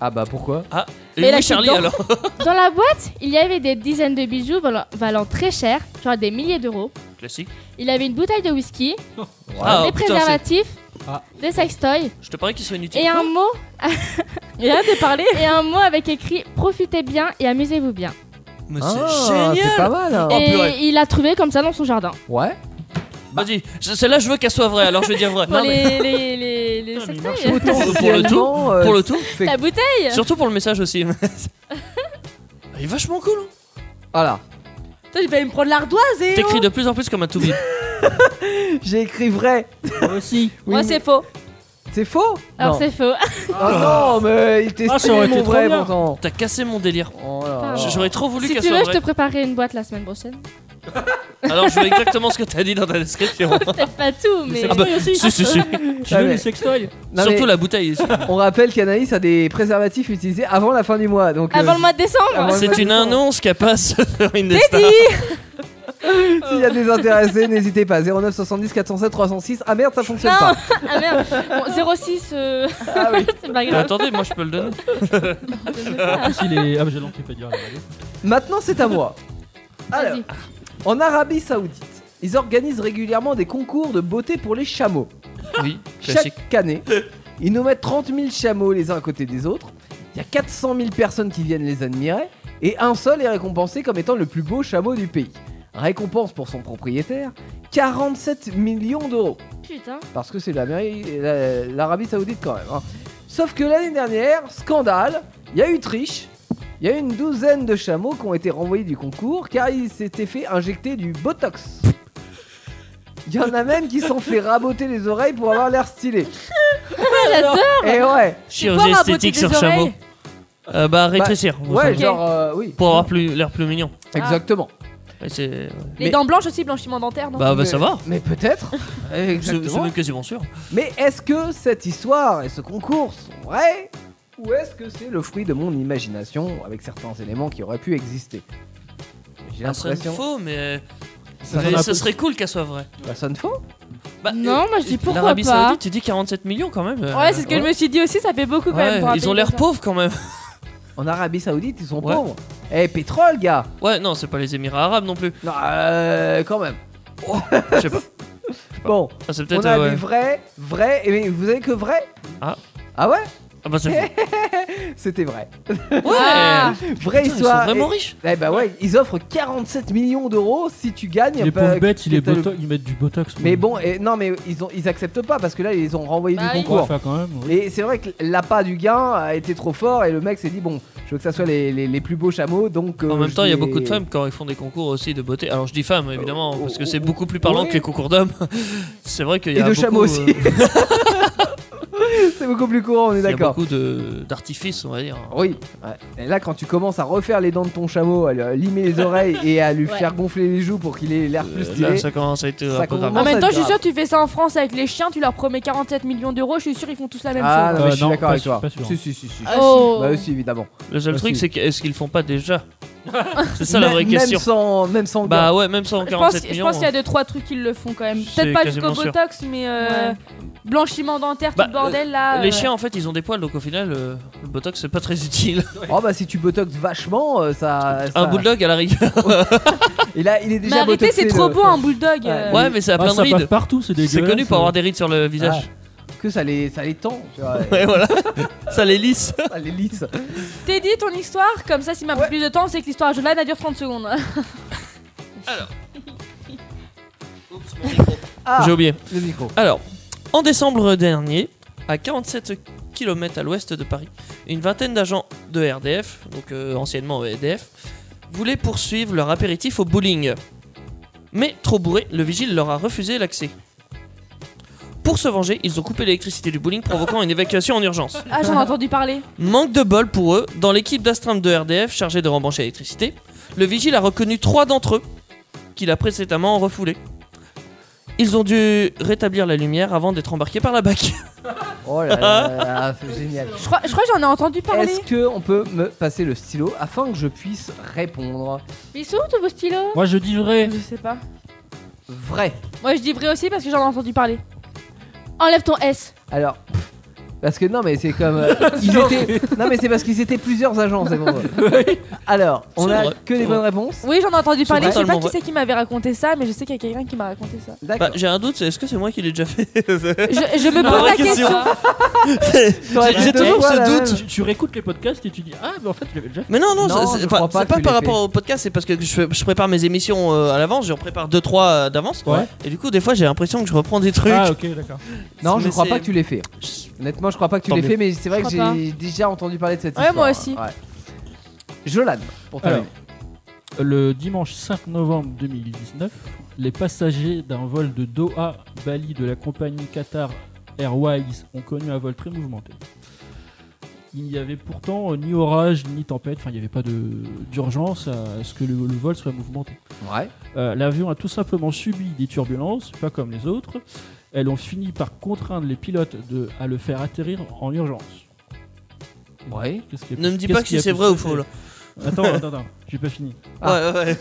D: Ah bah pourquoi
F: Ah,
G: Mais
F: et
G: la
F: oui, Charlie
G: dedans.
F: alors.
G: Dans la boîte, il y avait des dizaines de bijoux valant, valant très cher, genre des milliers d'euros.
F: Classique.
G: Il avait une bouteille de whisky,
F: Ah,
G: des
F: putain,
G: préservatifs,
F: Ah.
G: des sextoys
F: Je te parie qu'il soit inutile.
G: et un mot.
H: Et là, t'es parlé
G: Et un mot avec écrit profitez bien et amusez-vous bien.
F: Mais c'est
D: Ah,
F: génial.
D: c'est pas mal. hein.
G: et il a trouvé comme ça dans son jardin.
D: Ouais.
F: Vas-y, c- celle-là je veux qu'elle soit vraie, alors je vais dire vrai.
G: Pour
F: Non, mais-
G: les, les, les, les sextoys.
F: pour le tout,
D: Potentiellement, euh,
F: pour le tout.
D: fait-
G: La bouteille
F: Surtout pour le message aussi. Il est vachement cool. hein.
D: Voilà.
H: Putain, il fallait me prendre l'ardoise eh, et.
F: T'écris de plus en plus comme un toubib.
D: J'ai écrit vrai.
E: Moi aussi.
D: Oui,
H: Moi,
D: mais-
H: oh. c'est faux.
D: C'est faux
G: Alors
D: Non.
G: c'est faux.
D: Ah non, mais il
E: Ah,
D: testait
E: ça aurait été
D: mon
E: trop
D: vrai
E: bien.
D: pourtant.
F: T'as cassé mon délire.
D: Oh là là.
F: J- J'aurais trop voulu
G: si
F: qu'elle
G: tu
F: soit
G: veux, je te
F: vraie.
G: préparerai une boîte la semaine prochaine.
F: Alors je veux exactement ce que t'as dit dans ta description.
G: Peut-être pas tout, mais.
F: Ah bah, si, si, si.
E: Tu
D: Ah,
E: veux
D: mais-
E: les sextoys
D: Non,
F: Surtout
D: mais
F: la bouteille.
H: Ah,
D: On rappelle qu'Anaïs a des préservatifs utilisés avant la fin du mois. Donc, euh,
G: Avant le mois de décembre
D: avant le mois
F: C'est
D: de
F: une
D: décembre.
F: annonce qu'elle passe sur une
D: S'il y a des intéressés, n'hésitez pas. 09 70 407 306. Ah merde, ça fonctionne pas.
G: Ah merde Bon, 06, euh, c'est pas grave.
F: Attendez, moi je peux le donner.
E: En plus, il est. Ah, mais j'ai l'encyclopédie. regardez.
D: Maintenant, c'est à moi. Ah, Alors,
G: Vas-y.
D: en Arabie Saoudite, ils organisent régulièrement des concours de beauté pour les chameaux.
F: Oui, classique.
D: Chaque année, ils nous mettent 30 000 chameaux les uns à côté des autres. Il y a 400 000 personnes qui viennent les admirer. Et un seul est récompensé comme étant le plus beau chameau du pays. Récompense pour son propriétaire 47 millions d'euros.
G: Putain.
D: Parce que c'est l'Amérique- la- l'Arabie Saoudite quand même. hein. Sauf que l'année dernière, scandale, il y a eu triche. Il y a une douzaine de chameaux qui ont été renvoyés du concours car ils s'étaient fait injecter du Botox. Il y en a même qui s'en fait raboter les oreilles pour avoir l'air stylé.
G: J'adore
D: Et ouais
F: Chirurgie esthétique sur chameau. Euh, bah, rétrécir.
D: Bah,
F: vous
D: ouais,
F: savez.
D: genre, euh, oui.
F: Pour avoir plus- l'air plus mignon.
D: Exactement.
F: Et c'est-
H: Les dents blanches aussi, blanchiment dentaire, non
F: Bah, bah, ça va.
D: Mais peut-être.
F: C'est c'est
D: Exactement.
F: même quasiment sûr.
D: Mais est-ce que cette histoire et ce concours sont vrais Ou est-ce que c'est le fruit de mon imagination avec certains éléments qui auraient pu exister J'ai
F: Ah, Ça serait
D: l'impression.
F: faux, mais.
D: Ça
F: mais
D: sonne un peu-
F: ce serait cool qu'elle soit vraie.
D: Ça sonne faux
F: Bah,
H: Non, moi, je dis pourquoi
F: L'Arabie
H: pas.
F: Saoudite, tu dis 47 millions quand même. euh,
H: Ouais, c'est ce que je me suis dit aussi, ça fait beaucoup quand même.
F: Ouais,
H: pour un
F: ils
H: pays
F: ont
H: comme
F: l'air
H: ça.
F: pauvres quand même.
D: En Arabie Saoudite, ils sont
F: Ouais.
D: pauvres. Eh, pétrole, gars
F: Ouais, non, c'est pas les Émirats Arabes non plus.
D: Non, euh, quand même.
F: Je sais pas.
D: Bon,
F: Ah, c'est
D: on
F: peut-être.
D: a
F: euh,
D: des
F: ouais.
D: vrais, vrais, et vous avez que vrai
F: Ah.
D: Ah ouais
F: Ah bah, c'est
D: C'était vrai.
F: Ouais
D: Vraie
F: Putain, ils
D: Ah, histoire.
F: sont vraiment
D: Et-
F: riches.
D: Eh bah ouais, ils offrent 47 millions d'euros si tu gagnes.
E: Les
D: bah,
E: pauvres bêtes, il est
D: t'as le-
E: boto- ils mettent du botox.
D: Mais bon, et, non, mais ils, ont, ils acceptent pas parce que là, ils ont renvoyé
E: Bah
D: du
E: oui.
D: concours.
E: Ouais, enfin, quand même,
D: Et c'est vrai que l'appât du gain a été trop fort et le mec s'est dit bon, je veux que ça soit les, les- les plus beaux chameaux donc. euh,
F: En même temps, il y a beaucoup de femmes quand ils font des concours aussi de beauté. Alors, je dis femmes évidemment, parce que c'est beaucoup plus
D: Euh,
F: parlant
D: oh, ouais.
F: que les concours d'hommes. c'est vrai qu'il y
D: Et
F: a.
D: de
F: beaucoup,
D: chameaux aussi.
F: euh,
D: c'est beaucoup plus courant, on est
F: Il y a
D: d'accord. Oh,
F: beaucoup de- d'artifices, on va dire.
D: Oui. Et là, quand tu commences à refaire les dents de ton chameau, à lui limer les oreilles et à lui
F: Ouais.
D: faire gonfler les joues pour qu'il ait l'air plus
F: Euh,
D: stylé.
F: Là, ça commence à être
D: Ça
F: un peu
D: commence
F: grave.
H: En même temps, Ah, je suis
D: grave.
H: sûr, tu fais ça en France avec les chiens, tu leur promets 47 millions d'euros, je suis sûr, ils font tous la même
D: ah
H: chose.
D: non, mais
E: Euh,
D: je suis
E: non,
D: d'accord
E: pas
D: avec
E: sûr,
D: toi.
E: pas sûr.
D: Si, si, si, si.
H: Ah, Oh. si.
D: Bah, si, évidemment.
F: Le seul
D: Ah,
F: truc,
D: si.
F: c'est qu'est-ce qu'ils le font pas déjà C'est ça la
D: Même-
F: vraie
D: même
F: question.
D: Sans, même sans
F: Bah
D: gars.
F: ouais, même sans
H: Je pense,
F: 47
H: je
F: millions. hein.
H: pense qu'il y a deux trois trucs qui le font quand même.
F: C'est
H: Peut-être pas jusqu'au
F: quasiment sûr.
H: botox, mais euh, blanchiment dentaire, tout
F: Bah,
H: le bordel là.
F: Les
H: euh,
F: chiens, en fait, ils ont des poils, donc au final, euh, le botox, c'est pas très utile.
D: Oh bah si tu botox vachement, euh, ça. ça-
F: Un bulldog à la rigueur.
D: Il, a, il est déjà
H: Mais arrêtez,
D: botoxé,
H: c'est trop
D: le-
H: beau un bulldog.
D: Ouais.
H: euh.
F: Ouais, mais ça a
E: Ah,
D: Bah,
F: plein
E: ça
F: de rides.
E: passe partout, c'est
F: C'est
E: dégueulasse,
F: connu pour
E: euh.
F: avoir des rides sur le visage.
D: Que ça les, ça les tend, tu vois.
F: Ouais, voilà. Ça les lisse.
D: ça les lisse.
H: T'es dit ton histoire, comme ça, s'il m'a pris plus de temps, c'est que l'histoire à Jordan, elle dure 30 secondes.
D: Ah,
F: J'ai oublié.
D: Le micro.
F: Alors, en décembre dernier, à 47 km à l'ouest de Paris, une vingtaine d'agents de RDF, donc euh, anciennement EDF, voulaient poursuivre leur apéritif au bowling. Mais trop bourré, le vigile leur a refusé l'accès. Pour se venger, ils ont coupé l'électricité du bowling, provoquant une évacuation en urgence.
H: Ah, j'en ai entendu parler.
F: Manque de bol pour eux, dans l'équipe d'astreinte de RDF chargée de rembrancher l'électricité, le vigile a reconnu trois d'entre eux qu'il a précédemment refoulés. Ils ont dû rétablir la lumière avant d'être embarqués par la BAC.
D: Oh là là, là là, c'est génial.
H: Je crois, je crois que j'en ai entendu parler.
D: Est-ce que on peut me passer le stylo afin que je puisse répondre
H: Mais ils sont où tous vos stylos
E: Moi, je dis vrai.
H: Je sais pas.
D: Vrai.
H: Moi, je dis vrai aussi parce que j'en ai entendu parler. Enlève ton S.
D: Alors. pff, Parce que non mais c'est comme euh, ils étaient non mais c'est parce qu'ils étaient plusieurs agents c'est bon. Alors on
F: C'est
D: a
F: vrai.
D: que les
F: C'est
D: bonnes
F: vrai.
D: réponses
H: Oui, j'en ai entendu parler. Je sais pas
F: totalement
H: qui
F: vrai.
H: c'est qui m'avait raconté ça, mais je sais qu'il y a quelqu'un qui m'a raconté ça.
D: d'accord
F: Bah, j'ai un doute, c'est- est-ce que c'est moi qui l'ai déjà fait
H: Je, je me
F: Ah,
H: pose
F: vraie
H: la question.
F: question.
D: T'aurais
F: J'ai
D: fait
F: j'ai
D: deux
F: toujours
D: fois la
F: ce
D: même.
F: doute.
E: Tu, tu réécoutes les podcasts et tu dis Ah, mais en fait, je l'avais déjà fait.
F: Mais non, non,
D: Non,
F: c'est-
D: je
F: c'est pas,
D: crois pas
F: c'est
D: que
F: pas
D: tu
F: par
D: l'aies
F: rapport au podcast, c'est parce que je, je prépare mes émissions euh, à l'avance, j'en prépare 2-3 d'avance.
E: Ouais.
F: Et du coup, des fois, j'ai l'impression que je reprends des trucs.
E: Ah, ok, d'accord.
D: Non je
F: Mais
D: crois
F: c'est-
D: pas que tu l'aies fait. Honnêtement je crois pas que tu
E: Tant
D: l'aies
E: mieux.
D: fait mais c'est vrai
H: Je
D: que
H: crois
D: j'ai déjà entendu parler de cette
H: Ouais,
D: histoire.
H: moi aussi.
D: ouais. Jolan pour
E: Alors,
D: terminer.
E: Le dimanche 5 novembre 2019, les passagers d'un vol de Doha, Bali de la compagnie Qatar Airways ont connu un vol très mouvementé. Il n'y avait pourtant euh, ni orage ni tempête, enfin il n'y avait pas de- d'urgence à ce que le- le vol soit mouvementé.
D: Ouais.
E: Euh, L'avion a tout simplement subi des turbulences, pas comme les autres. Elles ont fini par contraindre les pilotes de- à le faire atterrir en urgence.
D: Ouais.
E: Qu'est-ce qu'il y a
F: Ne
E: pu-
F: me dis
E: qu'est-ce
F: pas
E: qu'il y
F: que
E: a
F: c'est
E: pu
F: vrai ou
E: se
F: faux là.
E: passer Attends, attends, attends, j'ai pas fini.
F: Ouais, ouais, ouais.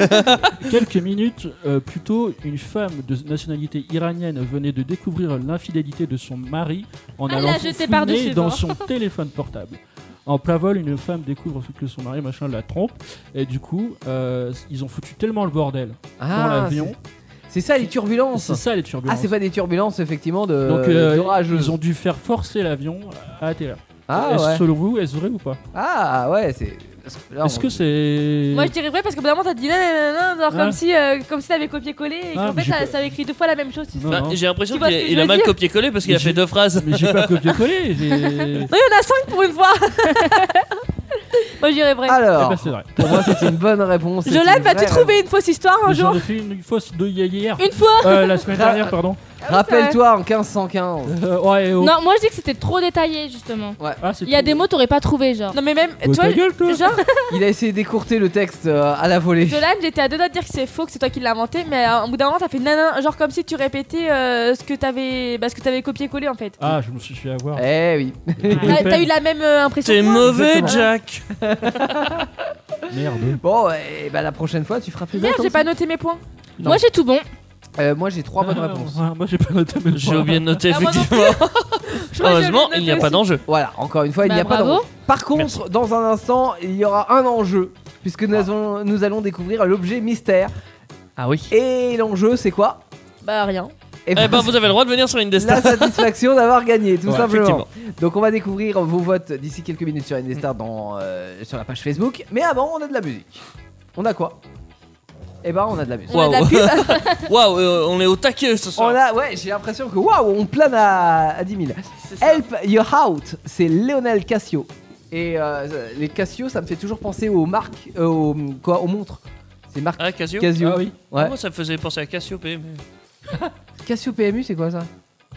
E: Quelques minutes euh, plus tôt, une femme de nationalité iranienne venait de découvrir l'infidélité de son mari en
G: Ah là,
E: allant
G: je t'ai
E: fouiner
G: par-dessus,
E: dans
G: moi.
E: son téléphone portable. En plein vol, une femme découvre que son mari machin la trompe et du coup, euh, ils ont foutu tellement le bordel dans
D: Ah
E: l'avion.
D: c'est- c'est ça les turbulences.
E: C'est ça les
D: Ah
E: turbulences.
D: c'est pas des turbulences effectivement de
E: Donc euh,
D: d'orageuses.
E: ils ont dû faire forcer l'avion à atterrir.
D: Ah
E: est-ce
D: ouais.
E: selon vous, est-ce vrai ou pas
D: Ah ouais, c'est. parce que là,
E: Est-ce
D: on-
E: que c'est
H: Moi je dirais vrai parce qu'au bout d'un moment t'as dit nanana, genre
E: Ouais.
H: comme si euh, comme si t'avais copié-collé et
E: Ah,
H: qu'en
E: mais
H: fait
E: j'ai
H: ça,
E: pas-
H: ça avait écrit deux fois la même chose. Tu sais.
E: Non,
F: Bah,
E: non.
F: J'ai l'impression
H: Tu vois
F: qu'il a-
H: ce que je
F: il a
H: veux
F: mal
H: dire
F: copié-collé parce qu'il a
E: Mais
F: fait
E: j'ai-
F: deux phrases.
E: Mais j'ai pas copié-collé. j'ai-
H: Non, il y en a cinq pour une fois. Moi, j'irais vrai.
D: Alors,
E: Eh ben, c'est vrai.
D: pour moi, c'était une bonne réponse. c'est
H: Jolan,
D: une
H: vas-tu
D: vraie
H: trouver une fausse histoire un
E: Mais J'en
H: jour
E: ai fait une, une fausse de hier. hier.
H: Une fois
E: Euh, La semaine dernière, pardon.
D: Rappelle-toi en 1515.
E: Euh, ouais, oh.
G: Non, moi je dis que c'était trop détaillé justement.
E: Ah, c'est
G: Il y a
E: tout.
G: des mots t'aurais pas trouvé genre.
H: Non mais même
D: Mais
H: toi,
D: ta gueule,
H: genre
D: Il a essayé d'écourter le texte euh, à la volée.
H: Jolan, j'étais à deux doigts de dire que c'est faux, que c'est toi qui l'as inventé, mais euh, au bout d'un moment t'as fait nanan, genre comme si tu répétais euh, ce que t'avais, bah, ce que t'avais copié-collé en fait.
E: Ah, je me suis fait avoir.
D: Eh oui.
G: Ah,
H: T'as t'as eu la même euh, impression.
F: T'es
H: que moi
F: Ah, mauvais,
H: Exactement.
F: Jack
E: Merde.
D: Bon, et bah la prochaine fois, tu feras plus
H: Merde, j'ai
D: attention.
H: pas noté mes points.
D: Non.
G: Moi j'ai tout bon.
D: Euh, moi, j'ai trois bonnes réponses.
E: Moi, j'ai pas noté. mais
F: J'ai oublié de noter,
H: Ah, moi non
F: effectivement.
H: Je crois que
F: Heureusement,
H: j'avais
F: il n'y a
H: noté
F: pas
H: aussi.
E: Ah.
F: d'enjeu.
D: Voilà, encore une fois, il
G: Bah,
D: n'y a pas
G: bravo.
D: d'enjeu. Par contre, dans un instant, il y aura un enjeu, puisque nous, allons- nous allons découvrir l'objet mystère.
F: Ah oui.
D: Et l'enjeu, c'est quoi
H: Bah rien.
D: Eh
F: Eh
D: ben,
F: ben, vous avez le droit de venir sur
D: la
F: Indestar.
D: satisfaction d'avoir gagné, tout
F: Ouais,
D: simplement. Donc, on va découvrir vos votes d'ici quelques minutes sur Indestar dans, euh, sur la page Facebook. Mais avant, on a de la musique. On a quoi Eh ben, on a de la musique.
H: On a de
F: Waouh.
H: la pub.
F: Waouh, euh, on est au taquet ce
D: On
F: soir.
D: a, ouais, j'ai l'impression que waouh, on plane à, à 10 000. Help Your Out, c'est Lionel Cassio. Et euh, les Casio, ça me fait toujours penser aux marques, euh, aux, quoi, aux montres. C'est marque
F: Ah, Casio
D: Casio.
E: Ah oui.
D: Ouais.
F: Moi, ça me faisait penser à Cassiopée. Mais...
D: Casio PMU, c'est quoi ça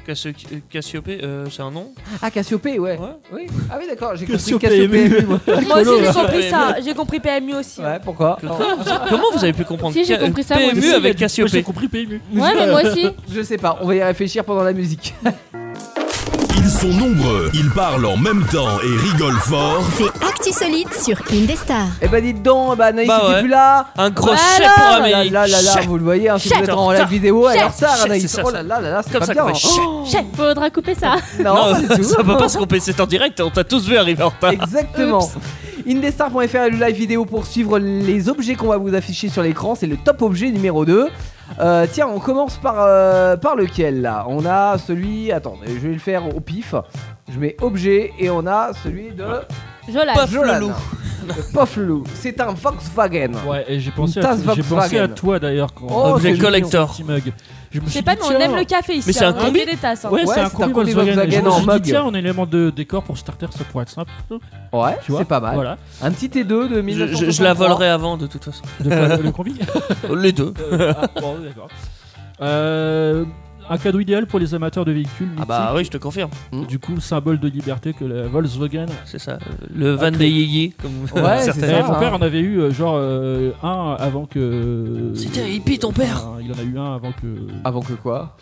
F: Cassio- euh, Cassiopée, euh, c'est un nom
D: Ah, Cassiopée, ouais.
F: Ouais.
D: Oui. Ah oui, d'accord, j'ai
E: Casio
D: compris Casio
E: PMU.
D: PMU. moi.
H: Moi aussi j'ai
F: là.
H: compris ça, j'ai compris PMU aussi.
D: ouais, pourquoi
F: Comment vous avez pu comprendre
G: Si, j'ai
F: Ca- euh,
G: compris ça, moi
F: PMU
G: aussi.
F: avec
E: Moi, J'ai
F: Cassiopée
E: compris PMU.
G: Ouais mais moi aussi.
D: Je sais pas, on va y réfléchir pendant la musique.
A: Ils sont nombreux, ils parlent en même temps et rigolent fort.
B: C'est Actu Solide sur Indestar.
D: Eh bah, dites donc, eh bah, Anaïs,
F: Bah
D: t'es
F: ouais.
D: plus là.
F: Un gros
D: Ah
F: chèque
D: là
F: pour
D: là
F: Amélie.
D: Là, là, là,
F: Chèque.
D: vous le voyez, hein, si vous
F: Chèque.
D: êtes en live
F: Chèque.
D: vidéo, elle est en retard,
F: Chèque,
D: Anaïs.
F: c'est ça,
D: Oh là
F: ça.
D: là là là, c'est
F: Comme
D: pas
F: ça
D: bien.
F: qu'on fait
D: Oh,
G: Chef, faudra couper ça.
D: Non, pas du tout.
F: ça peut pas se couper, c'est en direct, on t'a tous vu arriver en retard.
D: Exactement. Indestar.fr et le live vidéo pour suivre les objets qu'on va vous afficher sur l'écran. C'est le top objet numéro 2. Euh, tiens, on commence par, euh, par lequel là On a celui. Attends, je vais le faire au pif. Je mets objet et on a celui de.
G: Jolan.
F: Pof le
D: Jolan.
F: loup.
D: Le Pof le loup. C'est un Volkswagen.
E: Ouais, et j'ai pensé,
D: Une
E: à,
D: tasse
E: j'ai pensé à
D: Volkswagen.
E: toi d'ailleurs quand
D: Oh,
E: quand
D: c'est
E: j'ai vu
F: collector.
E: ton petit mug. Je me
H: Je
E: suis
H: sais pas,
E: dit,
H: mais on aime
E: tiens,
H: le café ici.
F: Mais c'est
H: hein,
F: un
H: on
F: combi.
H: fait des tasses. hein.
E: Ouais,
D: Ouais,
E: c'est un
D: c'est un
E: combi
D: combi
E: Volkswagen. Et Je
D: Volkswagen
E: me
D: en
E: suis dit,
D: mug.
E: tiens, un élément de décor pour starter, ça pourrait être simple.
D: Ouais,
E: Tu vois
D: c'est pas mal.
E: Voilà.
D: Un petit T2 de
F: Je,
D: 1963.
F: je- je la volerai avant de toute façon.
E: De quoi, le combi
F: Les deux.
E: Euh, ah, bon, d'accord. Euh, un cadeau idéal pour les amateurs de véhicules.
F: Ah bah oui, je te confirme.
E: mythiques. Du coup, symbole de liberté que la Volkswagen.
F: C'est ça. Le van des yéyés, comme
D: Ouais, c'est
E: Eh,
F: certains.
D: ça,
E: mon
D: hein.
E: père en avait eu euh, genre euh, un avant que.
F: C'était un hippie, ton père.
E: Enfin, Il en a eu un avant que.
D: Avant que quoi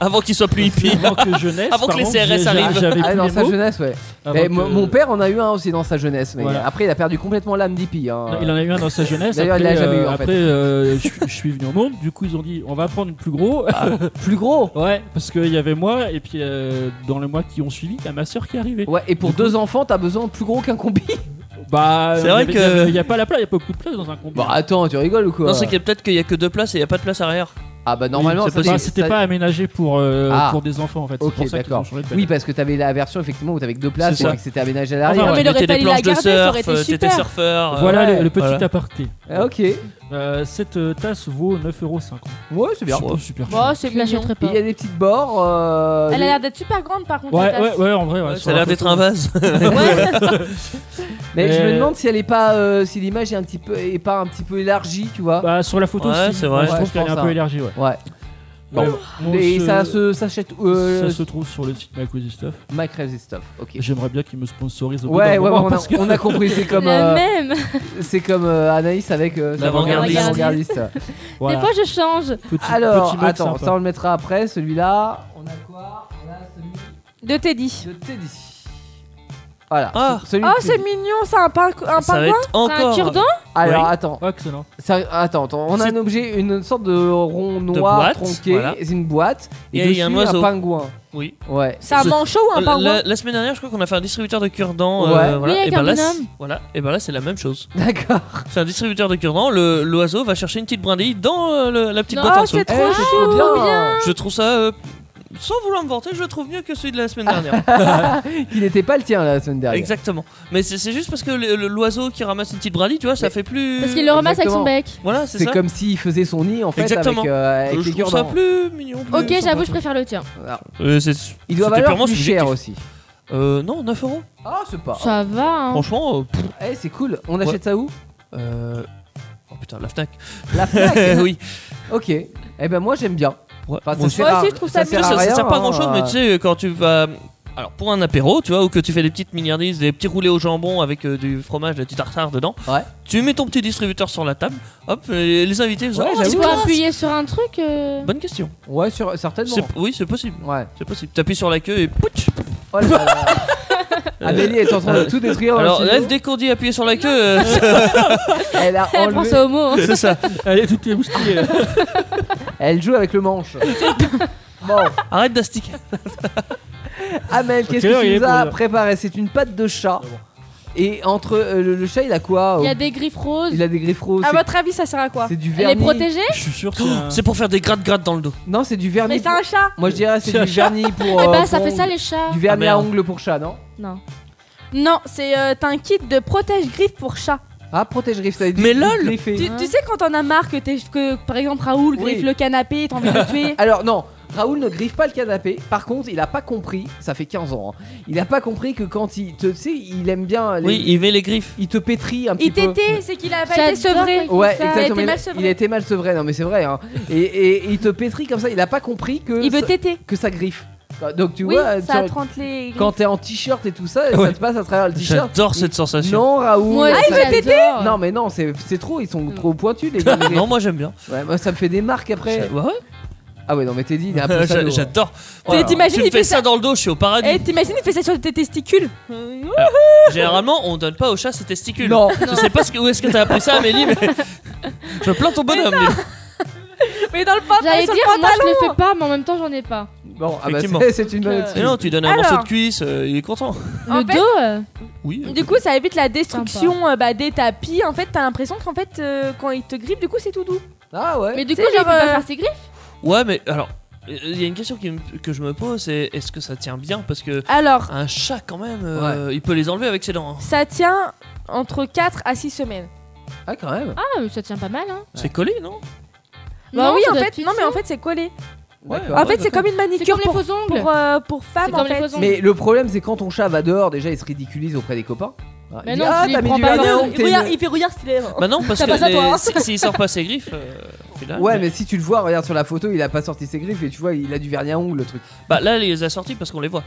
F: Avant qu'il soit plus hippie.
E: Avant que jeunesse.
F: Avant que les
E: pardon,
F: CRS
E: j'ai-
F: arrivent.
E: J'avais
D: Ah,
E: plus
D: dans
E: les
D: sa
E: mots.
D: jeunesse, ouais.
E: Avant
D: Mais
E: que-
D: mon mon père en a eu un aussi dans sa jeunesse. Mais
E: Voilà.
D: après, il a perdu complètement l'âme d'hippie. hein.
E: Non, Euh, Il en a eu un dans sa jeunesse.
D: D'ailleurs, il
E: après,
D: l'a jamais eu, en fait.
E: Après, euh, je, je suis venu au monde. Du coup, ils ont dit on va prendre une plus gros.
D: Plus gros
E: ouais, parce qu'il y avait moi. Et puis, euh, dans les mois qui ont suivi, il y a ma soeur qui est arrivée.
D: Ouais, et pour deux enfants, t'as besoin de plus gros qu'un combi
E: Bah,
F: C'est
E: il y
F: vrai
E: avait-
F: que-
E: il y avait- Il n'y a pas la place, il n'y a pas beaucoup de place dans un combi.
D: Bah attends, tu rigoles ou quoi
F: Non, c'est qu'il y a peut-être qu'il y a que deux places et il n'y a pas de place arrière.
D: Ah bah normalement,
F: Oui,
D: ça
F: c'est
E: Bah,
D: dé-
E: c'était
D: ça-
E: pas aménagé pour, euh,
D: Ah.
E: pour des enfants en fait.
D: Ok,
E: c'est pour ça qu'ils
D: d'accord.
E: ont changé de
D: Oui, parce que t'avais la version effectivement où t'avais que deux places
F: C'est
D: et
F: ça.
D: que c'était aménagé à
E: Enfin,
D: l'arrière.
H: Non, mais il aurait
F: Mettez des
H: fallu la
F: planches de
H: garder, ça aurait
F: surf,
H: été
F: euh, t'étais
H: super.
F: surfeur. euh,
E: Voilà
D: Ouais.
E: le, le petit
F: Voilà.
E: aparté.
D: Ah, ok,
E: Euh, cette euh, tasse vaut 9,50€.
D: ouais, c'est bien.
E: C'est pas super cher.
H: Bon, c'est
G: Je
H: mignon.
G: l'achèterai
D: Il
G: pas.
D: y a des petites bords. euh,
H: Elle a
D: des-
H: l'air d'être super grande par contre. la
E: Ouais,
H: tasse.
E: ouais, ouais, en vrai. ouais, sur
F: Ça a
E: la
F: l'air d'être
E: photo.
F: un vase.
D: Mais je me
E: Euh,
D: demande si elle est pas, euh, si l'image est un petit peu, est pas un petit peu élargie, tu vois.
E: Bah, sur la photo,
F: Ouais,
E: si.
F: c'est vrai.
E: Je
D: Ouais,
E: trouve
D: je
E: qu'elle est
D: pense
E: un peu
D: ça.
E: élargie, ouais.
D: Ouais. Bon.
E: Mais bon,
D: Et
E: ce-
D: ça se, s'achète euh,
E: ça se trouve sur le site My Crazy Stuff.
D: My Crazy Stuff. Ok.
E: J'aimerais bien qu'ils me sponsorisent. au bout
D: Ouais, ouais,
E: d'un
D: ouais,
E: moment,
D: on a,
E: parce que-
D: on a compris. C'est comme,
G: La
D: euh,
G: même.
D: c'est comme euh, Anaïs avec euh,
F: L'avant-gardiste.
D: l'avant-gardiste.
E: Voilà.
G: Des fois je change.
E: Petit-
D: Alors,
E: petit mug
D: attends,
E: sympa.
D: ça on le mettra après. Celui-là, on a quoi On a celui
H: De Teddy.
D: de Teddy. Voilà.
F: Ah.
D: ce- celui de
H: Oh, c'est
D: Teddy.
H: mignon, c'est un, pin- un
F: Ça va
H: pingouin.
F: être
G: C'est un
F: encore.
G: cure-dent
D: Alors,
F: Oui.
D: attends.
E: Oh, excellent.
D: Ça- attends, attends, on a
F: C'est-
D: un objet, une sorte de rond noir
F: boîte,
D: tronqué,
F: voilà.
D: c'est une boîte, et,
F: Et il y a
D: dessus,
F: un oiseau.
D: pingouin.
F: Oui.
D: Ouais.
H: C'est un
F: Ce-
H: manchot ou un
F: La,
H: pingouin
F: la- la semaine dernière, je crois qu'on a fait un distributeur de cure-dents.
D: Ouais.
F: voilà.
G: Oui, avec
F: et ben
G: un
F: là,
G: bonhomme.
F: c'est- voilà. Et ben là, c'est la même chose.
D: D'accord.
F: C'est un distributeur de cure-dents. le- L'oiseau va chercher une petite brindille dans euh, le- la petite
H: Non,
F: boîte en dessous.
H: c'est trop
D: Eh, c'est
H: chou.
D: bien.
F: Je trouve ça, euh, sans vouloir me vanter, je le trouve mieux que celui de la semaine dernière.
D: Qu'il n'était pas le tien la semaine dernière.
F: Exactement. Mais c'est c'est juste parce que le- le- l'oiseau qui ramasse une petite brindille, tu vois, ça fait plus.
G: parce qu'il le ramasse avec son
D: Exactement.
G: bec.
F: Voilà, c'est
D: C'est
F: ça.
D: comme s'il faisait son nid en fait
F: Exactement.
D: avec, euh, avec
F: je
D: les
F: trouve ça
D: cure-dents.
F: plus mignon. plus
G: Ok,
F: sympa.
G: j'avoue, je préfère le tien.
F: Euh, c'est-
D: Il doit
F: c'était
D: valoir
F: purement
D: plus
F: subjectif.
D: cher aussi.
F: Euh, non, 9 euros.
D: Ah, c'est
H: Bah,
D: pas.
G: Ça va, hein.
F: Franchement,
D: Eh, c'est cool. On achète ça où
F: Euh. Oh putain, la Fnac.
D: La Fnac
F: Oui.
D: Ok. Eh ben moi j'aime bien. Enfin,
F: Moi aussi.
D: sert à-
F: ça,
D: sert à rien,
F: sert pas à grand chose,
D: hein.
F: mais tu sais, quand tu vas. Alors, pour un apéro, tu vois, ou que tu fais des petites milliardises, des petits roulés au jambon avec euh, du fromage, du tartare dedans. Tu mets ton petit distributeur sur la table, hop, et les invités, vous
G: Ouais,
F: oh, c'est
G: tu
F: classe.
G: dois appuyer sur un truc. euh,
H: Bah,
F: Bonne question.
D: Ouais, sur, certainement.
F: C'est- oui, c'est possible.
D: Ouais.
F: C'est possible. T'appuies sur la queue et pouch.
D: Oh là là. Amélie est en train de tout détruire dans le
F: Alors,
D: studio.
F: là, dès qu'on dit appuyer sur la queue, euh,
D: Elle a
F: Elle
D: enlevé-
F: pense au
G: hein.
F: mot. C'est ça.
E: Elle est toute émoustillée.
D: Elle joue avec le manche. Bon.
F: Arrête d'astiquer.
D: Amel, qu'est-ce
E: Quelle heure
D: que
E: il
D: tu
E: est
D: nous
E: pour
D: as
E: le-
D: préparé C'est une patte de chat. Et entre euh, le, le chat, il a quoi
G: Il y a
D: au-
G: des griffes roses.
D: Il a des griffes
F: Ah,
D: roses.
G: À
D: c'est-
F: bah,
G: votre avis, ça sert à quoi
D: C'est du
G: Elle
D: vernis.
G: est protégée
F: suis sûr
D: que c'est un-
F: c'est pour faire des grattes-grattes dans le dos.
D: Non, c'est du vernis.
G: Mais c'est un chat
D: Moi, je dirais c'est
F: C'est un
D: du
F: chat.
D: vernis
H: Bah,
D: pour.
G: Eh
D: euh,
G: ben, ça
D: pour
G: fait ça
D: ongles.
G: les chats.
D: Du vernis
F: Ah,
D: à
F: merde.
D: ongles pour chat, non
G: Non.
H: Non, c'est euh, t'as un kit de protège-griffe pour chat.
D: Ah, protège griffe, ça veut dire
F: Mais
D: qu'il
F: lol
D: griffé.
H: Tu, tu sais quand on a marre que, t'es- que par exemple Raoul
D: Oui.
H: griffe le canapé, t'as envie de le tuer.
D: Alors non, Raoul ne griffe pas le canapé. Par contre, il a pas compris, ça fait 15 ans, hein, il a pas compris que quand il te, tu sais, il aime bien. les-
F: Oui, il met les griffes.
D: Il te pétrit un petit
H: Il
D: peu.
H: t'était, c'est qu'il a pas
G: J'adore
H: été sevré.
G: quand
D: Ouais,
H: Il a
D: exactement.
H: été
D: il,
H: mal
D: il a
H: sevré.
D: été mal sevré, non mais c'est vrai. hein. Et, et- et il te pétrit comme ça, il a pas compris que.
H: Il veut
D: ça-
H: téter.
D: Que ça griffe. Bah, Donc tu
H: Oui,
D: vois,
H: ça
D: sur-
H: attrante les griffes.
D: quand t'es en t-shirt et tout ça,
F: Ouais.
D: ça te passe à travers le t-shirt.
F: J'adore cette sensation.
D: Non, Raoul.
G: Moi
D: ça-
G: aussi, j'adore.
D: Non, mais non, c'est c'est trop, ils sont trop pointus les gars.
F: Ah Non, moi j'aime bien.
D: Ouais, moi ça me fait des marques après.
F: Ouais, ouais.
D: Ah ouais, non, mais Teddy, il est un peu
F: J'a-
D: salaud. hein.
F: J'adore.
H: T'es-
F: tu
H: T'imagines,
F: me
H: il
F: fais
H: fait
F: ça
H: ça.
F: dans le dos, je suis au paradis.
H: Eh, t'imagines, il fait ça sur tes testicules.
F: Généralement, on donne pas au chat ses testicules.
D: Non.
F: Je sais pas ce que- où est-ce que t'as appris ça, Amélie, mais. Je plains ton bonhomme. mais-
H: Mais dans le pantalon,
G: J'allais
H: sur
G: dire,
H: le
G: moi je
H: pantalon. hein.
G: le fais pas, mais en même temps j'en ai pas.
D: Bon, ah bah,
F: Effectivement.
D: c'est- c'est une bonne
F: Mais
D: excuse.
F: non, tu lui donnes un
H: Alors.
F: morceau de cuisse, euh, il est content.
H: En
G: Le
H: fait-
G: dos euh,
F: Oui. euh,
H: Du coup, ça évite la destruction euh, bah, des tapis. En fait, t'as l'impression qu'en fait, euh, quand il te grippe, du coup, c'est tout doux.
D: Ah ouais.
G: Mais du coup,
H: C'est
G: j'ai
H: genre,
G: pas
H: euh,
G: faire ses griffes.
F: Ouais, mais alors, il y a une question qui me- que je me pose c'est est-ce que ça tient bien Parce que
H: Alors,
F: un chat, quand même, euh, il peut les enlever avec ses dents. hein.
H: ça tient entre 4 à 6 semaines.
D: Ah quand même.
G: Ah, mais ça tient pas mal, hein.
F: C'est collé, non
H: Bah oui,
G: ça
H: en
G: doit être
H: fait, non, mais en
G: fixé.
H: fait, c'est collé.
D: D'accord.
H: En fait, c'est comme une
G: c'est
H: manicure
G: comme les
H: pour,
G: faux ongles.
H: pour, euh, pour femmes,
G: C'est
H: en
G: comme les
H: fait.
G: faux ongles.
D: Mais le problème, c'est quand ton chat va dehors, déjà, il se ridiculise auprès des copains. Ah,
G: Mais
D: il
G: non,
D: dit, ah,
G: tu les
D: t'as mis
G: prends
D: du
G: pas
D: vernis à
G: dans-
D: ongles, t'es une- Oh,
H: il fait regarde stylé.
F: Bah non, parce
H: T'as pas Oh, ça, toi, hein
F: que les- si- s'il sort pas ses griffes. euh, celui-là,
D: Ouais, mais si tu le vois, regarde sur la photo, il a pas sorti ses griffes et tu vois, il a du vernis à ongles, le truc.
F: Bah là, il les a sortis parce qu'on les voit.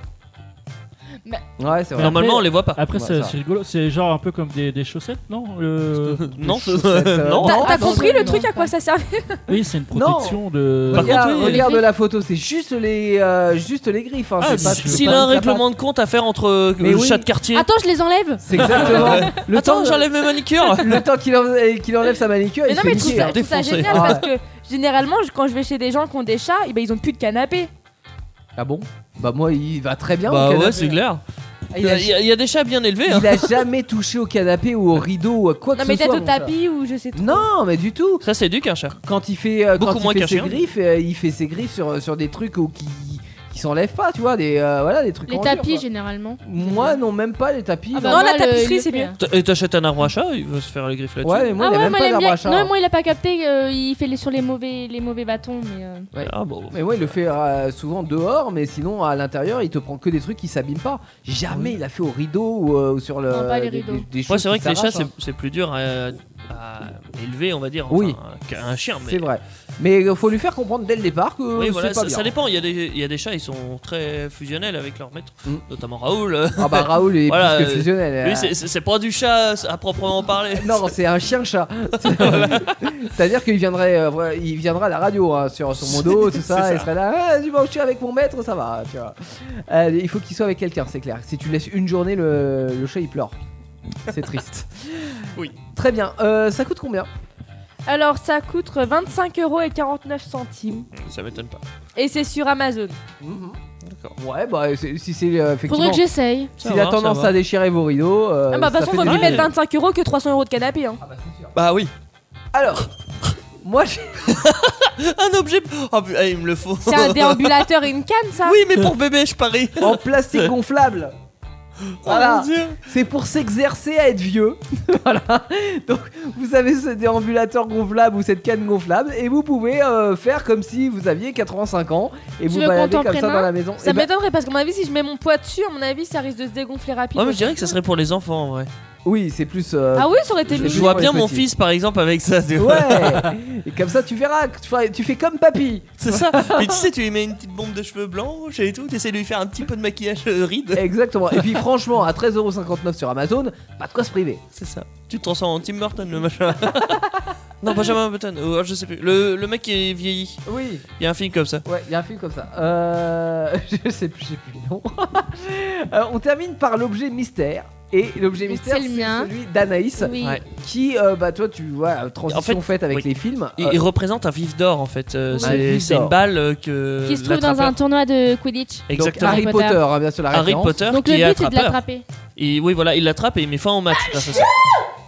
D: Ouais, c'est vrai.
F: Normalement, on les voit pas.
E: Après,
D: Ouais,
E: c'est
D: ça.
E: c'est rigolo. C'est genre un peu comme des, des chaussettes, non Le-
F: Non,
D: chaussettes, euh,
F: non.
H: T'as
D: Oh,
H: t'as
D: non,
H: compris
G: non,
H: le truc
G: non,
H: à quoi ça servait
E: Oui, c'est une
D: Non.
E: protection de.
F: Par
D: regarde,
F: contre, oui,
D: regarde
G: les
D: la photo, c'est juste les, euh, juste les griffes. Hein,
E: Ah,
D: c'est pas-
E: si-
D: tu veux
F: S'il
D: pas-
F: a un
D: t'as
F: règlement de compte à faire entre euh,
D: Mais
F: le
D: oui.
F: chat de quartier.
G: Attends, je les enlève.
D: pas- C'est exactement le
F: Attends,
D: temps.
F: j'enlève mes manicures. Ah,
D: Le temps qu'il enlève, qu'il enlève sa manicure,
H: Mais
D: il
H: non,
D: se
H: mais
D: fait
H: je trouve
D: niquer,
H: ça,
D: hein.
H: je trouve ça
F: Défoncé.
H: génial
D: Ah.
H: parce que généralement, je- quand je vais chez des gens qui ont des chats, eh ben, ils ont plus de canapé.
D: Ah bon Bah moi, il va très bien. au
F: Bah
D: canapé.
F: ouais, c'est clair.
D: Ah,
F: Il
D: il, a,
F: y, a- il y a des chats bien élevés. hein.
D: il a jamais touché au canapé ou au rideau ou à quoi
H: Non,
D: que
H: mais
D: ce soit.
H: peut-être au
D: mon chat.
H: tapis ou je sais tout.
D: Non, mais du tout.
F: Ça, c'est du qu'un chat.
D: quand il fait, euh,
F: Beaucoup
D: quand il
F: moins
D: fait
F: qu'un
D: ses
F: chien.
D: griffes, euh, il fait ses griffes sur, sur des trucs où qui, qui s'enlèvent pas, tu vois, des euh, voilà des trucs.
G: Les
D: en dur,
G: tapis,
D: quoi.
G: généralement.
D: Moi non, même pas les tapis.
G: Ah bah
H: Non,
G: moi,
H: la
G: le-
H: tapisserie,
G: il le
H: c'est
G: fait,
H: mieux.
G: hein.
F: T- Et t'achètes un arbre à chat, il va se faire les griffes là-dessus.
D: ouais, mais moi
G: ah
D: il a
G: ouais,
D: même
G: moi, il
D: pas
G: aime
D: d'arbre
G: bien.
D: à chat.
G: Non, moi, il a pas capté. euh, il fait les sur les mauvais, les mauvais bâtons, mais. euh,
F: Ah bon.
D: Mais ouais, il le fait euh, souvent dehors, mais sinon à l'intérieur, il te prend que des trucs qui s'abîment pas. Jamais il a fait au rideau ou, euh, ou sur le.
G: Non, pas les
D: des-
G: rideaux.
D: Des, des
F: Ouais,
D: choses
F: c'est vrai
D: qui
F: que les chats,
D: s'arrachent,
F: c'est
D: hein.
F: c'est plus dur à, à élever, on va dire. enfin,
D: Oui.
F: Qu'un chien. Mais...
D: C'est vrai. Mais euh, faut lui faire comprendre dès le départ que
F: Oui,
D: c'est
F: voilà,
D: pas
F: ça,
D: bien.
F: ça dépend. Il y, a des, il y a des chats, ils sont très fusionnels avec leur maître,
D: Mm.
F: notamment Raoul. euh.
D: Ah bah Raoul est
F: Voilà,
D: plus que
F: euh,
D: fusionnel.
F: Lui,
D: euh.
F: c'est- c'est c'est pas du chat à proprement parler.
D: Non, c'est un chien-chat. C'est-à-dire qu'il viendrait, euh, vra- il viendra à la radio hein, sur, sur mon dos, tout ça,
F: C'est
D: il
F: ça.
D: serait là, ah, du moment où je suis avec mon maître, ça va, tu vois. Euh, il faut qu'il soit avec quelqu'un, c'est clair. Si tu laisses une journée, le, le chat il pleure. C'est triste.
F: Oui.
D: Très bien. Euh, ça coûte combien
H: Alors, ça coûte 25 euros et 49 centimes.
F: Ça m'étonne pas.
H: Et c'est sur Amazon.
F: Mm-hmm. D'accord.
D: Ouais, bah c'est- si c'est euh,
G: Faudrait
D: effectivement.
G: que j'essaye.
D: Si
F: Ça
D: la
F: va,
D: tendance
F: ça va.
D: à déchirer vos rideaux. euh,
H: Ah bah, de
D: ça
H: toute façon,
D: fait
H: vaut mieux
D: des-
H: mettre 25 euros que 300 euros de canapé. Hein.
F: Bah oui.
D: Alors, moi j'ai.
F: Un objet. Oh, putain, il me le faut.
H: C'est un déambulateur et une canne, ça
F: Oui, mais pour bébé, je parie.
D: En plastique gonflable Voilà.
L: Oh mon Dieu.
D: C'est pour s'exercer à être vieux. voilà. Donc vous avez ce déambulateur gonflable ou cette canne gonflable et vous pouvez euh, faire comme si vous aviez 85 ans et vous
H: veux qu'on
D: balader
H: t'en
D: comme
H: prenne
D: ça
H: un
D: dans la maison.
H: Ça
D: Eh ben,
H: m'étonnerait parce que, à mon avis, si je mets mon poids dessus, à mon avis, ça risque de se dégonfler rapidement.
D: Ah,
F: Ouais, mais je dirais que ça serait pour les enfants en vrai.
D: Oui, c'est plus. euh,
H: Ah oui, ça aurait été
F: Je
H: mignon.
F: vois bien
H: Ouais,
F: mon
H: petit.
F: fils par exemple avec ça. tu vois.
D: Ouais. et comme ça tu verras, tu fais, tu fais comme papy.
F: C'est ça. Mais tu sais, tu lui mets une petite bombe de cheveux blancs et tout, t'essaies de lui faire un petit peu de maquillage euh, ride.
D: Exactement. Et puis franchement, à 13,59€ sur Amazon, pas de quoi se priver.
F: C'est ça. Tu te transformes en Tim Burton, le machin. non, Benjamin Button, ou, ah, je sais plus. Le, le mec qui est vieilli.
D: Oui.
F: Il y a un film comme ça.
D: Ouais, il y a un film comme ça. Euh, je sais plus, je sais plus le nom. Euh, on termine par l'objet mystère. Et l'objet
G: Donc,
D: mystère,
G: c'est
D: c'est
G: le mien.
D: celui d'Anaïs,
G: Oui. Ouais.
D: qui, euh, bah toi, tu vois, transition faite avec les films.
F: Il,
D: Euh,
F: il représente un vif d'or en fait. Euh,
D: Oui. Un
F: c'est
D: vif
F: c'est une
D: d'or.
F: balle euh, que.
G: Qui se trouve dans un
F: l'attrapeur-
G: tournoi de Quidditch.
F: Exactement.
D: Harry Potter, hein, bien sûr, la
F: Harry
D: référence.
F: Potter
G: Donc
F: qui
G: le but
F: est
G: c'est de
F: attrapeur.
G: l'attraper. Ah,
F: Et oui, voilà, il l'attrape et il met fin au match. grâce à ça.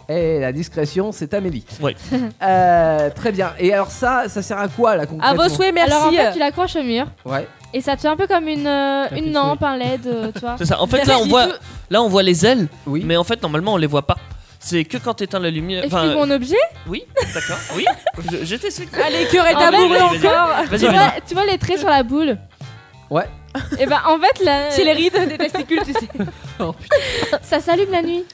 D: Et la discrétion, c'est Amélie.
F: Ouais.
D: Euh, très bien. Et alors ça, ça sert à quoi la concrètement
H: À vos souhaits, merci.
G: Alors en fait tu l'accroches au mur
D: Ouais.
G: et ça te fait un peu comme une, euh, une lampe, un LED, euh, tu vois.
F: C'est ça. En fait, là on
G: Il
F: voit,
G: peut-
F: là on voit les ailes. Mais en fait, normalement, on les voit pas. C'est que quand t'éteins la lumière.
G: Explique mon objet
F: Oui, d'accord. Oui. je- J'étais sous.
H: Allez, queue est
G: En fait,
H: amoureux
F: vas-y, vas-y.
H: encore.
F: Vas-y,
G: tu,
F: vas-y.
G: vois, tu vois les traits sur la boule
D: Ouais.
G: Et bah en fait là.
H: C'est les rides des testicules, tu sais.
G: Ça s'allume la nuit.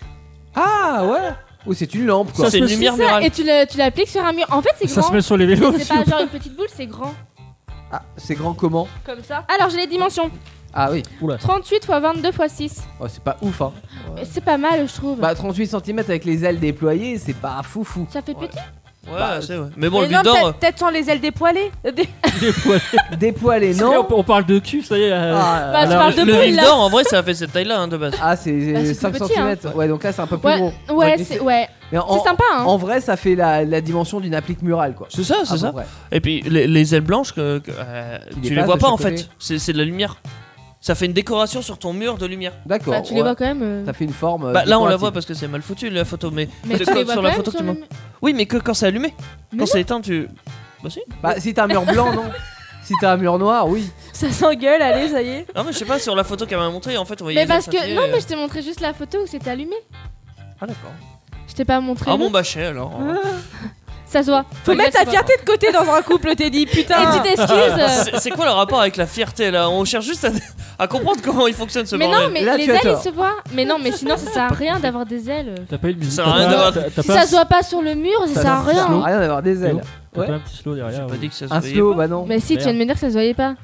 D: Ah ouais. Ou c'est une lampe quoi.
F: Ça, c'est une lumière
G: C'est ça,
F: murale.
G: Et tu le- tu l'appliques sur un mur. En fait c'est
D: Ça
G: grand.
D: se met sur les vélos
G: C'est
D: aussi,
G: pas
D: ou pas
G: genre une petite boule, c'est grand.
D: Ah, c'est grand comment
G: Comme ça. Alors j'ai les dimensions.
D: Ah oui. Oula.
G: 38 x 22 x 6.
D: Oh, c'est pas ouf hein.
G: Mais C'est pas mal je trouve.
D: Bah 38 cm avec les ailes déployées, c'est pas fou fou.
G: Ça fait petit
F: Ouais, c'est vrai. Mais bon, le
H: Mais non,
F: but d'or.
H: peut-être- Peut-être sans les ailes dépoilées. Des-
D: Dépoilé,
E: non on, on parle de cul, ça y est. euh,
D: Ah,
E: à
F: bah,
D: tu
E: la-
D: parles de
F: Le
D: boule,
F: vif
D: là.
F: d'or, en vrai, ça a fait cette taille-là hein, de base.
D: Ah, c'est
F: Bah, c'est
D: 5
F: tout petit,
D: cm.
F: hein.
D: Ouais, donc là c'est un peu plus
G: Ouais,
D: gros.
G: ouais,
D: mais
G: c'est- ouais.
D: mais en-
G: C'est sympa, hein.
D: En vrai, ça fait la, la dimension d'une applique murale quoi. Ah,
F: C'est ça, c'est
D: À peu
F: ça.
D: près.
F: Ah Et puis les, les ailes blanches, que, que, euh, tu les
D: dépassent
F: vois
D: de
F: pas
D: chaque
F: en
D: côté.
F: fait. C'est c'est de la lumière. Ça fait une décoration sur ton mur de lumière.
D: D'accord.
G: Bah, tu les vois quand même, euh.
D: Ça fait une forme. euh,
F: Bah, là, on la
D: décorative.
F: voit parce que c'est mal foutu la photo, mais,
G: Mais
F: de-
G: tu les
F: quand-
G: vois
F: sur la
G: quand même euh,
F: photo que
G: sur
F: tu
G: le
F: m'en- Oui, mais que quand c'est allumé. quand
G: Mais non.
F: c'est éteint, tu. Bah si.
D: Bah, si t'as un mur blanc, non Si t'as un mur noir, oui.
H: Ça s'engueule, allez, ça y est.
F: Non, mais je sais pas, sur la photo qu'elle m'a montrée, en fait, on voyait.
G: Mais
F: les ailes
G: parce que.
F: scintiller,
G: Non,
F: euh.
G: mais je t'ai montré juste la photo où c'était allumé.
F: Ah, d'accord.
G: Je t'ai pas montré.
F: Ah bon,
G: l'autre.
F: bah, je sais, alors.
G: Ça se voit.
H: Faut mettre sa fierté de côté dans un couple, t'es dit putain.
G: Et tu t'excuses.
F: Ah, C'est- C'est quoi le rapport avec la fierté là On cherche juste à, à comprendre comment il fonctionne ce
G: Mais
F: bordel.
G: non, mais les ailes, ils se voient. Mais non, mais sinon, ça sert à rien d'avoir des ailes.
E: T'as pas eu de musique.
F: Ça sert à rien
E: t'as pas-
F: d'avoir-
E: t'as- t'as
G: Si
E: pas-
G: ça se voit pas sur le mur, ça sert à rien.
D: rien d'avoir des ailes.
E: T'as
D: Ouais.
E: pas un petit slow derrière.
F: J'ai pas
E: ouais.
F: dit que ça se
D: Un
F: voyait
D: slow,
F: pas.
D: bah non.
G: Mais si, tu viens de me dire que ça se voyait pas.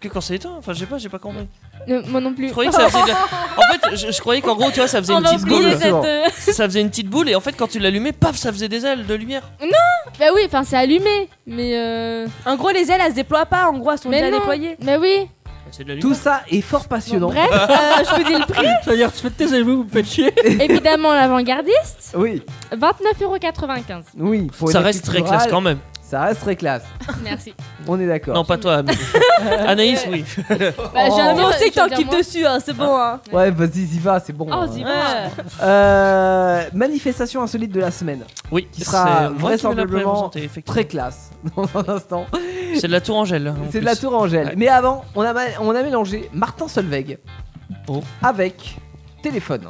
F: Que quand c'est éteint Enfin, je sais pas, j'ai pas compris.
G: Euh, Moi non plus.
F: Je croyais que ça faisait. de la- En fait, je, je croyais qu'en gros, tu vois, ça faisait
G: On
F: une
G: va
F: petite
G: oublier
F: boule.
G: cette,
F: Ça faisait une petite boule et en fait, quand tu l'allumais, paf, ça faisait des ailes de lumière.
G: Non Bah oui, enfin, c'est allumé. Mais euh.
H: En gros, les ailes, elles se déploient pas. En gros, elles sont
G: Mais
H: déjà
G: non.
H: déployées.
G: Mais oui.
F: Bah, C'est de la
D: Tout ça est fort passionnant.
G: Bref, euh, je vous dis le prix.
E: C'est-à-dire, tu fais tes ailes, vous vous me faites chier.
G: Évidemment, l'avant-gardiste,
D: Oui,
G: 29,95€.
D: oui. pour
F: Ça
D: une
F: reste
D: applique
F: très
D: murale,
F: classe quand même.
D: Ça reste très classe.
G: Merci.
D: On est d'accord.
F: Non, pas toi, Amélie. Anaïs, oui.
H: Bah, j'ai un
G: Oh.
H: autre, c'est
G: Je veux
H: que t'en
G: dire,
H: kiffes
G: moi.
H: dessus, hein, c'est bon. Hein. Ah,
D: Ouais, vas-y, y va, c'est bon.
G: Oh,
D: hein.
G: dis
F: Ah,
D: Euh, manifestation insolite de la semaine.
F: Oui,
D: Qui
F: c'est
D: sera
F: moi qui vais la
D: vraisemblablement
F: présenter, effectivement.
D: très classe dans un instant.
F: C'est de la tour Angèle. en
D: C'est de
F: plus.
D: la Tour Angèle.
F: Ouais.
D: Mais avant, on a, ma- on a mélangé Martin Solveig
F: Oh.
D: avec téléphone.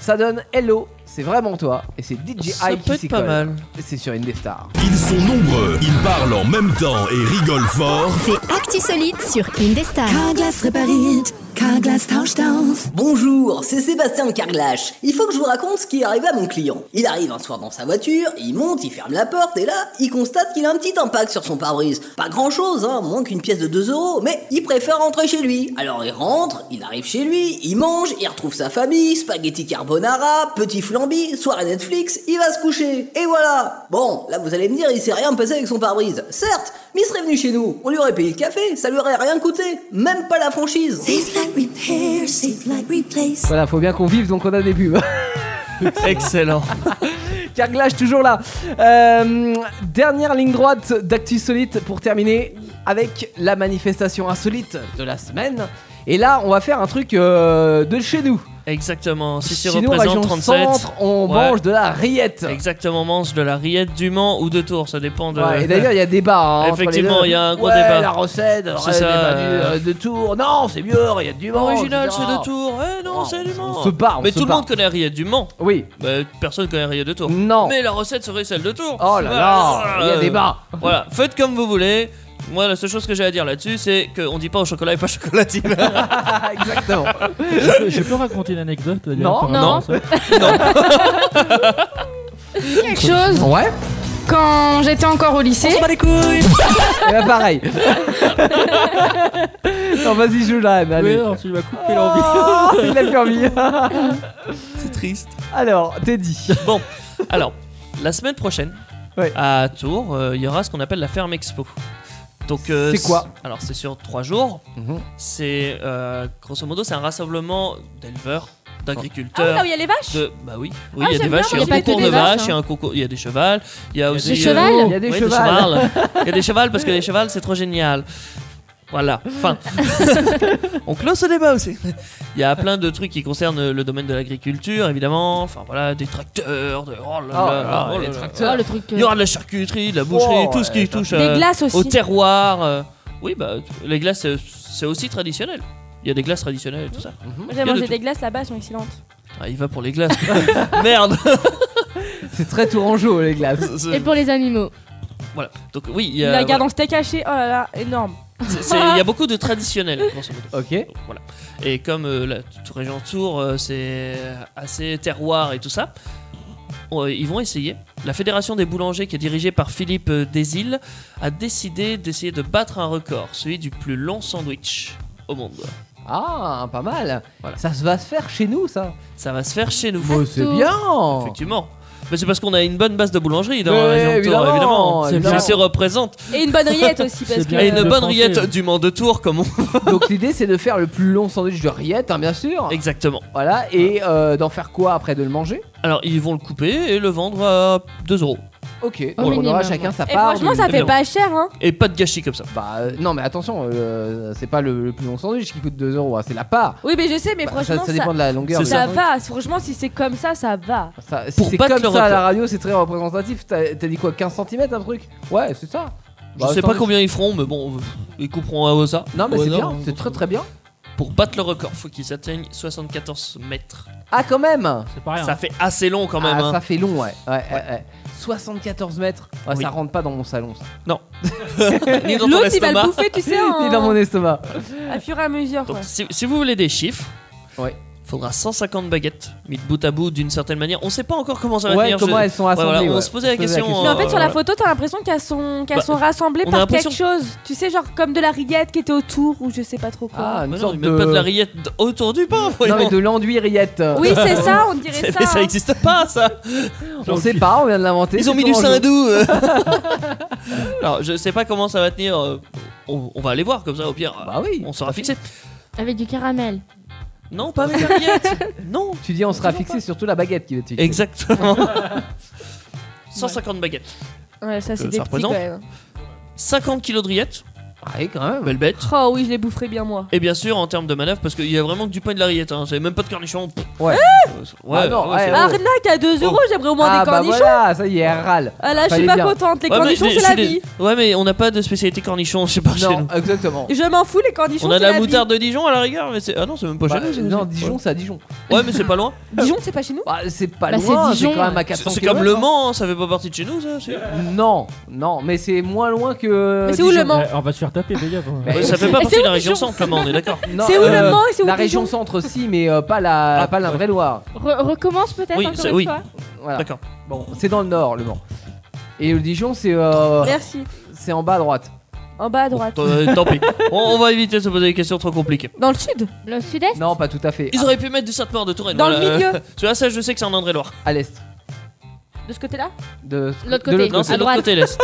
D: Ça donne Hello, c'est vraiment toi. Et c'est DJI
F: Ça
D: qui
F: peut être
D: s'y
F: pas
D: colle.
F: mal.
D: Et C'est sur une des stars.
A: Ils sont nombreux, ils parlent en même temps et rigolent fort.
B: C'est Actu Solide sur Indestar.
M: Carglass répariert, Carglass tauscht aus. Bonjour, c'est Sébastien de Carglass. Il faut que je vous raconte ce qui est arrivé à mon client. Il arrive un soir dans sa voiture, il monte, il ferme la porte et là, il constate qu'il a un petit impact sur son pare-brise. Pas grand chose, hein, moins qu'une pièce de 2 euros, mais il préfère rentrer chez lui. Alors il rentre, il arrive chez lui, il mange, il retrouve sa famille, spaghetti carbonara, petit flambi, soirée Netflix, il va se coucher. Et voilà Bon, là vous allez me dire, il s'est rien passé avec son pare-brise. Certes, mais il serait venu chez nous, on lui aurait payé le café, ça lui aurait rien coûté, même pas la franchise.
D: Voilà, faut bien qu'on vive, donc on a des pubs.
F: Excellent.
D: Carglass toujours là. Euh, dernière ligne droite d'Actu Solite pour terminer avec la manifestation insolite de la semaine. Et là, on va faire un truc euh, de chez nous.
F: Exactement, si c'est
D: Chez nous,
F: représente
D: région
F: 37.
D: centre, on mange de la rillette.
F: Exactement, on mange de la rillette du Mans ou de Tours, ça dépend de.
D: Ouais, et d'ailleurs, il y a débat. hein, entre les
F: Effectivement,
D: deux.
F: il y a un gros
D: Ouais,
F: débat.
D: La recette,
F: C'est
D: ouais,
F: ça,
D: débat du-
F: euh,
D: euh, de tour. Non, c'est mieux, il y a du vent.
F: Original,
D: etc.
F: c'est de Tours. Eh non, c'est du Mans.
D: Oh, on se barre, on
F: Mais
D: se
F: tout le
D: barre.
F: monde connaît la rillette du Mans. Bah,
D: Oui.
F: personne connaît la rillette de Tours.
D: Non.
F: Mais la recette serait celle de Tours. Bah, euh,
D: Oh là là, il y a débat.
F: Voilà, faites comme vous voulez. Moi, la seule chose que j'ai à dire là-dessus, c'est qu'on dit pas au chocolat et pas chocolatine.
D: Exactement.
E: Je peux- je peux raconter une anecdote d'ailleurs, par
F: Non. Non.
E: rapport à ça
H: Quelque chose.
D: Ouais.
H: Quand j'étais encore au lycée.
D: Eh ben, pareil. non, vas-y, joue là, Anne, allez.
E: Oui, non, tu m'as coupé l'envie.
D: Oh, il a plus envie.
F: c'est triste.
D: Alors, Teddy.
F: Bon, alors, la semaine prochaine, à Tours, euh, il y aura ce qu'on appelle la Ferme Expo. Donc, euh,
D: C'est quoi
F: Alors, c'est sur trois jours. C'est, euh, grosso modo, c'est un rassemblement d'éleveurs, d'agriculteurs.
H: Ah oui, là où il y a les vaches
F: euh, de- Bah oui, oui, il y a
H: Ah,
F: des
H: j'aime bien,
F: vaches, il y a
H: moi, j'ai
F: un
H: pas
F: concours
H: que
F: de
H: des vaches,
F: vaches, il y a
H: hein.
F: un concours, il y a des chevals, il y a aussi.
H: des chevals
F: euh,
H: Il y a des
F: oui,
H: chevals.
F: Il y a des chevals parce que les chevals, c'est trop génial. Voilà, fin. On clôt ce débat aussi. Il y a plein de trucs qui concernent le domaine de l'agriculture, évidemment. Enfin voilà, des tracteurs, de... oh là
H: Ah,
F: là,
H: ah,
F: oh
H: les
F: là là.
H: tracteurs. Ah, le truc,
F: Il y aura de la charcuterie, de la boucherie,
H: Oh,
F: tout ce qui
H: ouais,
F: touche
H: Des glaces aussi.
F: euh, au terroir. euh. Oui, bah les glaces, c'est- c'est aussi traditionnel. Il y a des glaces traditionnelles et tout ça.
D: Mhm.
F: Il y
H: J'ai
F: a de
H: mangé
F: tout.
H: des glaces là-bas, elles sont excellentes.
F: Ah, il va pour les glaces. Merde
D: C'est très tourangeau, les glaces.
G: Et pour les animaux.
F: Voilà. Donc oui, il y
H: Il
F: a,
H: la garde
F: voilà.
H: en steak haché, oh là là, énorme.
F: C'est- c'est- il y a beaucoup de traditionnels. grosso modo.
D: Ok.
F: Voilà. Et comme euh, la toute région Tours, euh, c'est assez terroir et tout ça, on- euh, ils vont essayer. La Fédération des boulangers, qui est dirigée par Philippe euh, Desilles, a décidé d'essayer de battre un record, celui du plus long sandwich au monde.
D: Ah, pas mal. Ça se va se faire chez nous, ça.
F: Ça va se faire chez nous.
D: Bah, c'est bien.
F: Effectivement. Mais c'est parce qu'on a une bonne base de boulangerie dans la
D: Mais
F: région de Tours,
D: évidemment,
F: évidemment.
D: évidemment.
F: Ça se représente.
H: Et une bonne rillette aussi, parce
F: Et
H: que.
F: une bonne rillette du Mans de Tours, comme on
D: Donc l'idée c'est de faire le plus long sandwich de rillette, hein, bien sûr.
F: Exactement.
D: Voilà, et euh, d'en faire quoi après de le manger
F: Alors, ils vont le couper et le vendre à 2 euros.
D: Ok,
F: Au
D: donc on aura
F: minimum,
D: chacun sa
H: Et
D: part.
H: franchement,
D: du-
H: ça fait pas cher, hein.
F: Et pas de gâchis comme ça.
D: Bah euh, non, mais attention, euh, c'est pas le, le plus long sandwich qui coûte 2 euros, hein, c'est la part.
H: Oui, mais je sais, mais
D: Bah, ça-
H: franchement.
D: ça dépend de la longueur
H: Ça,
D: du sandwich.
H: va, franchement, si c'est comme ça, ça va.
D: Ça- si
F: Pour
D: c'est comme
F: battre
D: ça
F: le
D: à la
F: record.
D: radio, c'est très représentatif. T'as t'as dit quoi 15 cm un truc Ouais, c'est ça.
F: Je
D: Bah,
F: sais pas
D: sandwich.
F: combien ils feront, mais bon, ils couperont à ça.
D: Non, mais
F: Ouais,
D: c'est bien, c'est très très bien.
F: Pour battre le record, faut qu'ils atteignent 74 mètres.
D: Ah, quand même
E: C'est pas rien.
F: Ça fait assez long quand même.
D: hein. Ah,
F: hein.
D: ça fait long, ouais. ouais, ouais, ouais. 74 mètres, Ouais, ça rentre pas dans mon salon, ça.
F: Non. Ni dans ton
H: L'autre, il va
F: estomac.
H: le bouffer, tu sais, en.
F: hein.
D: Il est dans mon estomac.
H: À fur et à mesure,
F: Donc,
H: quoi.
F: si, si vous voulez des chiffres,
D: ouais.
F: faudra 150 baguettes mises de bout à bout d'une certaine manière. On sait pas encore comment ça va
D: Ouais,
F: tenir.
D: comment elles sont assemblées,
F: voilà, On
D: ouais.
F: se posait la question.
H: Mais en fait, sur la
F: euh,
H: photo, t'as l'impression qu'elles sont, qu'elles
F: Bah,
H: sont rassemblées
F: on a
H: par
F: l'impression-
H: quelque chose. Tu sais, genre comme de la rillette qui était autour ou je sais pas trop quoi.
D: Ah, une
F: bah non,
D: sorte
F: ils mettent
D: de-
F: pas de la rillette d- autour du pain,
D: Non,
F: voyons.
D: mais de l'enduit rillette.
H: Oui, c'est ça, on dirait
F: Mais
H: ça.
F: ça
H: hein.
F: existe pas, ça.
D: On sait pas, on vient de l'inventer.
F: Ils ont
D: c'est
F: mis du
D: orange.
F: Saint-Doux. euh. Alors, je sais pas comment ça va tenir. euh, On, on va aller voir comme ça, au pire.
D: Bah oui.
F: On sera fixé.
G: Avec du caramel.
F: Non,
D: Bah
F: pas avec la rillette. non.
D: Tu dis, on sera fixé surtout la baguette qui va être
F: Exactement. 150 baguettes.
H: Ouais, ça, c'est
F: Euh,
H: des petits quand
F: représente
H: même.
F: 50 kilos de rillettes.
D: Ouais, Ah, quand même.
F: Belle bête.
H: Oh oui, je les boufferais bien, moi.
F: Et bien sûr, en termes de manœuvre, parce qu'il y a vraiment que du pain et de la rillette. Hein. C'est même pas de cornichons. Pff,
D: Ouais.
F: Ouais,
D: Ah non,
F: ouais, c'est-
D: ouais,
H: Arnaque à 2 euros, j'aimerais au moins
D: Ah,
H: des
D: bah
H: cornichons.
D: voilà, ça y est, elle râle.
H: Ah là, je suis
D: Fallait
H: pas
D: bien.
H: contente, les
F: Ouais, mais-
H: cornichons,
F: mais
H: c'est
F: je
H: la
F: suis
H: vie.
F: dé- Ouais, mais on n'a pas de spécialité cornichon, je sais pas chez
D: Non,
F: nous.
D: exactement.
H: Je m'en fous, les cornichons,
F: On a
H: c'est
F: de la,
H: vie.
F: moutarde de Dijon à la rigueur, mais c'est. Ah non, c'est même pas
D: Bah,
F: chez nous. ça,
D: non,
F: c'est-
D: Dijon, c'est à Dijon.
F: Ouais, mais c'est pas loin.
H: Dijon, c'est pas chez nous
D: Bah, c'est pas
H: Bah, c'est
D: loin, c'est
H: Dijon.
D: quand même à
F: C'est
D: 400
F: c'est comme Le
D: kilomètres,
F: Mans, ça fait pas partie de chez nous, ça. c'est-
D: hein. Non, non, mais c'est moins loin que.
H: Mais c'est où
D: Dijon.
H: le Mans
E: Eh, On va se faire taper, les gars.
F: Ouais, ça fait pas partie de la région centre, Le Mans, on est d'accord.
D: Non,
H: C'est où le
D: euh,
H: Mans et c'est où
D: La
H: Dijon
D: région centre, si, mais euh, pas la,
F: Ah,
D: pas la Vraie-Loire.
G: Re- recommence peut-être
F: Oui,
G: encore
F: c'est-
G: une
F: oui.
G: fois.
D: Voilà.
F: D'accord.
D: Bon, c'est dans le nord, le Mans. Et le Dijon, c'est. euh,
H: Merci.
D: c'est en bas à droite.
H: En bas à droite.
F: Euh, Tant pis. On, on va éviter de se poser des questions trop compliquées.
H: Dans le sud
G: Le sud-est
D: Non, pas tout à fait.
F: Ils auraient pu mettre du Sainte-Maure de Touraine.
H: Dans le milieu.
F: Celui-là, ça, je sais que c'est en André-Loire.
D: À l'est.
H: De ce côté-là
D: De
G: L'autre
D: de
G: côté.
F: Non, c'est
G: à
F: de l'autre
G: droite.
F: côté l'Est.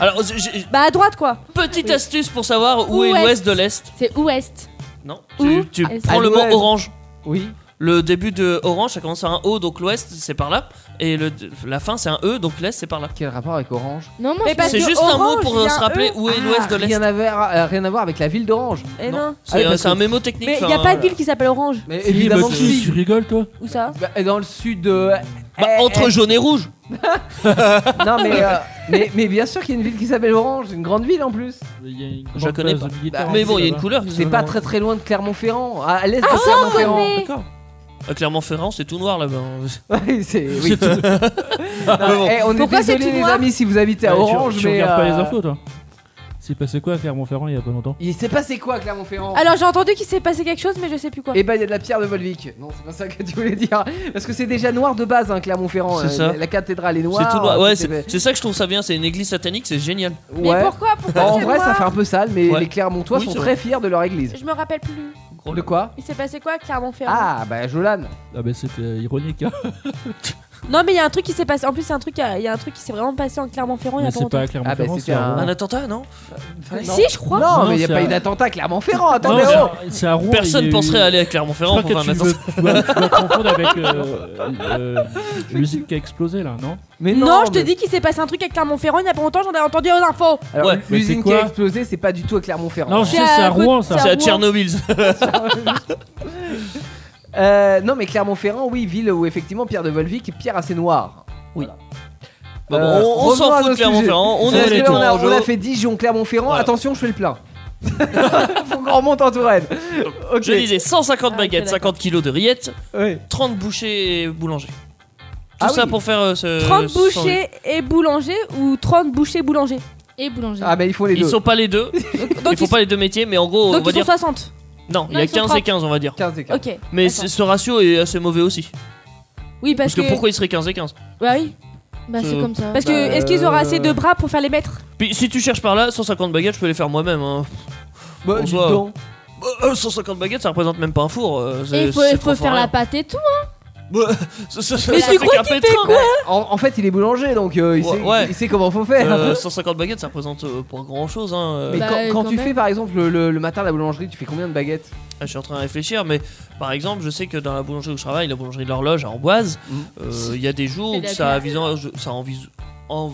F: Alors, j'ai- j'ai-
H: Bah à droite quoi.
F: petite astuce pour savoir où est
G: Ouest.
F: l'Ouest de l'Est.
G: C'est ouest.
F: Non,
G: Où
F: tu, tu
G: est-ce
F: prends
D: À
F: le mot
D: l'ouest.
F: orange.
D: Oui.
F: Le début de Orange, ça commence par un O, donc l'Ouest, c'est par là. Et le- la fin, c'est un E, donc l'Est, c'est par là.
D: Quel rapport avec Orange
G: Non, moi,
F: Mais
G: je
F: parce
G: pense
F: que
G: que
F: juste un mot
G: Orange,
F: pour,
G: il y a
F: euh, se
G: un
F: rappeler
G: E.
F: où est l'Ouest de l'Est.
D: Ah, Rien à voir, euh, rien à voir avec la ville d'Orange.
H: Eh non.
F: C'est, euh, c'est un mémo technique,
H: Mais il n'y a
F: enfin,
H: pas de
F: euh,
H: ville qui s'appelle Orange.
D: Mais
F: bah,
D: évidemment que si.
E: bah, rigoles, toi
H: Où ça
D: Dans le sud. euh, eh,
F: bah, Entre
D: eh.
F: jaune et rouge.
D: Non, mais, euh, mais, mais bien sûr qu'il y a une ville qui s'appelle Orange, une grande ville en plus.
F: Je la connais pas.
E: Ah,
F: mais bon, il y a une couleur.
D: C'est pas très très loin de Clermont-Ferrand, à à l'est
H: Ah,
D: de Clermont-Ferrand.
F: D'accord. Euh, Clermont-Ferrand, c'est tout noir là-bas.
D: Oui, c'est. oui.
F: C'est tout-
D: Non,
F: Mais bon. Bah,
D: eh, on
H: Pourquoi
D: est
H: c'est
D: désolé
H: tout
D: les
H: noir
D: amis si vous habitez
E: Ouais,
D: à
E: tu-
D: Orange,
E: tu,
D: mais.
E: regardes pas les
D: euh,
E: infos, toi. C'est passé quoi à Clermont-Ferrand il y a pas longtemps
D: Il s'est passé quoi à Clermont-Ferrand
H: Alors j'ai entendu qu'il s'est passé quelque chose, mais je sais plus quoi.
D: Eh ben, il y a de la pierre de Volvic. Non, c'est pas ça que tu voulais dire. Parce que c'est déjà noir de base, hein, Clermont-Ferrand.
F: C'est
D: Euh,
F: ça.
D: La, la cathédrale est noire.
F: C'est tout noir. Ouais,
D: tout
F: c'est
D: est-
F: c'est ça que je trouve ça bien. C'est une église satanique, c'est génial.
H: Mais
D: Ouais. Bah,
H: pourquoi Pourquoi
D: En
H: c'est
D: vrai, ça
H: noir
D: fait un peu sale, mais
F: Ouais.
D: les Clermontois
F: Oui,
D: sont
F: c'est
D: très
F: vrai.
D: fiers de leur église.
H: Je me rappelle plus.
D: De quoi
H: Il s'est passé quoi à Clermont-Ferrand
D: Ah, bah, Jolan.
E: Ah, bah c'était ironique. hein.
H: Non, mais il y a un truc qui s'est passé. En plus, c'est un truc. Il y a un truc qui s'est vraiment passé en Clermont-Ferrand. Il y
E: Mais
H: a pas
E: c'est pas
H: longtemps.
E: à Clermont-Ferrand.
D: Ah, bah,
E: c'est
D: c'était
E: à
D: un-
F: Un attentat, non
H: Si, je crois.
D: Non, mais il n'y a
E: c'est
D: pas
E: à-
D: eu d'attentat à Clermont-Ferrand.
E: Non,
D: Attendez,
E: c'est
D: oh
E: à- c'est à Rouen. il y
F: Personne
E: a eu-
F: penserait à aller à
E: Je crois
F: Clermont-Ferrand
E: que
F: pour
E: tu
F: un
E: veux-
F: attentat.
E: tu dois tu dois confondre avec euh, euh, musique qui a explosé là, non
D: Mais
H: Non, je te
D: mais-
H: dis qu'il s'est passé un truc à Clermont-Ferrand. Il y a pas longtemps, j'en ai entendu aux infos.
D: Alors,
F: Ouais,
E: mais
D: l'usine
E: c'est
D: qui a
E: quoi
D: explosé, c'est pas du tout à Clermont-Ferrand.
E: Non, Ah, je sais, c'est à
H: à côté-
E: Rouen ça.
H: c'est
F: C'est à
H: Rouen.
F: Tchernobyl.
D: Euh, non, mais Clermont-Ferrand, oui, ville où effectivement Pierre de Volvic est pierre assez noire.
F: Oui.
D: Voilà.
F: Bah bon,
D: Euh,
F: on- on s'en
D: revenons à
F: fout de
D: notre
F: Clermont-Ferrand.
D: sujet.
F: On
D: Parce
F: est
D: que
F: les
D: là, on, a,
F: Tourangeaux.
D: on a fait Dijon, Clermont-Ferrand.
F: Voilà.
D: Attention, je fais le plein. Faut qu'on remonte en Touraine. Ok.
F: Je disais 150
H: Ah,
F: baguettes,
H: ok,
F: 50 kilos de rillettes,
D: Ouais.
F: 30 bouchées et boulangers. Tout
D: Ah
F: ça
D: oui.
F: pour faire euh, ce. ce
H: 30
F: sandwich.
H: bouchers et boulangers ou 30 bouchers boulangers.
G: Et boulanger.
D: Ah, bah il faut les
F: Ils
D: deux.
F: sont pas les deux.
H: Donc
F: Ils font
H: ils,
F: pas les deux métiers, mais en gros, on
H: donc
F: va
H: ils
F: dire.
H: sont 60.
F: Non, il y
G: Non,
F: a
G: ils sont
F: 15 et
G: 30.
F: 15, on va dire.
D: 15 et 15.
H: Ok.
F: Mais
H: D'accord.
F: c'est- ce ratio est assez mauvais aussi.
H: Oui,
F: Parce
H: parce,
F: que pourquoi il serait 15 et 15
H: Bah oui.
G: Bah, c'est
F: Euh,
G: comme ça.
H: Parce que
D: Bah,
H: est-ce qu'ils auront assez de
D: euh,
H: bras pour faire les mètres
F: Puis si tu cherches par là, 150 baguettes, je peux les faire moi-même. hein.
D: Bah,
F: On
D: dis
F: voit.
D: donc.
F: Euh, euh, 150 baguettes, ça représente même pas un four. euh, c'est-
G: Et il faut,
F: c'est
G: il
F: trop
G: faut faire
F: fort,
G: la
F: hein.
G: pâte et tout.
F: Bah, ça- ça- ça
H: Mais
F: fait
H: tu crois
F: qu'un
H: qu'il fait
F: pétrin.
H: quoi
D: En, en fait, il est boulanger, donc euh, il,
F: Ouais,
D: sait,
F: ouais.
D: il sait comment faut faire.
F: Euh, 150 baguettes, ça représente euh, pas grand chose. Hein. euh.
D: Mais
G: Bah,
D: quand, quand
G: quand
D: tu
G: même.
D: fais par exemple le, le- le matin à la boulangerie, tu fais combien de baguettes
F: Ah, je suis en train de réfléchir, mais par exemple, je sais que dans la boulangerie où je travaille, la boulangerie de l'horloge à Amboise,
D: Mm.
F: euh, il y a des jours
G: Mais
F: où
G: la
F: ça, envisage- ça envise- en-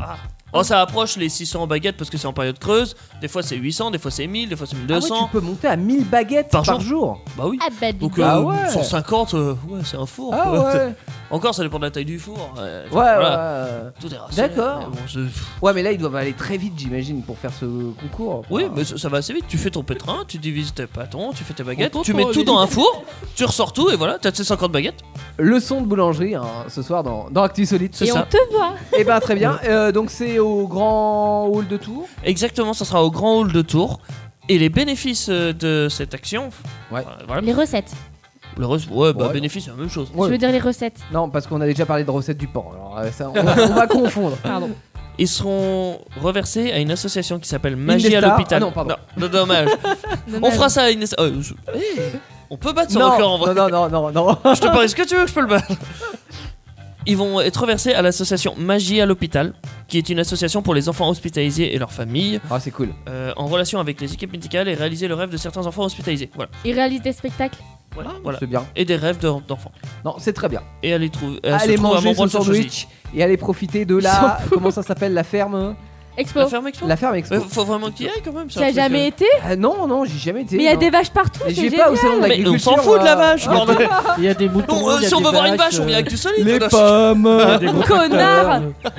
F: ah. Oh, ça approche les 600 baguettes parce que c'est en période creuse. Des fois c'est 800, des fois c'est 1000, des fois c'est
D: ah ouais,
F: 1200.
D: Tu peux monter à 1000 baguettes par,
F: Par
D: jour.
F: Bah oui.
G: Ah, bah, dis
F: Donc
G: donc.
D: Ah
F: euh,
D: ouais.
F: 150, euh, ouais, c'est un four.
D: Ah
F: quoi.
D: ouais. ouais,
F: Encore, ça dépend de la taille du four. euh, voilà.
D: ouais. ouais.
F: Tout est rationnel,
D: D'accord.
F: mais bon, c'est-
D: Ouais, mais là, ils doivent aller très vite, j'imagine, pour faire ce concours.
F: Oui,
D: Enfin,
F: mais ça, ça va assez vite. Tu fais ton pétrin, tu divises tes pâtons, tu fais tes baguettes,
E: Oh,
F: tu
E: oh,
F: mets
E: oh,
F: tout
E: les
F: dans un four, tu ressors tout et voilà, t'as tes 50 baguettes.
D: Leçon de boulangerie hein, ce soir dans, dans Actu Solide.
F: C'est
G: Et on
F: ça.
G: te voit.
D: Et ben très bien. Euh, donc c'est au grand hall de Tours.
F: Exactement, ça sera au Grand Hall de Tours. Et les bénéfices euh, de cette action.
D: Ouais.
F: enfin, voilà.
G: Les recettes.
F: Le reste, ouais, bah,
D: Ouais.
F: bénéfice, c'est la même chose.
G: Je veux dire les recettes.
D: Non, parce qu'on a déjà parlé de recette du pain. Alors euh, ça, on, on va confondre.
F: Ah,
G: Pardon.
F: Ils seront reversés à une association qui s'appelle Magie à
D: Indestar.
F: l'hôpital.
D: Ah non, pardon.
F: non, dommage. on fera ça à une. euh, je- Eh, on peut battre ce
D: non,
F: record en vrai.
D: non, non, non, non, non.
F: Je te parie ce que tu veux que je peux le battre. Ils vont être reversés à l'association Magie à l'hôpital, qui est une association pour les enfants hospitalisés et leurs familles,
D: Ah, c'est cool.
F: euh, en relation avec les équipes médicales et réaliser le rêve de certains enfants hospitalisés. Voilà.
G: Ils réalisent des spectacles.
F: Voilà, voilà.
D: C'est bien.
F: Et des rêves de- d'enfants.
D: Non, c'est très bien.
F: Et aller trouver. euh, se
D: allez
F: trouve à
D: manger son
F: Montbrand-le-Chaussée.
D: sandwich et allez profiter de la. Comment ça s'appelle la ferme hein,
G: Expo.
F: La ferme expo
D: La ferme expo.
F: Ouais, faut vraiment qu'il y aille quand même. c'est
H: Qui
F: un
H: a
F: truc,
H: jamais
F: euh,
H: été
D: Ah, non, non, j'y ai jamais été.
H: Mais il y a
D: non.
H: des vaches partout.
D: Mais
H: c'est
D: J'ai
H: génial.
D: pas au salon de
F: Mais on
D: l'agriculture.
F: s'en fout de la
D: euh,
F: vache, bordel.
E: Il y a des moutons.
F: Bon, euh,
E: il y a
F: si on
E: des
F: veut voir une
E: vaches,
F: vache, on vient avec du solide.
D: Les
F: on a-
D: pommes.
E: euh, il y a des gros
H: Connard.
E: tracteurs. euh.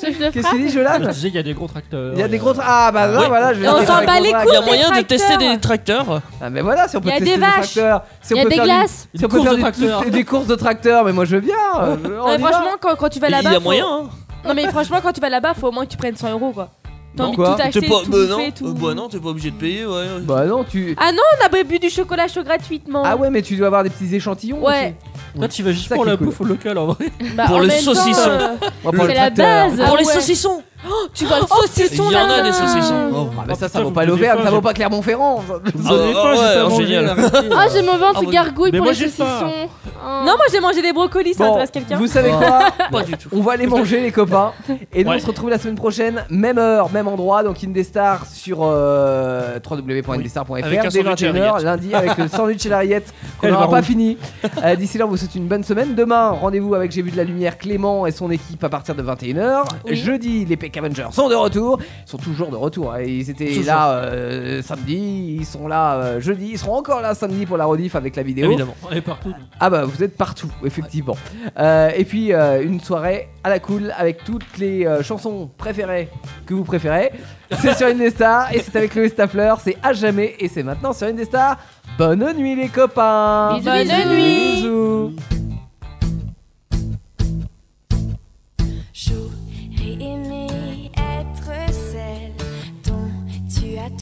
G: Je le
D: Qu'est-ce qu'il dit,
E: Je
D: Jolan
E: disais, il y a des gros tracteurs.
D: Ah, Il y a des gros. Ah bah là,
F: Oui.
D: voilà. je vais
H: Et on
D: dire
H: s'en
D: avec
H: bat
D: mon
H: les
D: bras.
H: couilles.
F: Il y a moyen de
H: Des tracteurs.
F: tester des tracteurs.
D: Ah mais voilà, si on peut
H: Y a
D: tester
H: des vaches.
D: tracteurs, si on
G: Il y a
D: peut
G: des
D: faire du-
G: glaces.
D: si on peut
E: Une course
D: faire
E: de
D: des-
E: tracteurs.
D: des, des courses de tracteurs, mais moi je veux bien. euh, on
H: Non, mais
D: y va.
H: franchement, quand, quand tu vas
F: Il
H: là-bas.
F: y a
H: faut-
F: moyen. hein.
H: Non, mais franchement, quand tu vas là-bas, faut au moins que tu prennes 100 euros quoi. T'as
D: Non.
H: envie de
D: Quoi
H: tout acheter,
F: T'es pas,
H: tout
F: bah,
H: bouffer,
F: non,
H: tout.
F: euh, bah non, t'es pas obligé de payer, ouais.
D: Bah non, tu.
H: Ah non, on a bu du chocolat chaud gratuitement.
D: Ah ouais, mais tu dois avoir des petits échantillons.
H: Ouais.
E: Toi, tu vas juste
D: Ça
E: pour
D: qui est
E: la
D: cool.
E: bouffe au local en vrai.
H: Bah,
F: Pour
H: en
F: le
H: même temps,
F: saucisson.
H: euh, ah
D: aussi. On va prendre
G: C'est
D: le
G: la
D: tracteur.
G: base.
F: Pour les
H: ouais. Oh,
F: saucissons Oh,
H: tu vas le saucisson
F: Il y en a
H: là.
F: des saucissons.
D: Ah bah ça, ça vaut pas l'Auvergne, ça vaut pas Clermont-Ferrand.
F: Ah, ah, ouais, alors, génial.
H: Ah,
G: Oh,
H: j'ai mauvais
F: Ah, mon-
H: gargouille
F: Mais
H: pour
F: moi,
H: les
F: j'ai faim.
H: saucissons. Non, moi j'ai mangé des brocolis, ça
D: Bon,
H: intéresse quelqu'un.
D: Vous savez quoi
F: Pas du tout.
D: On va aller manger les copains. Et nous on se retrouve la semaine prochaine, même heure, même endroit, donc Indestar sur euh, www.indestar.fr
F: Avec un
D: dès
F: sandwich à
D: 21h
F: rillettes.
D: lundi avec le sandwich et la rillette qu'on
F: Elle
D: n'aura
F: va
D: pas
F: rouler.
D: fini. Euh, D'ici là on vous souhaite une bonne semaine. Demain rendez-vous avec J'ai vu de la lumière Clément et son équipe à partir de 21h. Jeudi les Peck Avengers sont de retour. Ils sont toujours de retour. hein. Ils étaient
F: Toujours.
D: là euh, samedi, ils sont là euh, jeudi, ils seront encore là samedi pour la rediff avec la vidéo.
F: Évidemment.
E: On est oh. partout.
D: Ah bah vous êtes partout, effectivement. Euh, et puis euh, une soirée à la cool avec toutes les euh, chansons préférées que vous préférez. C'est sur une des stars et c'est avec Loïs Staffler, c'est à jamais et c'est maintenant sur une des stars. Bonne nuit les copains.
L: Bisous, Bonne bisous. nuit.
D: Bisous.
L: J'aurais aimé